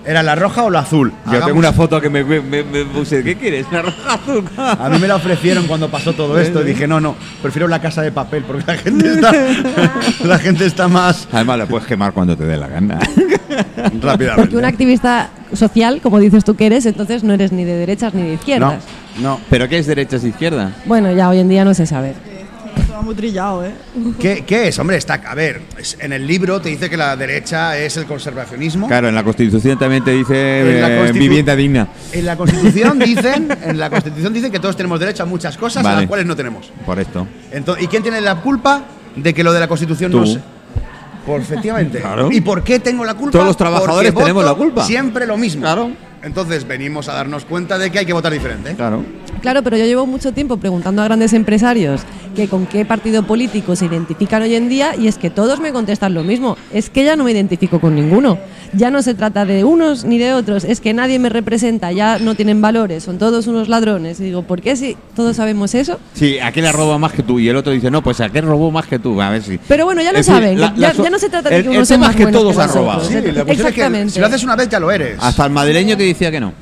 [SPEAKER 1] ¿Era la roja o la azul?
[SPEAKER 2] Yo
[SPEAKER 1] Hagamos-
[SPEAKER 2] tengo una foto que me, me- me- me puse. ¿Qué quieres? ¿Una roja azul?
[SPEAKER 1] A mí me la ofrecieron cuando pasó todo esto y dije, no, no, prefiero la casa de papel porque la gente está, la gente está más
[SPEAKER 2] Además, la puedes quemar cuando te dé la gana.
[SPEAKER 4] Porque un
[SPEAKER 1] rápidamente.
[SPEAKER 4] activista social, como dices tú que eres, entonces no eres ni de derechas ni de
[SPEAKER 1] No,
[SPEAKER 4] izquierdas.
[SPEAKER 1] no.
[SPEAKER 2] ¿Pero qué es derechas e izquierdas?
[SPEAKER 4] Bueno, ya hoy en día no se sabe.
[SPEAKER 6] Esto va muy trillado, ¿eh?
[SPEAKER 1] ¿Qué, qué es? Hombre, está, a ver, es- en el libro te dice que la derecha es el conservacionismo.
[SPEAKER 2] Claro, en la Constitución también te dice
[SPEAKER 1] En la
[SPEAKER 2] eh,
[SPEAKER 1] Constitu-
[SPEAKER 2] vivienda digna.
[SPEAKER 1] En la Constitución dicen, en la Constitución dicen que todos tenemos derecho a muchas cosas a
[SPEAKER 2] Vale.
[SPEAKER 1] las cuales no tenemos.
[SPEAKER 2] Por esto.
[SPEAKER 1] Ento- ¿y quién tiene la culpa de que lo de la Constitución no
[SPEAKER 2] Tú.
[SPEAKER 1] se Por efectivamente.
[SPEAKER 2] Claro.
[SPEAKER 1] ¿Y por qué tengo la culpa?
[SPEAKER 2] Todos los trabajadores
[SPEAKER 1] Porque
[SPEAKER 2] tenemos
[SPEAKER 1] voto
[SPEAKER 2] la culpa.
[SPEAKER 1] Siempre lo mismo.
[SPEAKER 2] Claro.
[SPEAKER 1] Entonces venimos a darnos cuenta de que hay que votar diferente. ¿eh?
[SPEAKER 2] Claro.
[SPEAKER 4] Claro, pero yo llevo mucho tiempo preguntando a grandes empresarios que con qué partido político se identifican hoy en día y es que todos me contestan lo mismo. Es que ya no me identifico con ninguno. Ya no se trata de unos ni de otros. Es que nadie me representa. Ya no tienen valores. Son todos unos ladrones. Y digo, ¿por qué si todos sabemos eso?
[SPEAKER 2] Sí, aquel ha robado más que tú y el otro dice, no, pues aquel robó más que tú. A ver si.
[SPEAKER 4] Pero bueno, ya lo
[SPEAKER 2] Es decir,
[SPEAKER 4] saben,
[SPEAKER 2] la-
[SPEAKER 4] ya-
[SPEAKER 2] la so-
[SPEAKER 4] ya no se trata de
[SPEAKER 2] el-
[SPEAKER 4] que unos
[SPEAKER 2] el
[SPEAKER 4] sean
[SPEAKER 2] tema
[SPEAKER 4] más
[SPEAKER 2] es que
[SPEAKER 4] buenos
[SPEAKER 2] todos
[SPEAKER 4] que
[SPEAKER 2] han
[SPEAKER 4] los
[SPEAKER 2] robado.
[SPEAKER 4] otros. ¿eh?
[SPEAKER 1] Sí, la cuestión es que
[SPEAKER 4] Exactamente.
[SPEAKER 1] si lo haces una vez ya lo eres. Ah,
[SPEAKER 2] Hasta el madrileño te decía que no.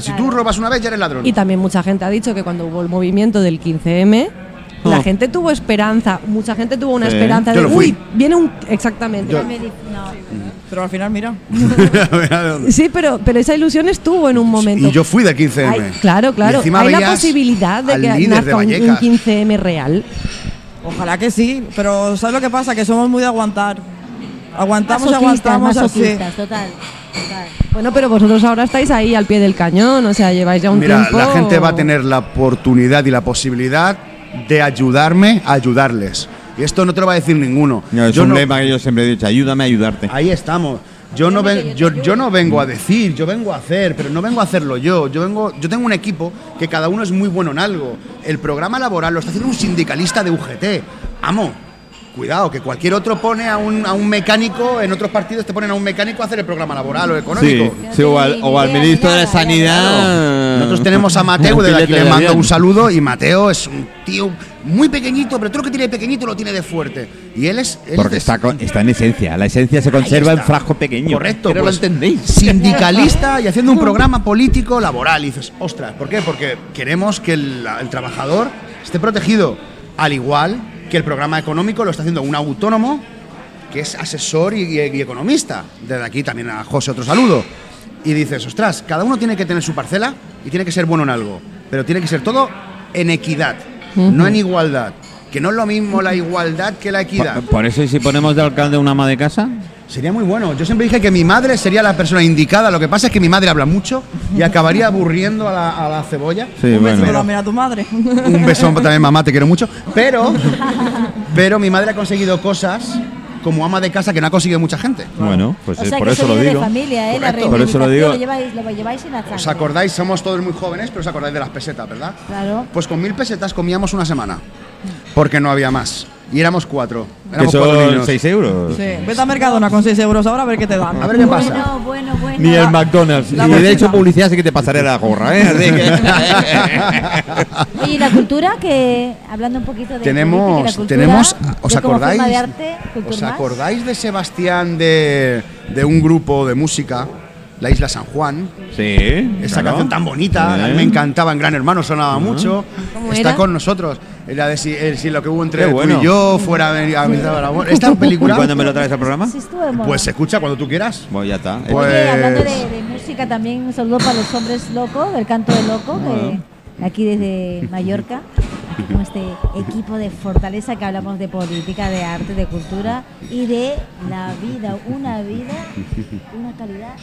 [SPEAKER 1] Si tú robas una vez ya eres ladrón.
[SPEAKER 4] Y también mucha gente ha dicho que cuando hubo el movimiento del 15M,
[SPEAKER 2] Oh.
[SPEAKER 4] la gente tuvo esperanza, mucha gente tuvo una
[SPEAKER 2] Sí.
[SPEAKER 4] esperanza
[SPEAKER 1] Yo
[SPEAKER 4] de,
[SPEAKER 1] lo fui.
[SPEAKER 4] uy, viene un... Exactamente.
[SPEAKER 1] Yo-
[SPEAKER 3] Me di- no.
[SPEAKER 6] Pero al final, mira.
[SPEAKER 4] Sí, pero, pero esa ilusión estuvo en un momento.
[SPEAKER 1] Y yo fui del 15M.
[SPEAKER 4] Hay- claro,
[SPEAKER 1] Y
[SPEAKER 4] claro.
[SPEAKER 1] encima
[SPEAKER 4] Hay la
[SPEAKER 1] veías
[SPEAKER 4] posibilidad de
[SPEAKER 1] al
[SPEAKER 4] que
[SPEAKER 1] líder de
[SPEAKER 4] nazca un, un
[SPEAKER 1] Vallecas.
[SPEAKER 4] 15M real.
[SPEAKER 6] Ojalá que sí, pero ¿sabes lo que pasa? Que somos muy de aguantar. Aguantamos y
[SPEAKER 3] Masoquistas,
[SPEAKER 6] aguantamos así.
[SPEAKER 3] masoquistas, total. total.
[SPEAKER 4] Bueno, pero vosotros ahora estáis ahí al pie del cañón, o sea, lleváis ya un
[SPEAKER 1] Mira,
[SPEAKER 4] tiempo.
[SPEAKER 1] la gente va a tener la oportunidad y la posibilidad de ayudarme a ayudarles. Y esto no te lo va a decir ninguno.
[SPEAKER 2] No, es
[SPEAKER 1] Yo
[SPEAKER 2] un
[SPEAKER 1] no-
[SPEAKER 2] lema que yo siempre he dicho, ayúdame a ayudarte.
[SPEAKER 1] Ahí estamos. Yo no, ven- yo, yo no vengo a decir, yo vengo a hacer, pero no vengo a hacerlo yo. Yo, vengo, yo tengo un equipo que cada uno es muy bueno en algo. El programa laboral lo está haciendo un sindicalista de UGT. Amo. Cuidado, que cualquier otro pone a un, a un mecánico, en otros partidos te ponen a un mecánico a hacer el programa laboral o económico.
[SPEAKER 2] Sí, sí, o, al, o al ministro de la Sanidad.
[SPEAKER 1] Nosotros tenemos a Mateo,
[SPEAKER 2] Un
[SPEAKER 1] desde aquí
[SPEAKER 2] filete
[SPEAKER 1] le
[SPEAKER 2] de
[SPEAKER 1] mando
[SPEAKER 2] avión.
[SPEAKER 1] un saludo. Y Mateo es un tío muy pequeñito, pero todo lo que tiene de pequeñito lo tiene de fuerte. Y él es. él
[SPEAKER 2] Porque
[SPEAKER 1] es-
[SPEAKER 2] está, con- está en esencia, la esencia se
[SPEAKER 1] ahí
[SPEAKER 2] conserva en
[SPEAKER 1] está.
[SPEAKER 2] frasco pequeño.
[SPEAKER 1] Correcto,
[SPEAKER 2] Pero
[SPEAKER 1] pues,
[SPEAKER 2] lo entendéis.
[SPEAKER 1] Sindicalista y haciendo un programa político laboral. Y dices, ostras, ¿por qué? Porque queremos que el, el trabajador esté protegido. Al igual que el programa económico lo está haciendo un autónomo que es asesor y, y- y economista. Desde aquí también a José otro saludo. Y dices, ostras, cada uno tiene que tener su parcela y tiene que ser bueno en algo, pero tiene que ser todo en equidad, no en igualdad. Que no es lo mismo la igualdad que la equidad.
[SPEAKER 2] Por, por eso, ¿y si ponemos de alcalde una ama de casa?
[SPEAKER 1] Sería muy bueno. Yo siempre dije que mi madre sería la persona indicada. Lo que pasa es que mi madre habla mucho y acabaría aburriendo a la, a la cebolla.
[SPEAKER 2] Sí,
[SPEAKER 6] un beso
[SPEAKER 2] bueno.
[SPEAKER 6] por la mira a tu madre.
[SPEAKER 1] Un beso también, mamá, te quiero mucho. Pero, pero mi madre ha conseguido cosas como ama de casa que no ha conseguido mucha gente.
[SPEAKER 2] Bueno, pues
[SPEAKER 3] O
[SPEAKER 2] eh,
[SPEAKER 3] sea,
[SPEAKER 2] por
[SPEAKER 3] que
[SPEAKER 2] eso lo
[SPEAKER 3] viene de
[SPEAKER 2] digo.
[SPEAKER 3] familia, ¿eh? La
[SPEAKER 1] Correcto.
[SPEAKER 2] Por eso lo digo.
[SPEAKER 3] reivindicación Lo lleváis, lo lleváis en la sangre.
[SPEAKER 1] ¿Os acordáis? Somos todos muy jóvenes, pero os acordáis de las pesetas, ¿verdad?
[SPEAKER 3] Claro.
[SPEAKER 1] Pues con mil pesetas comíamos una semana, porque no había más. Y éramos cuatro.
[SPEAKER 2] Que
[SPEAKER 1] Éramos cuatro
[SPEAKER 2] son
[SPEAKER 1] niños.
[SPEAKER 2] 6 euros.
[SPEAKER 6] Sí, Vete a Mercadona con 6 euros ahora a ver qué te dan.
[SPEAKER 1] A ver qué pasa.
[SPEAKER 3] Bueno, bueno, bueno.
[SPEAKER 2] Ni el McDonald's.
[SPEAKER 6] la
[SPEAKER 2] y de
[SPEAKER 6] bolsita.
[SPEAKER 2] hecho, publicidad sí que te pasaré la gorra, ¿eh? Así que-
[SPEAKER 3] Oye, ¿y la cultura que, hablando un poquito de. política y la
[SPEAKER 1] Tenemos,
[SPEAKER 3] cultura,
[SPEAKER 1] tenemos, ¿os
[SPEAKER 3] yo como forma
[SPEAKER 1] acordáis?
[SPEAKER 3] de arte,
[SPEAKER 1] ¿Os
[SPEAKER 3] cultural,
[SPEAKER 1] acordáis de Sebastián de, de un grupo de música, La Isla San Juan?
[SPEAKER 2] Sí.
[SPEAKER 1] Esa
[SPEAKER 2] claro.
[SPEAKER 1] canción tan bonita, a mí
[SPEAKER 2] Sí.
[SPEAKER 1] me encantaba en Gran Hermano, sonaba mucho.
[SPEAKER 4] ¿Cómo
[SPEAKER 1] Está
[SPEAKER 4] era?
[SPEAKER 1] con nosotros. La de si, el- si lo que hubo entre
[SPEAKER 2] Qué
[SPEAKER 1] tú
[SPEAKER 2] bueno.
[SPEAKER 1] y yo fuera a venir a visitar el amor. Esta
[SPEAKER 2] ¿Y cuándo me
[SPEAKER 1] película,
[SPEAKER 2] lo traes al programa?
[SPEAKER 3] Sí, estuvo de moda.
[SPEAKER 1] pues se escucha cuando tú quieras.
[SPEAKER 2] Bueno, ya está.
[SPEAKER 1] Pues-
[SPEAKER 3] Oye, hablando de, de música también, un saludo para los hombres locos, del canto de loco, que aquí desde Mallorca, aquí con este equipo de fortaleza que hablamos de política, de arte, de cultura y de la vida, una vida, una calidad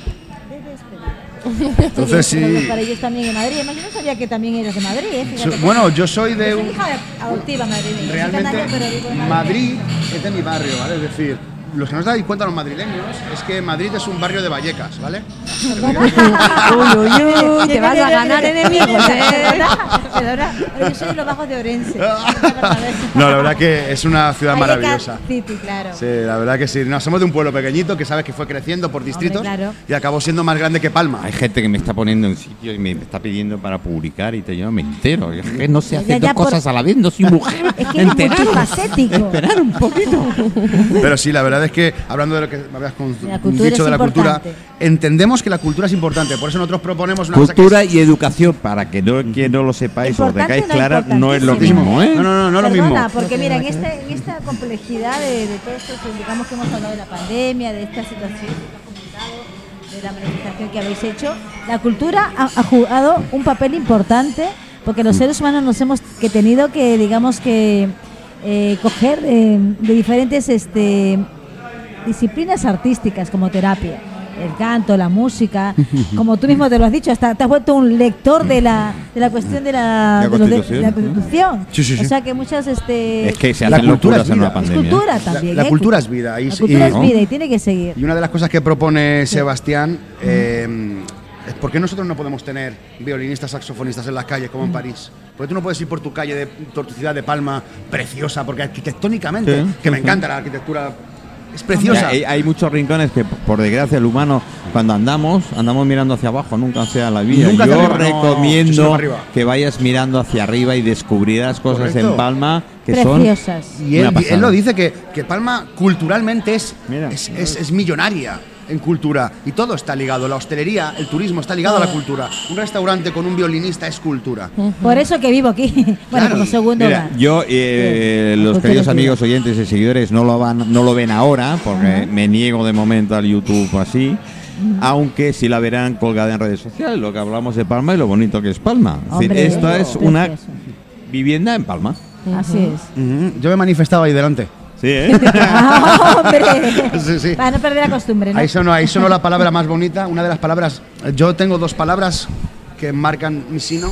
[SPEAKER 3] de despedida.
[SPEAKER 1] Entonces,
[SPEAKER 3] Oye, un saludo
[SPEAKER 1] sí.
[SPEAKER 3] Para ellos también en Madrid, además yo no sabía que también eras de Madrid, ¿eh? Fíjate
[SPEAKER 1] So-
[SPEAKER 3] que-
[SPEAKER 1] Bueno, yo soy de
[SPEAKER 3] Yo soy
[SPEAKER 1] un.
[SPEAKER 3] hija de- adoptiva madrileña, soy
[SPEAKER 1] Realmente,
[SPEAKER 3] canaria, pero vivo en
[SPEAKER 1] Madrid es de mi barrio, ¿vale? Es decir, los que no os dais cuenta los madrileños es que Madrid es un barrio de Vallecas, ¿vale?
[SPEAKER 4] Uy, uy, uy, te vas a ganar
[SPEAKER 3] este
[SPEAKER 4] enemigos, ¿eh?
[SPEAKER 3] Perdona, perdona. Yo soy de los bajos de Orense.
[SPEAKER 1] No, la verdad que es una ciudad
[SPEAKER 3] Vallecas
[SPEAKER 1] maravillosa.
[SPEAKER 3] City, claro.
[SPEAKER 1] Sí, la verdad que sí. No, somos de un pueblo pequeñito que sabes que fue creciendo por distritos
[SPEAKER 3] claro.
[SPEAKER 1] y acabó siendo más grande que Palma.
[SPEAKER 2] Hay gente que me está poniendo en sitio y me está pidiendo para publicar y te yo me entero. Es que no sé
[SPEAKER 3] Ya,
[SPEAKER 2] hacer
[SPEAKER 3] ya,
[SPEAKER 2] dos
[SPEAKER 3] por-
[SPEAKER 2] cosas a la vez, no soy mujer.
[SPEAKER 3] Es que eres multifacético.
[SPEAKER 2] Esperar un poquito.
[SPEAKER 1] Pero sí, la verdad es que hablando de lo que me habías con-
[SPEAKER 3] La cultura
[SPEAKER 1] dicho
[SPEAKER 3] es
[SPEAKER 1] de la cultura,
[SPEAKER 3] importante.
[SPEAKER 1] entendemos que la cultura es importante. Por eso nosotros proponemos una cosa que
[SPEAKER 2] Cultura y educación, para que no, que no lo sepáis, os
[SPEAKER 3] Importante
[SPEAKER 2] tengáis
[SPEAKER 3] no,
[SPEAKER 2] clara, no es lo
[SPEAKER 3] importantísimo.
[SPEAKER 2] mismo, ¿eh?
[SPEAKER 1] No, no, no, no lo
[SPEAKER 3] Perdona,
[SPEAKER 1] mismo.
[SPEAKER 3] porque mira, en, este- en esta complejidad de, de todo esto, que digamos que hemos hablado de la pandemia, de esta situación que está comentado, de la manifestación que habéis hecho, la cultura ha, ha jugado un papel importante porque
[SPEAKER 1] Mm.
[SPEAKER 3] los seres humanos nos hemos que tenido que, digamos que, eh, coger eh, de diferentes este, disciplinas artísticas como terapia. El canto, la música, como tú mismo te lo has dicho, hasta te has vuelto un lector de la, de la cuestión de la,
[SPEAKER 2] La
[SPEAKER 3] de los de-
[SPEAKER 2] Constitución,
[SPEAKER 3] la
[SPEAKER 2] ¿no?
[SPEAKER 3] Constitución.
[SPEAKER 1] Sí, sí, sí.
[SPEAKER 3] O sea que muchas. Este,
[SPEAKER 2] Es que se
[SPEAKER 1] La
[SPEAKER 2] hacen
[SPEAKER 1] cultura
[SPEAKER 2] locuras
[SPEAKER 1] es
[SPEAKER 2] en
[SPEAKER 1] vida.
[SPEAKER 2] una
[SPEAKER 1] Es
[SPEAKER 3] es
[SPEAKER 2] pandemia.
[SPEAKER 3] cultura
[SPEAKER 1] La-
[SPEAKER 3] también.
[SPEAKER 1] La,
[SPEAKER 3] ¿eh?
[SPEAKER 1] cultura es vida. Y,
[SPEAKER 3] La
[SPEAKER 1] y-
[SPEAKER 3] cultura es
[SPEAKER 2] ¿no?
[SPEAKER 3] vida y tiene que seguir.
[SPEAKER 1] y una de las cosas que propone Sebastián eh, ¿Por qué nosotros no podemos tener violinistas, saxofonistas en las calles
[SPEAKER 3] Mm.
[SPEAKER 1] como en París? Porque tú no puedes ir por tu calle, de, por tu ciudad de Palma, preciosa, porque arquitectónicamente,
[SPEAKER 2] Sí.
[SPEAKER 1] que me encanta la arquitectura, es preciosa.
[SPEAKER 2] Hay, hay muchos rincones que, por desgracia, el humano, cuando andamos, andamos mirando hacia abajo, nunca hacia la vida.
[SPEAKER 1] Nunca hacia
[SPEAKER 2] Yo
[SPEAKER 1] arriba, no, yo soy
[SPEAKER 2] recomiendo
[SPEAKER 1] más arriba.
[SPEAKER 2] que vayas mirando hacia arriba y descubrirás cosas
[SPEAKER 1] Correcto.
[SPEAKER 2] en Palma que son.
[SPEAKER 3] Preciosas.
[SPEAKER 1] Y él,
[SPEAKER 2] Una
[SPEAKER 1] y él
[SPEAKER 2] pasada.
[SPEAKER 1] lo dice que, que Palma culturalmente es,
[SPEAKER 2] Mira.
[SPEAKER 1] es, es- es millonaria en cultura y todo está ligado. La hostelería, el turismo está ligado a la cultura. Un restaurante con un violinista es cultura.
[SPEAKER 3] Por eso que vivo aquí. Bueno,
[SPEAKER 1] Claro.
[SPEAKER 3] como segundo
[SPEAKER 2] Mira,
[SPEAKER 3] hogar.
[SPEAKER 2] yo, eh,
[SPEAKER 3] Bien, Pues
[SPEAKER 2] los
[SPEAKER 3] escucha
[SPEAKER 2] queridos
[SPEAKER 3] lo que
[SPEAKER 2] amigos oyentes y seguidores no lo, van, no lo ven ahora, porque me niego de momento al YouTube así, aunque sí la verán colgada en redes sociales, lo que hablamos de Palma y lo bonito que es Palma. Es decir,
[SPEAKER 3] Hombre,
[SPEAKER 2] esto es una
[SPEAKER 3] precioso.
[SPEAKER 2] vivienda en Palma.
[SPEAKER 3] Así es.
[SPEAKER 1] Ujú, Yo me manifestaba ahí delante.
[SPEAKER 2] Sí, ¿eh?
[SPEAKER 3] Ah, ¡Hombre!
[SPEAKER 1] Sí, sí.
[SPEAKER 3] Para no perder la costumbre, ¿no?
[SPEAKER 1] Ahí sonó, ahí sonó la palabra más bonita, una de las palabras. Yo tengo dos palabras que marcan mi sino.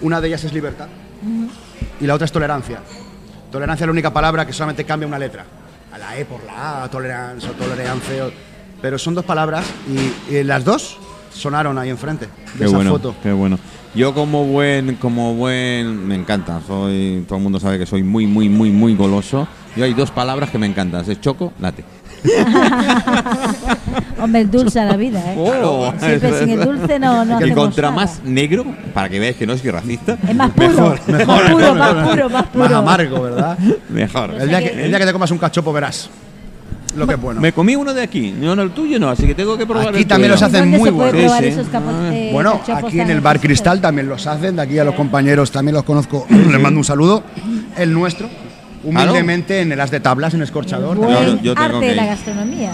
[SPEAKER 1] Una de ellas es libertad y la otra es tolerancia. Tolerancia es la única palabra que solamente cambia una letra. A la E por la A, tolerancia, tolerancia. o- Pero son dos palabras y, y las dos sonaron ahí enfrente de
[SPEAKER 2] Qué
[SPEAKER 1] esa
[SPEAKER 2] bueno,
[SPEAKER 1] foto.
[SPEAKER 2] qué bueno. Yo como buen, como buen, me encanta. Soy, todo el mundo sabe que soy muy, muy, muy, muy goloso. Yo hay dos palabras que me encantan. Es choco,
[SPEAKER 3] Eh,
[SPEAKER 2] late.
[SPEAKER 3] Hombre, dulce a la vida, ¿eh?
[SPEAKER 2] Oh,
[SPEAKER 3] Siempre
[SPEAKER 2] es
[SPEAKER 3] sin el
[SPEAKER 2] verdad.
[SPEAKER 3] dulce no, no
[SPEAKER 2] y
[SPEAKER 3] hacemos
[SPEAKER 2] contra
[SPEAKER 3] nada.
[SPEAKER 2] más negro, para que veáis que no soy racista,
[SPEAKER 3] Es más puro, más, puro más puro, más puro.
[SPEAKER 1] Más amargo, ¿verdad?
[SPEAKER 2] mejor.
[SPEAKER 1] El día, que, el día que te comas un cachopo verás lo que es bueno.
[SPEAKER 2] Me comí uno de aquí, no no, el tuyo no, así que tengo que probar
[SPEAKER 1] Aquí
[SPEAKER 2] el
[SPEAKER 1] también
[SPEAKER 2] tuyo.
[SPEAKER 1] los hacen
[SPEAKER 3] ¿Dónde
[SPEAKER 1] muy
[SPEAKER 3] se puede
[SPEAKER 2] buenos.
[SPEAKER 3] probar
[SPEAKER 2] Sí,
[SPEAKER 3] esos
[SPEAKER 2] sí.
[SPEAKER 3] capos-
[SPEAKER 2] Ah.
[SPEAKER 3] eh,
[SPEAKER 1] Bueno,
[SPEAKER 3] cachopos
[SPEAKER 1] aquí en
[SPEAKER 3] tan
[SPEAKER 1] el Bar
[SPEAKER 3] exquisitos?
[SPEAKER 1] Cristal también los hacen, de aquí a los compañeros también los conozco, les mando un saludo, el nuestro, humildemente en el as de tablas, en escorchador.
[SPEAKER 3] Buen
[SPEAKER 2] No, no, yo tengo
[SPEAKER 3] arte de
[SPEAKER 2] que
[SPEAKER 3] la
[SPEAKER 2] ir.
[SPEAKER 3] gastronomía.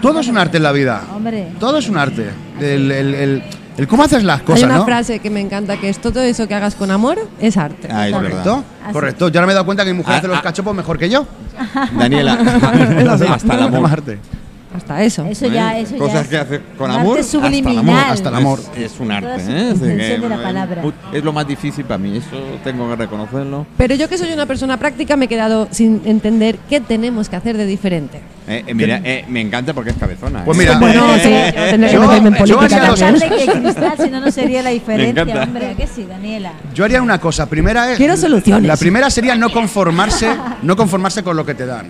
[SPEAKER 1] Todo es un arte en la vida,
[SPEAKER 3] Hombre.
[SPEAKER 1] todo es un arte, el, el- el- el cómo haces las
[SPEAKER 4] Hay
[SPEAKER 1] cosas,
[SPEAKER 4] una
[SPEAKER 1] ¿no?
[SPEAKER 4] frase que me encanta, que es todo eso que hagas con amor es arte.
[SPEAKER 2] Ah, es
[SPEAKER 1] Correcto,
[SPEAKER 3] Así.
[SPEAKER 1] correcto, yo ahora me he dado cuenta que mi mujer
[SPEAKER 2] Ah,
[SPEAKER 1] hace los
[SPEAKER 2] ah.
[SPEAKER 1] cachopos mejor que yo.
[SPEAKER 2] verdad. Daniela, hasta el amor.
[SPEAKER 1] Arte.
[SPEAKER 4] Hasta eso.
[SPEAKER 3] Eso ya,
[SPEAKER 2] ¿eh?
[SPEAKER 3] eso ya.
[SPEAKER 2] Cosas
[SPEAKER 3] es
[SPEAKER 2] que hace con
[SPEAKER 3] arte
[SPEAKER 2] amor.
[SPEAKER 3] subliminal.
[SPEAKER 2] Hasta el amor. hasta el amor. Es, es un
[SPEAKER 3] Toda
[SPEAKER 2] arte.
[SPEAKER 3] su
[SPEAKER 2] ¿eh? Así que,
[SPEAKER 3] intención de la
[SPEAKER 2] eh,
[SPEAKER 3] palabra.
[SPEAKER 2] Es lo más difícil para mí, eso tengo que reconocerlo.
[SPEAKER 4] Pero yo que soy una persona práctica me he quedado sin entender qué tenemos que hacer de diferente.
[SPEAKER 2] Eh, eh, mira, eh, me encanta porque es cabezona.
[SPEAKER 1] Pues
[SPEAKER 2] ¿eh?
[SPEAKER 1] mira,
[SPEAKER 4] Bueno,
[SPEAKER 1] Eh,
[SPEAKER 4] sí,
[SPEAKER 1] eh,
[SPEAKER 4] yo tendré que
[SPEAKER 1] yo-
[SPEAKER 4] meterme en
[SPEAKER 1] yo
[SPEAKER 4] política
[SPEAKER 1] haría
[SPEAKER 3] Más
[SPEAKER 1] los-
[SPEAKER 4] también.
[SPEAKER 3] tarde que cristal, si no, no sería la diferencia,
[SPEAKER 2] encanta.
[SPEAKER 3] hombre. ¿a que sí, Daniela?
[SPEAKER 1] Yo haría una cosa, primera es...
[SPEAKER 4] Quiero soluciones.
[SPEAKER 1] La primera sería no conformarse, no conformarse con lo que te dan.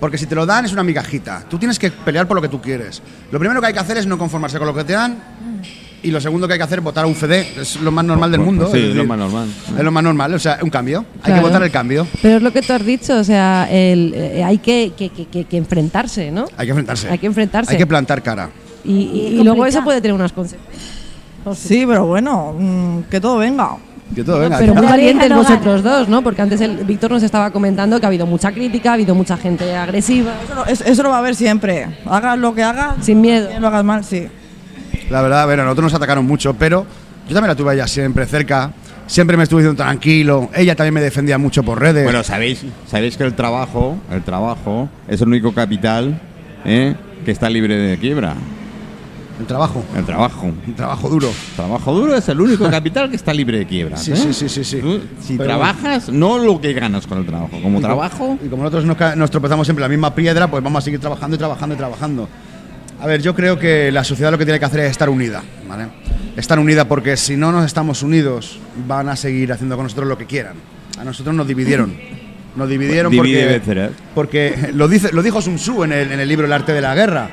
[SPEAKER 1] Porque si te lo dan es una migajita. Tú tienes que pelear por lo que tú quieres. Lo primero que hay que hacer es no conformarse con lo que te dan. Y lo segundo que hay que hacer es votar a un FD. Es lo más normal del
[SPEAKER 2] Pues,
[SPEAKER 1] mundo.
[SPEAKER 2] sí,
[SPEAKER 1] es
[SPEAKER 2] es lo más normal.
[SPEAKER 1] Es lo más normal. O sea, un cambio. Hay que
[SPEAKER 4] Claro.
[SPEAKER 1] votar el cambio.
[SPEAKER 4] Pero es lo que tú has dicho, o sea, el, eh, hay que, que- que- que- que enfrentarse, ¿no?
[SPEAKER 1] Hay que enfrentarse.
[SPEAKER 4] Hay que enfrentarse.
[SPEAKER 1] Hay que plantar cara.
[SPEAKER 4] Y, y-
[SPEAKER 3] Es
[SPEAKER 4] y luego
[SPEAKER 3] complicado.
[SPEAKER 4] eso puede tener unas consecuencias.
[SPEAKER 6] Sí, pero bueno, mm, que todo venga.
[SPEAKER 1] Que todo venga.
[SPEAKER 4] Pero
[SPEAKER 3] La
[SPEAKER 4] muy
[SPEAKER 3] vieja
[SPEAKER 4] valientes
[SPEAKER 3] no
[SPEAKER 4] vosotros dos, ¿no? Porque antes el Víctor nos estaba comentando que ha habido mucha crítica, ha habido mucha gente agresiva,
[SPEAKER 6] Eso, lo- es- eso lo va a haber siempre. Hagas lo que hagas,
[SPEAKER 4] sin miedo.
[SPEAKER 6] bien lo hagas mal, sí.
[SPEAKER 1] La verdad, bueno, nosotros nos atacaron mucho, pero yo también la tuve a ella siempre cerca. Siempre me estuve diciendo tranquilo. Ella también me defendía mucho por redes.
[SPEAKER 2] Bueno, sabéis, sabéis que el trabajo, el trabajo es el único capital ¿eh? que está libre de quiebra.
[SPEAKER 1] el trabajo.
[SPEAKER 2] El trabajo.
[SPEAKER 1] El trabajo duro.
[SPEAKER 2] Trabajo duro es el único capital que está libre de quiebra.
[SPEAKER 1] Sí,
[SPEAKER 2] ¿eh?
[SPEAKER 1] sí, sí, sí, sí.
[SPEAKER 2] Tú, si
[SPEAKER 1] Pero-
[SPEAKER 2] trabajas, no lo que ganas con el trabajo, como
[SPEAKER 1] Y co-
[SPEAKER 2] trabajo.
[SPEAKER 1] Y como nosotros nos, ca- nos tropezamos siempre en la misma piedra, pues vamos a seguir trabajando y trabajando y trabajando. A ver, yo creo que la sociedad lo que tiene que hacer es estar unida, ¿vale? Estar unida porque si no nos estamos unidos, van a seguir haciendo con nosotros lo que quieran. A nosotros nos dividieron. Nos dividieron
[SPEAKER 2] Divide ¿eh? y
[SPEAKER 1] porque,
[SPEAKER 2] vencerás.
[SPEAKER 1] porque lo, dice, lo dijo Sun Tzu en el, en el libro El arte de la guerra.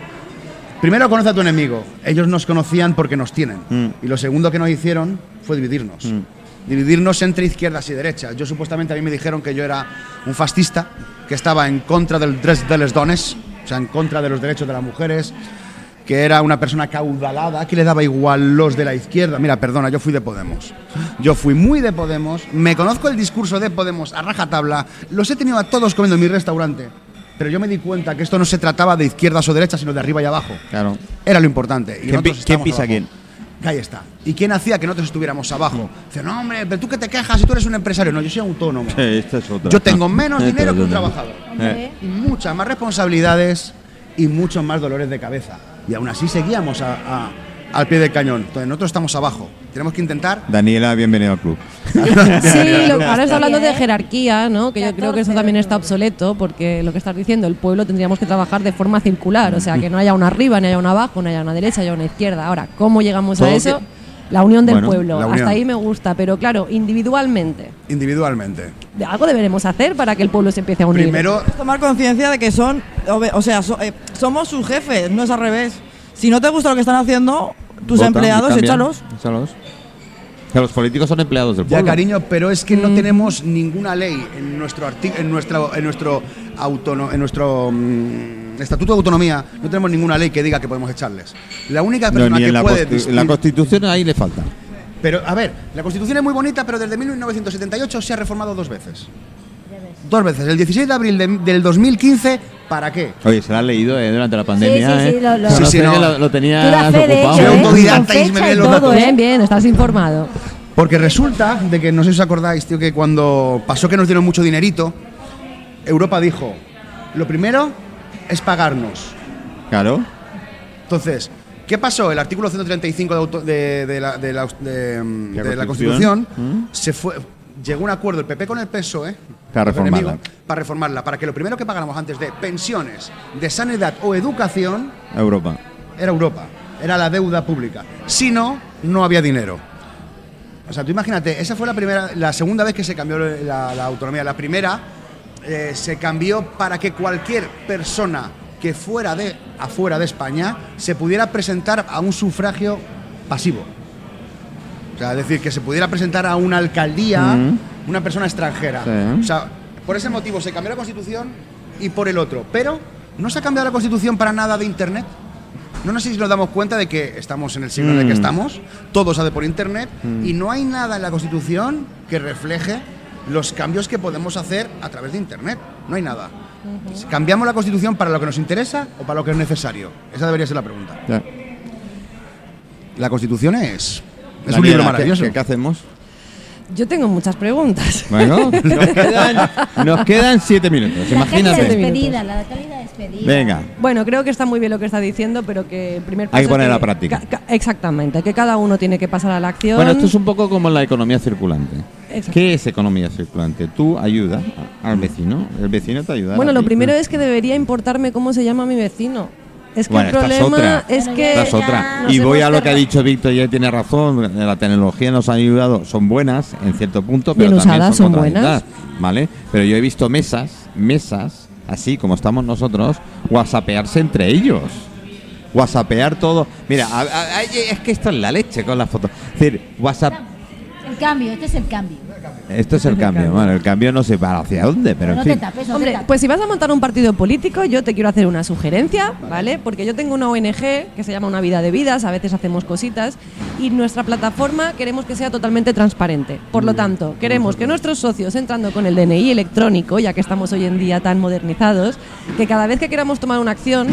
[SPEAKER 1] Primero conoce a tu enemigo. Ellos nos conocían porque nos tienen.
[SPEAKER 2] Mm.
[SPEAKER 1] Y lo segundo que nos hicieron fue dividirnos. Dividirnos entre izquierdas y derechas. Yo supuestamente a mí me dijeron que yo era un fascista, que estaba en contra del dress de les dones, o sea, en contra de los derechos de las mujeres, que era una persona caudalada, que le daba igual los de la izquierda. Mira, perdona, yo fui de Podemos. Yo fui muy de Podemos, me conozco el discurso de Podemos a rajatabla, los he tenido a todos comiendo en mi restaurante. Pero yo me di cuenta que esto no se trataba de izquierdas o derechas, sino de arriba y abajo.
[SPEAKER 2] Claro.
[SPEAKER 1] Era lo importante. Y
[SPEAKER 2] ¿Quién
[SPEAKER 1] nosotros
[SPEAKER 2] pi-
[SPEAKER 1] estábamos
[SPEAKER 2] quién pisa
[SPEAKER 1] abajo.
[SPEAKER 2] quién?
[SPEAKER 1] Ahí está. ¿Y quién hacía que nosotros estuviéramos abajo? Dice, no, hombre, pero tú que te quejas si tú eres un empresario. No, yo soy autónomo.
[SPEAKER 2] Esta es otra.
[SPEAKER 1] Yo tengo menos
[SPEAKER 2] Esta es
[SPEAKER 1] dinero que un
[SPEAKER 2] otra.
[SPEAKER 1] trabajador.
[SPEAKER 3] Hombre,
[SPEAKER 2] Eh.
[SPEAKER 1] Y muchas más responsabilidades y muchos más dolores de cabeza. Y aún así seguíamos a, a- al pie del cañón. Entonces nosotros estamos abajo. Tenemos que intentar.
[SPEAKER 2] Daniela, bienvenido al club.
[SPEAKER 4] Sí, lo- ahora está hablando de
[SPEAKER 3] Bien.
[SPEAKER 4] jerarquía, ¿no? Que yo creo que eso
[SPEAKER 3] 14
[SPEAKER 4] también está
[SPEAKER 3] euros.
[SPEAKER 4] obsoleto, porque lo que estás diciendo, el pueblo tendríamos que trabajar de forma circular, o sea, que no haya una arriba, ni haya una abajo, ni haya una derecha, ni haya una izquierda. Ahora, ¿cómo llegamos a
[SPEAKER 2] Todo
[SPEAKER 4] eso?
[SPEAKER 2] que-
[SPEAKER 4] La unión del
[SPEAKER 2] Bueno,
[SPEAKER 4] pueblo.
[SPEAKER 1] la unión.
[SPEAKER 4] Hasta ahí me gusta, pero claro, individualmente.
[SPEAKER 1] Individualmente.
[SPEAKER 4] De- Algo deberemos hacer para que el pueblo se empiece a unir.
[SPEAKER 1] Primero,
[SPEAKER 6] Tomar conciencia de que son, obe- o sea, so- eh, somos sus jefes, no es al revés. Si no te gusta lo que están haciendo tus
[SPEAKER 2] Votan,
[SPEAKER 6] empleados,
[SPEAKER 2] cambian,
[SPEAKER 6] échalos.
[SPEAKER 2] Échalos. O sea, los políticos son empleados del
[SPEAKER 1] ya
[SPEAKER 2] pueblo.
[SPEAKER 1] cariño, pero es que no tenemos ninguna ley en nuestro arti- en nuestra en nuestro autono- en nuestro mm, estatuto de autonomía, no tenemos ninguna ley que diga que podemos echarles. La única
[SPEAKER 2] No,
[SPEAKER 1] persona
[SPEAKER 2] ni
[SPEAKER 1] que
[SPEAKER 2] en la,
[SPEAKER 1] puede
[SPEAKER 2] consti-
[SPEAKER 1] dis-
[SPEAKER 2] en la Constitución ahí le falta.
[SPEAKER 1] Pero, a ver, la Constitución es muy bonita, pero desde 1978 se ha reformado dos veces. Dos veces. El 16 de abril de- del 2015, ¿para qué?
[SPEAKER 2] Oye, se la has leído eh, durante la pandemia.
[SPEAKER 3] sí,
[SPEAKER 2] ¿eh?
[SPEAKER 3] sí, lo- lo-
[SPEAKER 2] Se
[SPEAKER 1] Sí, sí,
[SPEAKER 2] nota
[SPEAKER 1] no.
[SPEAKER 2] que lo, lo
[SPEAKER 3] Tú
[SPEAKER 2] tenías
[SPEAKER 3] da fe de
[SPEAKER 2] ocupado.
[SPEAKER 3] ello,
[SPEAKER 1] Soy
[SPEAKER 3] ¿eh?
[SPEAKER 1] autodidacta
[SPEAKER 3] Con
[SPEAKER 1] y me
[SPEAKER 3] fecha
[SPEAKER 1] leen
[SPEAKER 3] y
[SPEAKER 1] los
[SPEAKER 3] todo,
[SPEAKER 1] datos.
[SPEAKER 3] ¿eh?
[SPEAKER 4] Bien, bien, estás informado.
[SPEAKER 1] Porque resulta de que, no sé si os acordáis, tío, que cuando pasó que nos dieron mucho dinerito, Europa dijo, lo primero es pagarnos.
[SPEAKER 2] Claro.
[SPEAKER 1] Entonces, ¿qué pasó? El artículo 135 de, auto- de- de la, de la- de, mm,
[SPEAKER 2] La
[SPEAKER 1] de la
[SPEAKER 2] Constitución. ¿Mm?
[SPEAKER 1] Constitución se fue, llegó a un acuerdo el PP con el PSOE
[SPEAKER 2] Para
[SPEAKER 1] nuestro enemigo,
[SPEAKER 2] reformarla.
[SPEAKER 1] para reformarla, para que lo primero que pagáramos antes de pensiones, de sanidad o educación
[SPEAKER 2] Europa.
[SPEAKER 1] era Europa, era la deuda pública. Si no, no había dinero. O sea, tú imagínate, esa fue la primera, la segunda vez que se cambió la, la autonomía. La primera eh, se cambió para que cualquier persona que fuera de afuera de España se pudiera presentar a un sufragio pasivo. O sea, es decir, que se pudiera presentar a una alcaldía
[SPEAKER 2] Mm.
[SPEAKER 1] una persona extranjera.
[SPEAKER 2] Sí.
[SPEAKER 1] O sea, por ese motivo se cambió la constitución y por el otro. Pero no se ha cambiado la constitución para nada de internet. No, no sé si nos damos cuenta de que estamos en el siglo en el
[SPEAKER 2] Mm.
[SPEAKER 1] que estamos, todo se hace por internet y no hay nada en la Constitución que refleje los cambios que podemos hacer a través de internet. No hay nada. ¿Cambiamos la Constitución para lo que nos interesa o para lo que es necesario? Esa debería ser la pregunta.
[SPEAKER 2] Ya.
[SPEAKER 1] La Constitución es. Es
[SPEAKER 2] Daniela,
[SPEAKER 1] un libro
[SPEAKER 2] ¿qué-
[SPEAKER 1] maravilloso.
[SPEAKER 2] ¿Qué, qué hacemos?
[SPEAKER 4] Yo tengo muchas preguntas.
[SPEAKER 2] Bueno, nos quedan, nos quedan siete minutos.
[SPEAKER 3] La caída
[SPEAKER 2] Imagínate.
[SPEAKER 3] despedida, la caída despedida.
[SPEAKER 2] Venga.
[SPEAKER 4] Bueno, creo que está muy bien lo que está diciendo, pero que el primer paso
[SPEAKER 2] Hay que
[SPEAKER 4] es
[SPEAKER 2] poner la práctica.
[SPEAKER 4] ca- ca- exactamente, que cada uno tiene que pasar a la acción.
[SPEAKER 2] Bueno, esto es un poco como la economía circulante.
[SPEAKER 4] Exacto.
[SPEAKER 2] ¿Qué es economía circulante? Tú ayudas a- al vecino, el vecino te ayuda.
[SPEAKER 4] Bueno,
[SPEAKER 2] a
[SPEAKER 4] lo
[SPEAKER 2] ti.
[SPEAKER 4] primero es que debería importarme cómo se llama mi vecino. Es que
[SPEAKER 2] Bueno,
[SPEAKER 4] el
[SPEAKER 2] esta es
[SPEAKER 4] problema
[SPEAKER 2] otra.
[SPEAKER 4] es,
[SPEAKER 3] Bueno,
[SPEAKER 4] que
[SPEAKER 2] Esta es
[SPEAKER 3] ya
[SPEAKER 2] otra.
[SPEAKER 3] nos
[SPEAKER 2] Y voy
[SPEAKER 3] hemos
[SPEAKER 2] a lo que ha
[SPEAKER 3] cerrado.
[SPEAKER 2] dicho Víctor, ya tiene razón. La tecnología nos ha ayudado, son buenas en cierto punto, pero
[SPEAKER 4] Bien
[SPEAKER 2] también
[SPEAKER 4] usadas,
[SPEAKER 2] son,
[SPEAKER 4] son buenas.
[SPEAKER 2] contradictorias, ¿Vale? Pero yo he visto mesas, mesas, así como estamos nosotros, whatsappearse entre ellos. Whatsappear todo. Mira, a- a- ay, es que esto es la leche con las fotos. Es decir, WhatsApp.
[SPEAKER 3] El cambio, este es el cambio.
[SPEAKER 2] Esto es el cambio. Bueno, el cambio no sé para hacia dónde, pero en
[SPEAKER 3] no te
[SPEAKER 2] fin.
[SPEAKER 3] tapes, no te
[SPEAKER 4] Hombre,
[SPEAKER 3] tapes.
[SPEAKER 4] pues si vas a montar un partido político, yo te quiero hacer una sugerencia, ¿vale? Porque yo tengo una ONG que se llama Una Vida de Vidas, a veces hacemos cositas, y nuestra plataforma queremos que sea totalmente transparente. Por lo tanto, queremos que nuestros socios, entrando con el DNI electrónico, ya que estamos hoy en día tan modernizados, que cada vez que queramos tomar una acción,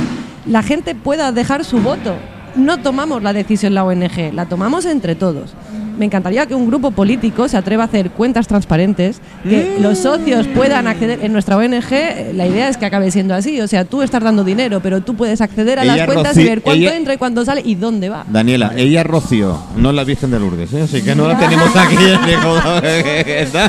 [SPEAKER 4] la gente pueda dejar su voto. No tomamos la decisión la ONG, la tomamos entre todos. Me encantaría que un grupo político se atreva a hacer cuentas transparentes, que
[SPEAKER 2] Mm.
[SPEAKER 4] los socios puedan acceder. En nuestra ONG, eh, la idea es que acabe siendo así. O sea, tú estás dando dinero, pero tú puedes acceder a
[SPEAKER 2] Ella,
[SPEAKER 4] las cuentas
[SPEAKER 2] Rocío,
[SPEAKER 4] y ver cuánto
[SPEAKER 2] ella-
[SPEAKER 4] entra y cuánto sale y dónde va.
[SPEAKER 2] Daniela, ella es Rocío, no la Virgen de Lourdes, ¿eh? así que no la tenemos aquí en el jodo- ¿Está?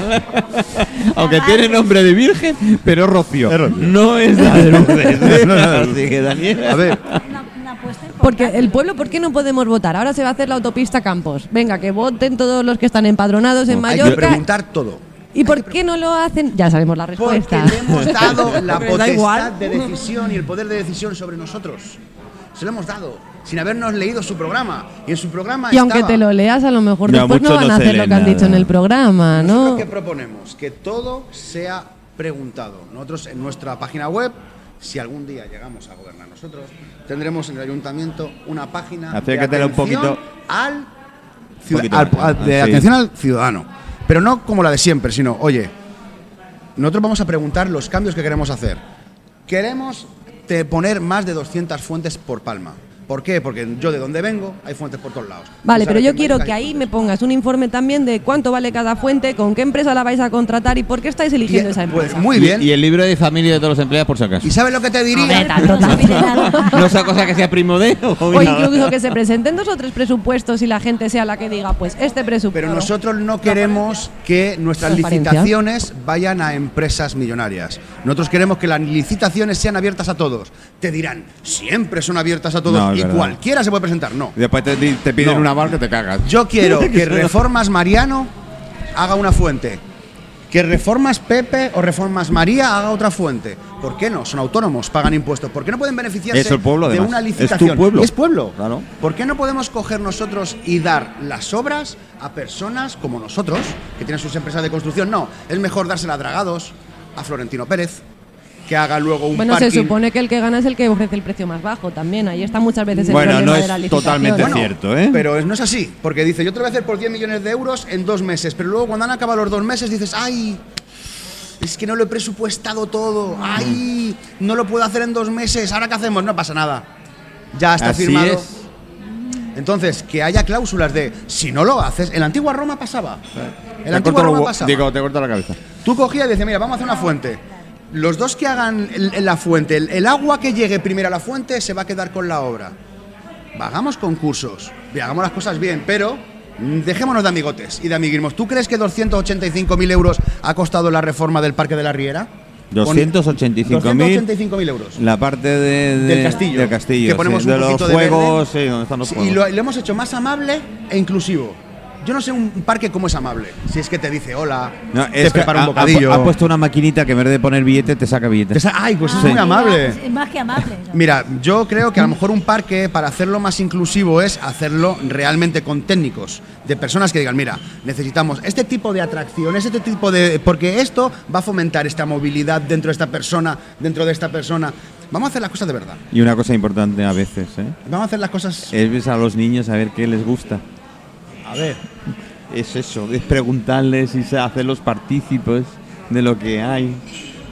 [SPEAKER 2] Aunque tiene nombre de Virgen, pero es Rocío. No es la de Lourdes. ¿eh? Así que Daniela.
[SPEAKER 1] A ver,
[SPEAKER 3] Una, una apuesta
[SPEAKER 4] pues, Porque
[SPEAKER 3] importante.
[SPEAKER 4] el pueblo, ¿por qué no podemos votar? Ahora se va a hacer la autopista Campos. Venga, que voten todos los que están empadronados en
[SPEAKER 2] No,
[SPEAKER 1] hay que
[SPEAKER 4] Mallorca.
[SPEAKER 1] preguntar todo.
[SPEAKER 4] ¿Y por qué no lo hacen? Ya sabemos la
[SPEAKER 1] Porque
[SPEAKER 4] respuesta.
[SPEAKER 1] le hemos dado la
[SPEAKER 6] Pero da igual.
[SPEAKER 1] potestad de decisión y el poder de decisión sobre nosotros. Se lo hemos dado, sin habernos leído su programa. Y en su programa
[SPEAKER 4] Y aunque
[SPEAKER 1] estaba-
[SPEAKER 4] te lo leas, a lo mejor
[SPEAKER 2] Ya,
[SPEAKER 4] después no
[SPEAKER 2] mucho
[SPEAKER 4] van
[SPEAKER 2] no
[SPEAKER 4] a
[SPEAKER 2] se
[SPEAKER 4] hacer
[SPEAKER 2] lee
[SPEAKER 4] lo que han
[SPEAKER 2] nada.
[SPEAKER 4] dicho en el programa,
[SPEAKER 1] Nosotros
[SPEAKER 4] ¿no?
[SPEAKER 1] que proponemos que todo sea preguntado. Nosotros en nuestra página web, si algún día llegamos a gobernar nosotros, tendremos en el ayuntamiento una página
[SPEAKER 2] Acércatela un
[SPEAKER 1] atención
[SPEAKER 2] poquito.
[SPEAKER 1] al,
[SPEAKER 2] Un poquito
[SPEAKER 1] al-
[SPEAKER 2] más,
[SPEAKER 1] al- de
[SPEAKER 2] así.
[SPEAKER 1] atención al ciudadano. Pero no como la de siempre, sino, oye, nosotros vamos a preguntar los cambios que queremos hacer. Queremos te- poner más de 200 fuentes por palma. ¿Por qué? Porque yo de donde vengo hay fuentes por todos lados.
[SPEAKER 4] Vale,
[SPEAKER 1] Tú sabes
[SPEAKER 4] pero yo
[SPEAKER 1] en
[SPEAKER 4] quiero
[SPEAKER 1] Vallecas
[SPEAKER 4] que
[SPEAKER 1] hay
[SPEAKER 4] ahí me
[SPEAKER 1] fuentes.
[SPEAKER 4] pongas un informe también de cuánto vale cada fuente, con qué empresa la vais a contratar y por qué estáis eligiendo
[SPEAKER 1] Y-
[SPEAKER 4] esa
[SPEAKER 1] pues,
[SPEAKER 4] empresa.
[SPEAKER 1] muy
[SPEAKER 2] Y-
[SPEAKER 1] bien.
[SPEAKER 2] Y, el libro de familia de todos los empleados, por si acaso.
[SPEAKER 1] ¿Y sabes lo que te diría?
[SPEAKER 2] No sea cosa que sea primo de. o-
[SPEAKER 4] O incluso que se presenten dos o tres presupuestos y la gente sea la que diga, pues este presupuesto.
[SPEAKER 1] Pero nosotros no queremos que nuestras
[SPEAKER 4] Transparencia.
[SPEAKER 1] licitaciones vayan a empresas millonarias. Nosotros queremos que las licitaciones sean abiertas a todos. Te dirán, siempre son abiertas a todos
[SPEAKER 2] No, es
[SPEAKER 1] y
[SPEAKER 2] verdad.
[SPEAKER 1] cualquiera se puede presentar. No.
[SPEAKER 2] Después te, te piden
[SPEAKER 1] No.
[SPEAKER 2] una barca que te cagas.
[SPEAKER 1] Yo quiero que Reformas Mariano haga una fuente. Que Reformas Pepe o Reformas María haga otra fuente. ¿Por qué no? Son autónomos, pagan impuestos. ¿Por qué no pueden beneficiarse
[SPEAKER 2] Es el pueblo,
[SPEAKER 1] de
[SPEAKER 2] además.
[SPEAKER 1] una
[SPEAKER 2] Es tu
[SPEAKER 1] licitación?
[SPEAKER 2] pueblo.
[SPEAKER 1] Es pueblo.
[SPEAKER 2] Claro.
[SPEAKER 1] ¿Por qué no podemos coger nosotros y dar las obras a personas como nosotros, que tienen sus empresas de construcción? No, es mejor dársela a Dragados, a Florentino Pérez, que haga luego un
[SPEAKER 4] bueno, se
[SPEAKER 1] parking.
[SPEAKER 4] supone que el que gana es el que ofrece el precio más bajo también. Ahí está muchas veces el
[SPEAKER 2] Bueno,
[SPEAKER 4] problema
[SPEAKER 2] no
[SPEAKER 4] de
[SPEAKER 2] es
[SPEAKER 4] la licitación.
[SPEAKER 2] totalmente
[SPEAKER 4] Bueno,
[SPEAKER 2] cierto. ¿eh?
[SPEAKER 1] Pero es- no es así, porque dice, yo te lo voy a hacer por 10 millones de euros en dos meses, pero luego cuando han acabado los dos meses dices, ay, es que no lo he presupuestado todo, ay, no lo puedo hacer en dos meses, ahora qué hacemos, no pasa nada. Ya está
[SPEAKER 2] Así
[SPEAKER 1] firmado.
[SPEAKER 2] es.
[SPEAKER 1] Entonces, que haya cláusulas de, si no lo haces, en la antigua Roma pasaba. En
[SPEAKER 2] Te
[SPEAKER 1] la antigua
[SPEAKER 2] corto los
[SPEAKER 1] Roma
[SPEAKER 2] hue-
[SPEAKER 1] pasaba.
[SPEAKER 2] Digo, te corto la cabeza.
[SPEAKER 1] Tú cogías y decías, mira, vamos a hacer una fuente. Los dos que hagan el- la fuente, el, el agua que llegue primero a la fuente se va a quedar con la obra. Hagamos concursos, y hagamos las cosas bien, pero mm, dejémonos de amigotes y de amiguismos. ¿Tú crees que 285.000 euros ha costado la reforma del Parque de la Riera? Con-
[SPEAKER 2] 285.000.
[SPEAKER 1] 285.000 euros.
[SPEAKER 2] La parte de, de-
[SPEAKER 1] Del castillo.
[SPEAKER 2] del castillo,
[SPEAKER 1] Que ponemos
[SPEAKER 2] sí,
[SPEAKER 1] un
[SPEAKER 2] de los
[SPEAKER 1] poquito de verde.
[SPEAKER 2] juegos, sí, donde están los
[SPEAKER 1] Sí,
[SPEAKER 2] juegos.
[SPEAKER 1] Y lo, lo hemos hecho más amable e inclusivo. Yo no sé un parque cómo es amable. Si es que te dice hola,
[SPEAKER 2] No,
[SPEAKER 1] te
[SPEAKER 2] es que
[SPEAKER 1] prepara un
[SPEAKER 2] ha- ha pu-
[SPEAKER 1] bocadillo.
[SPEAKER 2] Ha, puesto una maquinita que en vez de poner billetes te saca billetes.
[SPEAKER 1] Te sa- Ay, pues es
[SPEAKER 2] Sí.
[SPEAKER 1] muy amable.
[SPEAKER 3] Ah, Es más que amable. ¿no?
[SPEAKER 1] Mira, yo creo que a lo mejor un parque para hacerlo más inclusivo es hacerlo realmente con técnicos, de personas que digan, mira, necesitamos este tipo de atracciones, este tipo de porque esto va a fomentar esta movilidad dentro de esta persona, dentro de esta persona. Vamos a hacer las cosas de verdad.
[SPEAKER 2] Y una cosa importante a veces, ¿eh?
[SPEAKER 1] Vamos a hacer las cosas
[SPEAKER 2] es ver a los niños a ver qué les gusta.
[SPEAKER 1] a ver.
[SPEAKER 2] Es eso, es preguntarles y se- hacerlos partícipes de lo que hay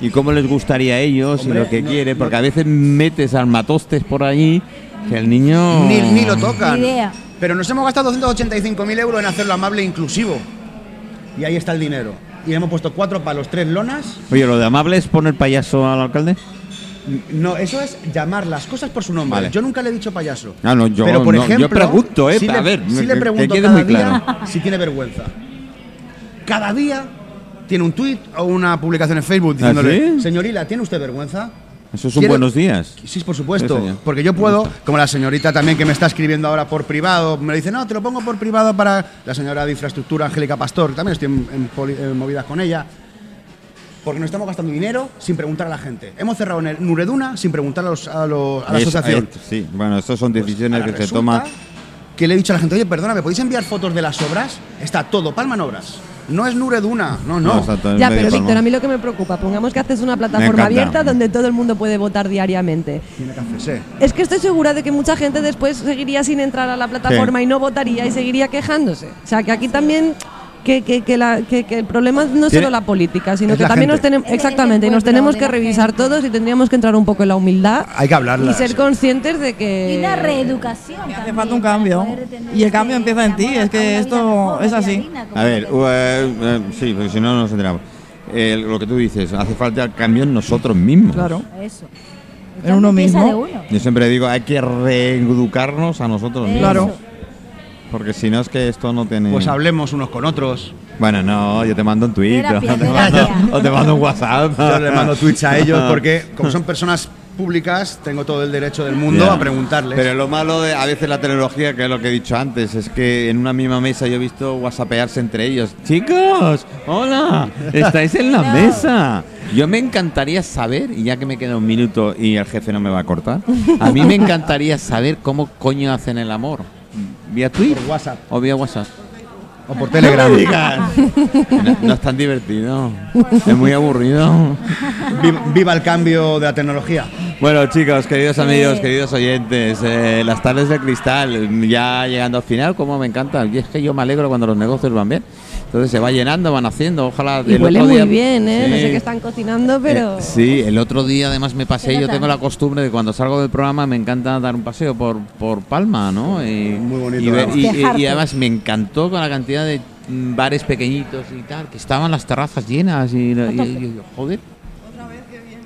[SPEAKER 2] y cómo les gustaría a ellos
[SPEAKER 1] Hombre,
[SPEAKER 2] y lo que
[SPEAKER 1] no-
[SPEAKER 2] quiere,
[SPEAKER 1] no-
[SPEAKER 2] porque a veces metes armatostes por allí que el niño
[SPEAKER 1] Ni, ni lo tocan.
[SPEAKER 3] Ni idea.
[SPEAKER 1] Pero nos hemos gastado 285.000 euros en hacerlo amable e inclusivo. Y ahí está el dinero. Y le hemos puesto cuatro palos, tres lonas.
[SPEAKER 2] Oye, lo de amable es poner payaso al alcalde.
[SPEAKER 1] No, eso es llamar las cosas por su nombre.
[SPEAKER 2] Vale.
[SPEAKER 1] Yo nunca le he dicho payaso.
[SPEAKER 2] Ah, no, yo-
[SPEAKER 1] Pero por
[SPEAKER 2] no, yo
[SPEAKER 1] ejemplo,
[SPEAKER 2] pregunto, ¿eh?
[SPEAKER 1] sí
[SPEAKER 2] A
[SPEAKER 1] le-
[SPEAKER 2] ver,
[SPEAKER 1] sí
[SPEAKER 2] que-
[SPEAKER 1] le
[SPEAKER 2] que
[SPEAKER 1] pregunto
[SPEAKER 2] quede
[SPEAKER 1] cada
[SPEAKER 2] muy
[SPEAKER 1] día
[SPEAKER 2] claro.
[SPEAKER 1] si tiene vergüenza. Cada día tiene un tuit o una publicación en Facebook diciéndole,
[SPEAKER 2] ¿Ah, sí?
[SPEAKER 1] señorila, ¿tiene usted vergüenza?
[SPEAKER 2] Eso son
[SPEAKER 1] Quiero-
[SPEAKER 2] buenos días.
[SPEAKER 1] Sí, por
[SPEAKER 2] Sí,
[SPEAKER 1] supuesto.
[SPEAKER 2] señor.
[SPEAKER 1] porque yo puedo, como la señorita también que me está escribiendo ahora por privado, me dice, no, te lo pongo por privado para la señora de infraestructura, Angélica Pastor, también estoy en, en poli- en movidas con ella. Porque nos estamos gastando dinero sin preguntar a la gente. Hemos cerrado en el- Nureduna sin preguntar a, los- a los- a la
[SPEAKER 2] Es-
[SPEAKER 1] asociación. Pues,
[SPEAKER 2] es- sí, bueno, estas son decisiones
[SPEAKER 1] Ahora
[SPEAKER 2] que se
[SPEAKER 1] resulta
[SPEAKER 2] toman.
[SPEAKER 1] Que le he dicho a la gente, oye, perdona, ¿me podéis enviar fotos de las obras? Está todo, palman obras. No es Nureduna, no, no.
[SPEAKER 2] exacto, en
[SPEAKER 4] Ya,
[SPEAKER 2] medio
[SPEAKER 4] pero
[SPEAKER 2] palmo.
[SPEAKER 4] Víctor, a mí lo que me preocupa, pongamos que haces una plataforma
[SPEAKER 2] encanta.
[SPEAKER 4] abierta donde todo el mundo puede votar diariamente.
[SPEAKER 1] Tiene que hacerse.
[SPEAKER 4] Es que estoy segura de que mucha gente después seguiría sin entrar a la plataforma
[SPEAKER 2] Sí.
[SPEAKER 4] y no votaría y seguiría quejándose. O sea, que aquí también que, que- que la- que- que el problema no es
[SPEAKER 2] Tiene-
[SPEAKER 4] solo la política, sino
[SPEAKER 1] Es
[SPEAKER 4] que
[SPEAKER 1] la
[SPEAKER 4] también
[SPEAKER 1] gente.
[SPEAKER 4] nos tenemos
[SPEAKER 3] Es el- es el
[SPEAKER 4] exactamente y nos
[SPEAKER 3] pueblo
[SPEAKER 4] tenemos
[SPEAKER 3] de
[SPEAKER 4] que
[SPEAKER 3] la
[SPEAKER 4] revisar
[SPEAKER 3] gente.
[SPEAKER 4] todos y tendríamos que entrar un poco en la humildad
[SPEAKER 1] Hay que hablarla,
[SPEAKER 4] y ser
[SPEAKER 1] sí.
[SPEAKER 4] conscientes de que
[SPEAKER 3] Y una reeducación. también,
[SPEAKER 6] Eh, falta un
[SPEAKER 3] para
[SPEAKER 6] cambio.
[SPEAKER 3] poder tener
[SPEAKER 6] Y el cambio
[SPEAKER 3] ese
[SPEAKER 6] empieza en ti,
[SPEAKER 3] amor
[SPEAKER 6] es
[SPEAKER 3] a
[SPEAKER 6] que
[SPEAKER 3] una vida
[SPEAKER 6] esto
[SPEAKER 3] mejor,
[SPEAKER 6] es
[SPEAKER 3] una vida
[SPEAKER 6] así.
[SPEAKER 3] digna, como
[SPEAKER 2] A ver,
[SPEAKER 3] te-
[SPEAKER 2] u- eh, eh, sí, porque si no no nos enteramos. Eh, lo que tú dices, hace falta cambio en nosotros mismos.
[SPEAKER 6] Claro.
[SPEAKER 3] Eso. El
[SPEAKER 6] En
[SPEAKER 3] cambio
[SPEAKER 6] uno
[SPEAKER 3] empieza
[SPEAKER 6] mismo.
[SPEAKER 3] de uno.
[SPEAKER 2] Yo siempre digo, hay que reeducarnos a nosotros mismos.
[SPEAKER 6] Claro.
[SPEAKER 2] Porque si no es que esto no tiene...
[SPEAKER 1] Pues hablemos unos con otros.
[SPEAKER 2] Bueno, no, yo te mando un tweet.
[SPEAKER 3] Terapia,
[SPEAKER 2] o, te mando,
[SPEAKER 3] terapia.
[SPEAKER 2] o te mando un WhatsApp.
[SPEAKER 1] Yo les mando tweets a ellos porque, como son personas públicas, tengo todo el derecho del mundo
[SPEAKER 2] Ya.
[SPEAKER 1] a preguntarles.
[SPEAKER 2] Pero lo malo de a veces la tecnología, que es lo que he dicho antes, es que en una misma mesa yo he visto whatsappearse entre ellos. Chicos, hola, estáis en la
[SPEAKER 3] No.
[SPEAKER 2] mesa. Yo me encantaría saber, y ya que me queda un minuto y el jefe no me va a cortar, a mí me encantaría saber cómo coño hacen el amor. ¿Vía tweet?
[SPEAKER 1] Por WhatsApp.
[SPEAKER 2] ¿O vía WhatsApp?
[SPEAKER 1] o por Telegram.
[SPEAKER 2] No, no es tan divertido, es muy aburrido.
[SPEAKER 1] Vi- Viva el cambio de la tecnología.
[SPEAKER 2] Bueno, chicos, queridos amigos,
[SPEAKER 3] Eh.
[SPEAKER 2] queridos oyentes, eh, las tardes de cristal, ya llegando al final, como me encanta. Y es que yo me alegro cuando los negocios van bien. Entonces se va llenando, van haciendo, ojalá.
[SPEAKER 4] Y
[SPEAKER 2] el
[SPEAKER 4] huele
[SPEAKER 2] otro
[SPEAKER 4] muy
[SPEAKER 2] día-
[SPEAKER 4] bien, ¿eh? No
[SPEAKER 2] Sí.
[SPEAKER 4] sé qué están cocinando, pero...
[SPEAKER 2] Eh, sí, el otro día además me pasé,
[SPEAKER 3] Se
[SPEAKER 2] yo
[SPEAKER 3] nota.
[SPEAKER 2] tengo la costumbre de cuando salgo del programa me encanta dar un paseo por, por Palma, ¿no? Y,
[SPEAKER 1] Muy bonito,
[SPEAKER 2] Y, ver-
[SPEAKER 1] además.
[SPEAKER 2] y- y- y
[SPEAKER 3] Quejarte.
[SPEAKER 2] además me encantó con la cantidad de mm, bares pequeñitos y tal, que estaban las terrazas llenas y, y- y- y- joder.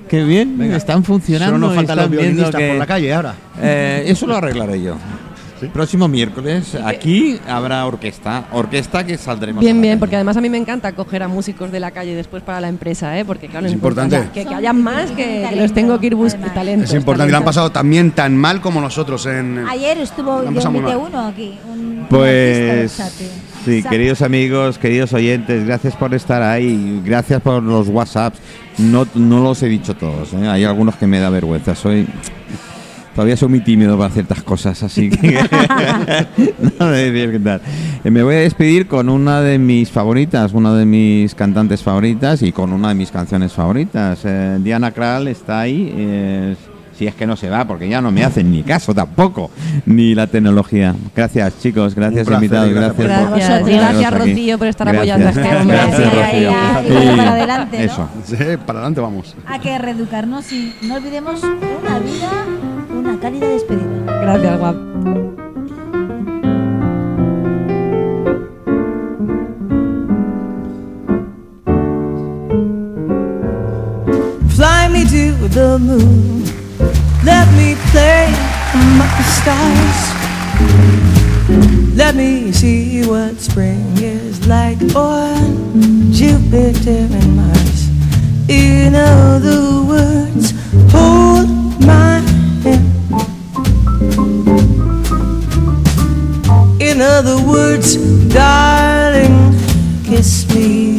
[SPEAKER 2] Qué bien, están funcionando.
[SPEAKER 1] Solo nos
[SPEAKER 2] y
[SPEAKER 1] faltan los
[SPEAKER 2] están viendo
[SPEAKER 1] violinistas
[SPEAKER 2] que-
[SPEAKER 1] por la calle ahora.
[SPEAKER 2] eh, eso lo arreglaré yo. Próximo miércoles aquí habrá orquesta, orquesta que saldremos. a
[SPEAKER 4] Bien,
[SPEAKER 2] la
[SPEAKER 4] bien,
[SPEAKER 2] calle.
[SPEAKER 4] porque además a mí me encanta coger a músicos de la calle después para la empresa, ¿eh? Porque claro,
[SPEAKER 1] Es
[SPEAKER 4] no
[SPEAKER 1] importante.
[SPEAKER 4] importa, Que, que haya más, que, que los tengo que ir buscando
[SPEAKER 3] Además.
[SPEAKER 4] talentos.
[SPEAKER 1] Es importante, la han
[SPEAKER 4] talentos.
[SPEAKER 1] pasado también tan mal como nosotros en...
[SPEAKER 3] Ayer estuvo
[SPEAKER 1] La
[SPEAKER 3] yo
[SPEAKER 1] han pasado muy
[SPEAKER 3] invité
[SPEAKER 1] mal.
[SPEAKER 3] uno aquí. un- un
[SPEAKER 2] Pues
[SPEAKER 3] artista de Chapi.
[SPEAKER 2] sí,
[SPEAKER 3] Sapi.
[SPEAKER 2] queridos amigos, queridos oyentes, gracias por estar ahí, gracias por los WhatsApps. No, no los he dicho todos, ¿eh? hay algunos que me da vergüenza, soy todavía soy muy tímido para ciertas cosas, así que no me voy a contar. Eh, Me voy a despedir con una de mis favoritas, una de mis cantantes favoritas y con una de mis canciones favoritas. Eh, Diana Krall está ahí. eh, si es que no se va, porque ya no me hacen ni caso tampoco, ni la tecnología. Gracias, chicos, gracias,
[SPEAKER 1] Un placer,
[SPEAKER 2] invitados,
[SPEAKER 1] y
[SPEAKER 2] gracias.
[SPEAKER 1] gracias
[SPEAKER 4] por-
[SPEAKER 2] por-
[SPEAKER 4] Gracias,
[SPEAKER 2] por
[SPEAKER 4] gracias,
[SPEAKER 2] teneros aquí.
[SPEAKER 4] Rocío, por estar apoyando a este
[SPEAKER 2] Gracias,
[SPEAKER 4] hombre.
[SPEAKER 2] Gracias,
[SPEAKER 3] Ahí, ahí,
[SPEAKER 2] Rocío.
[SPEAKER 3] ahí, para adelante, ¿no?
[SPEAKER 2] Eso.
[SPEAKER 1] Sí, para adelante vamos.
[SPEAKER 3] Hay que reeducarnos y no olvidemos una vida, una cálida despedida.
[SPEAKER 4] Gracias, guap.
[SPEAKER 5] Fly me to the moon. Let me play among the stars. Let me see what spring is like on Jupiter and Mars. In other words, hold my hand. In other words, darling, kiss me.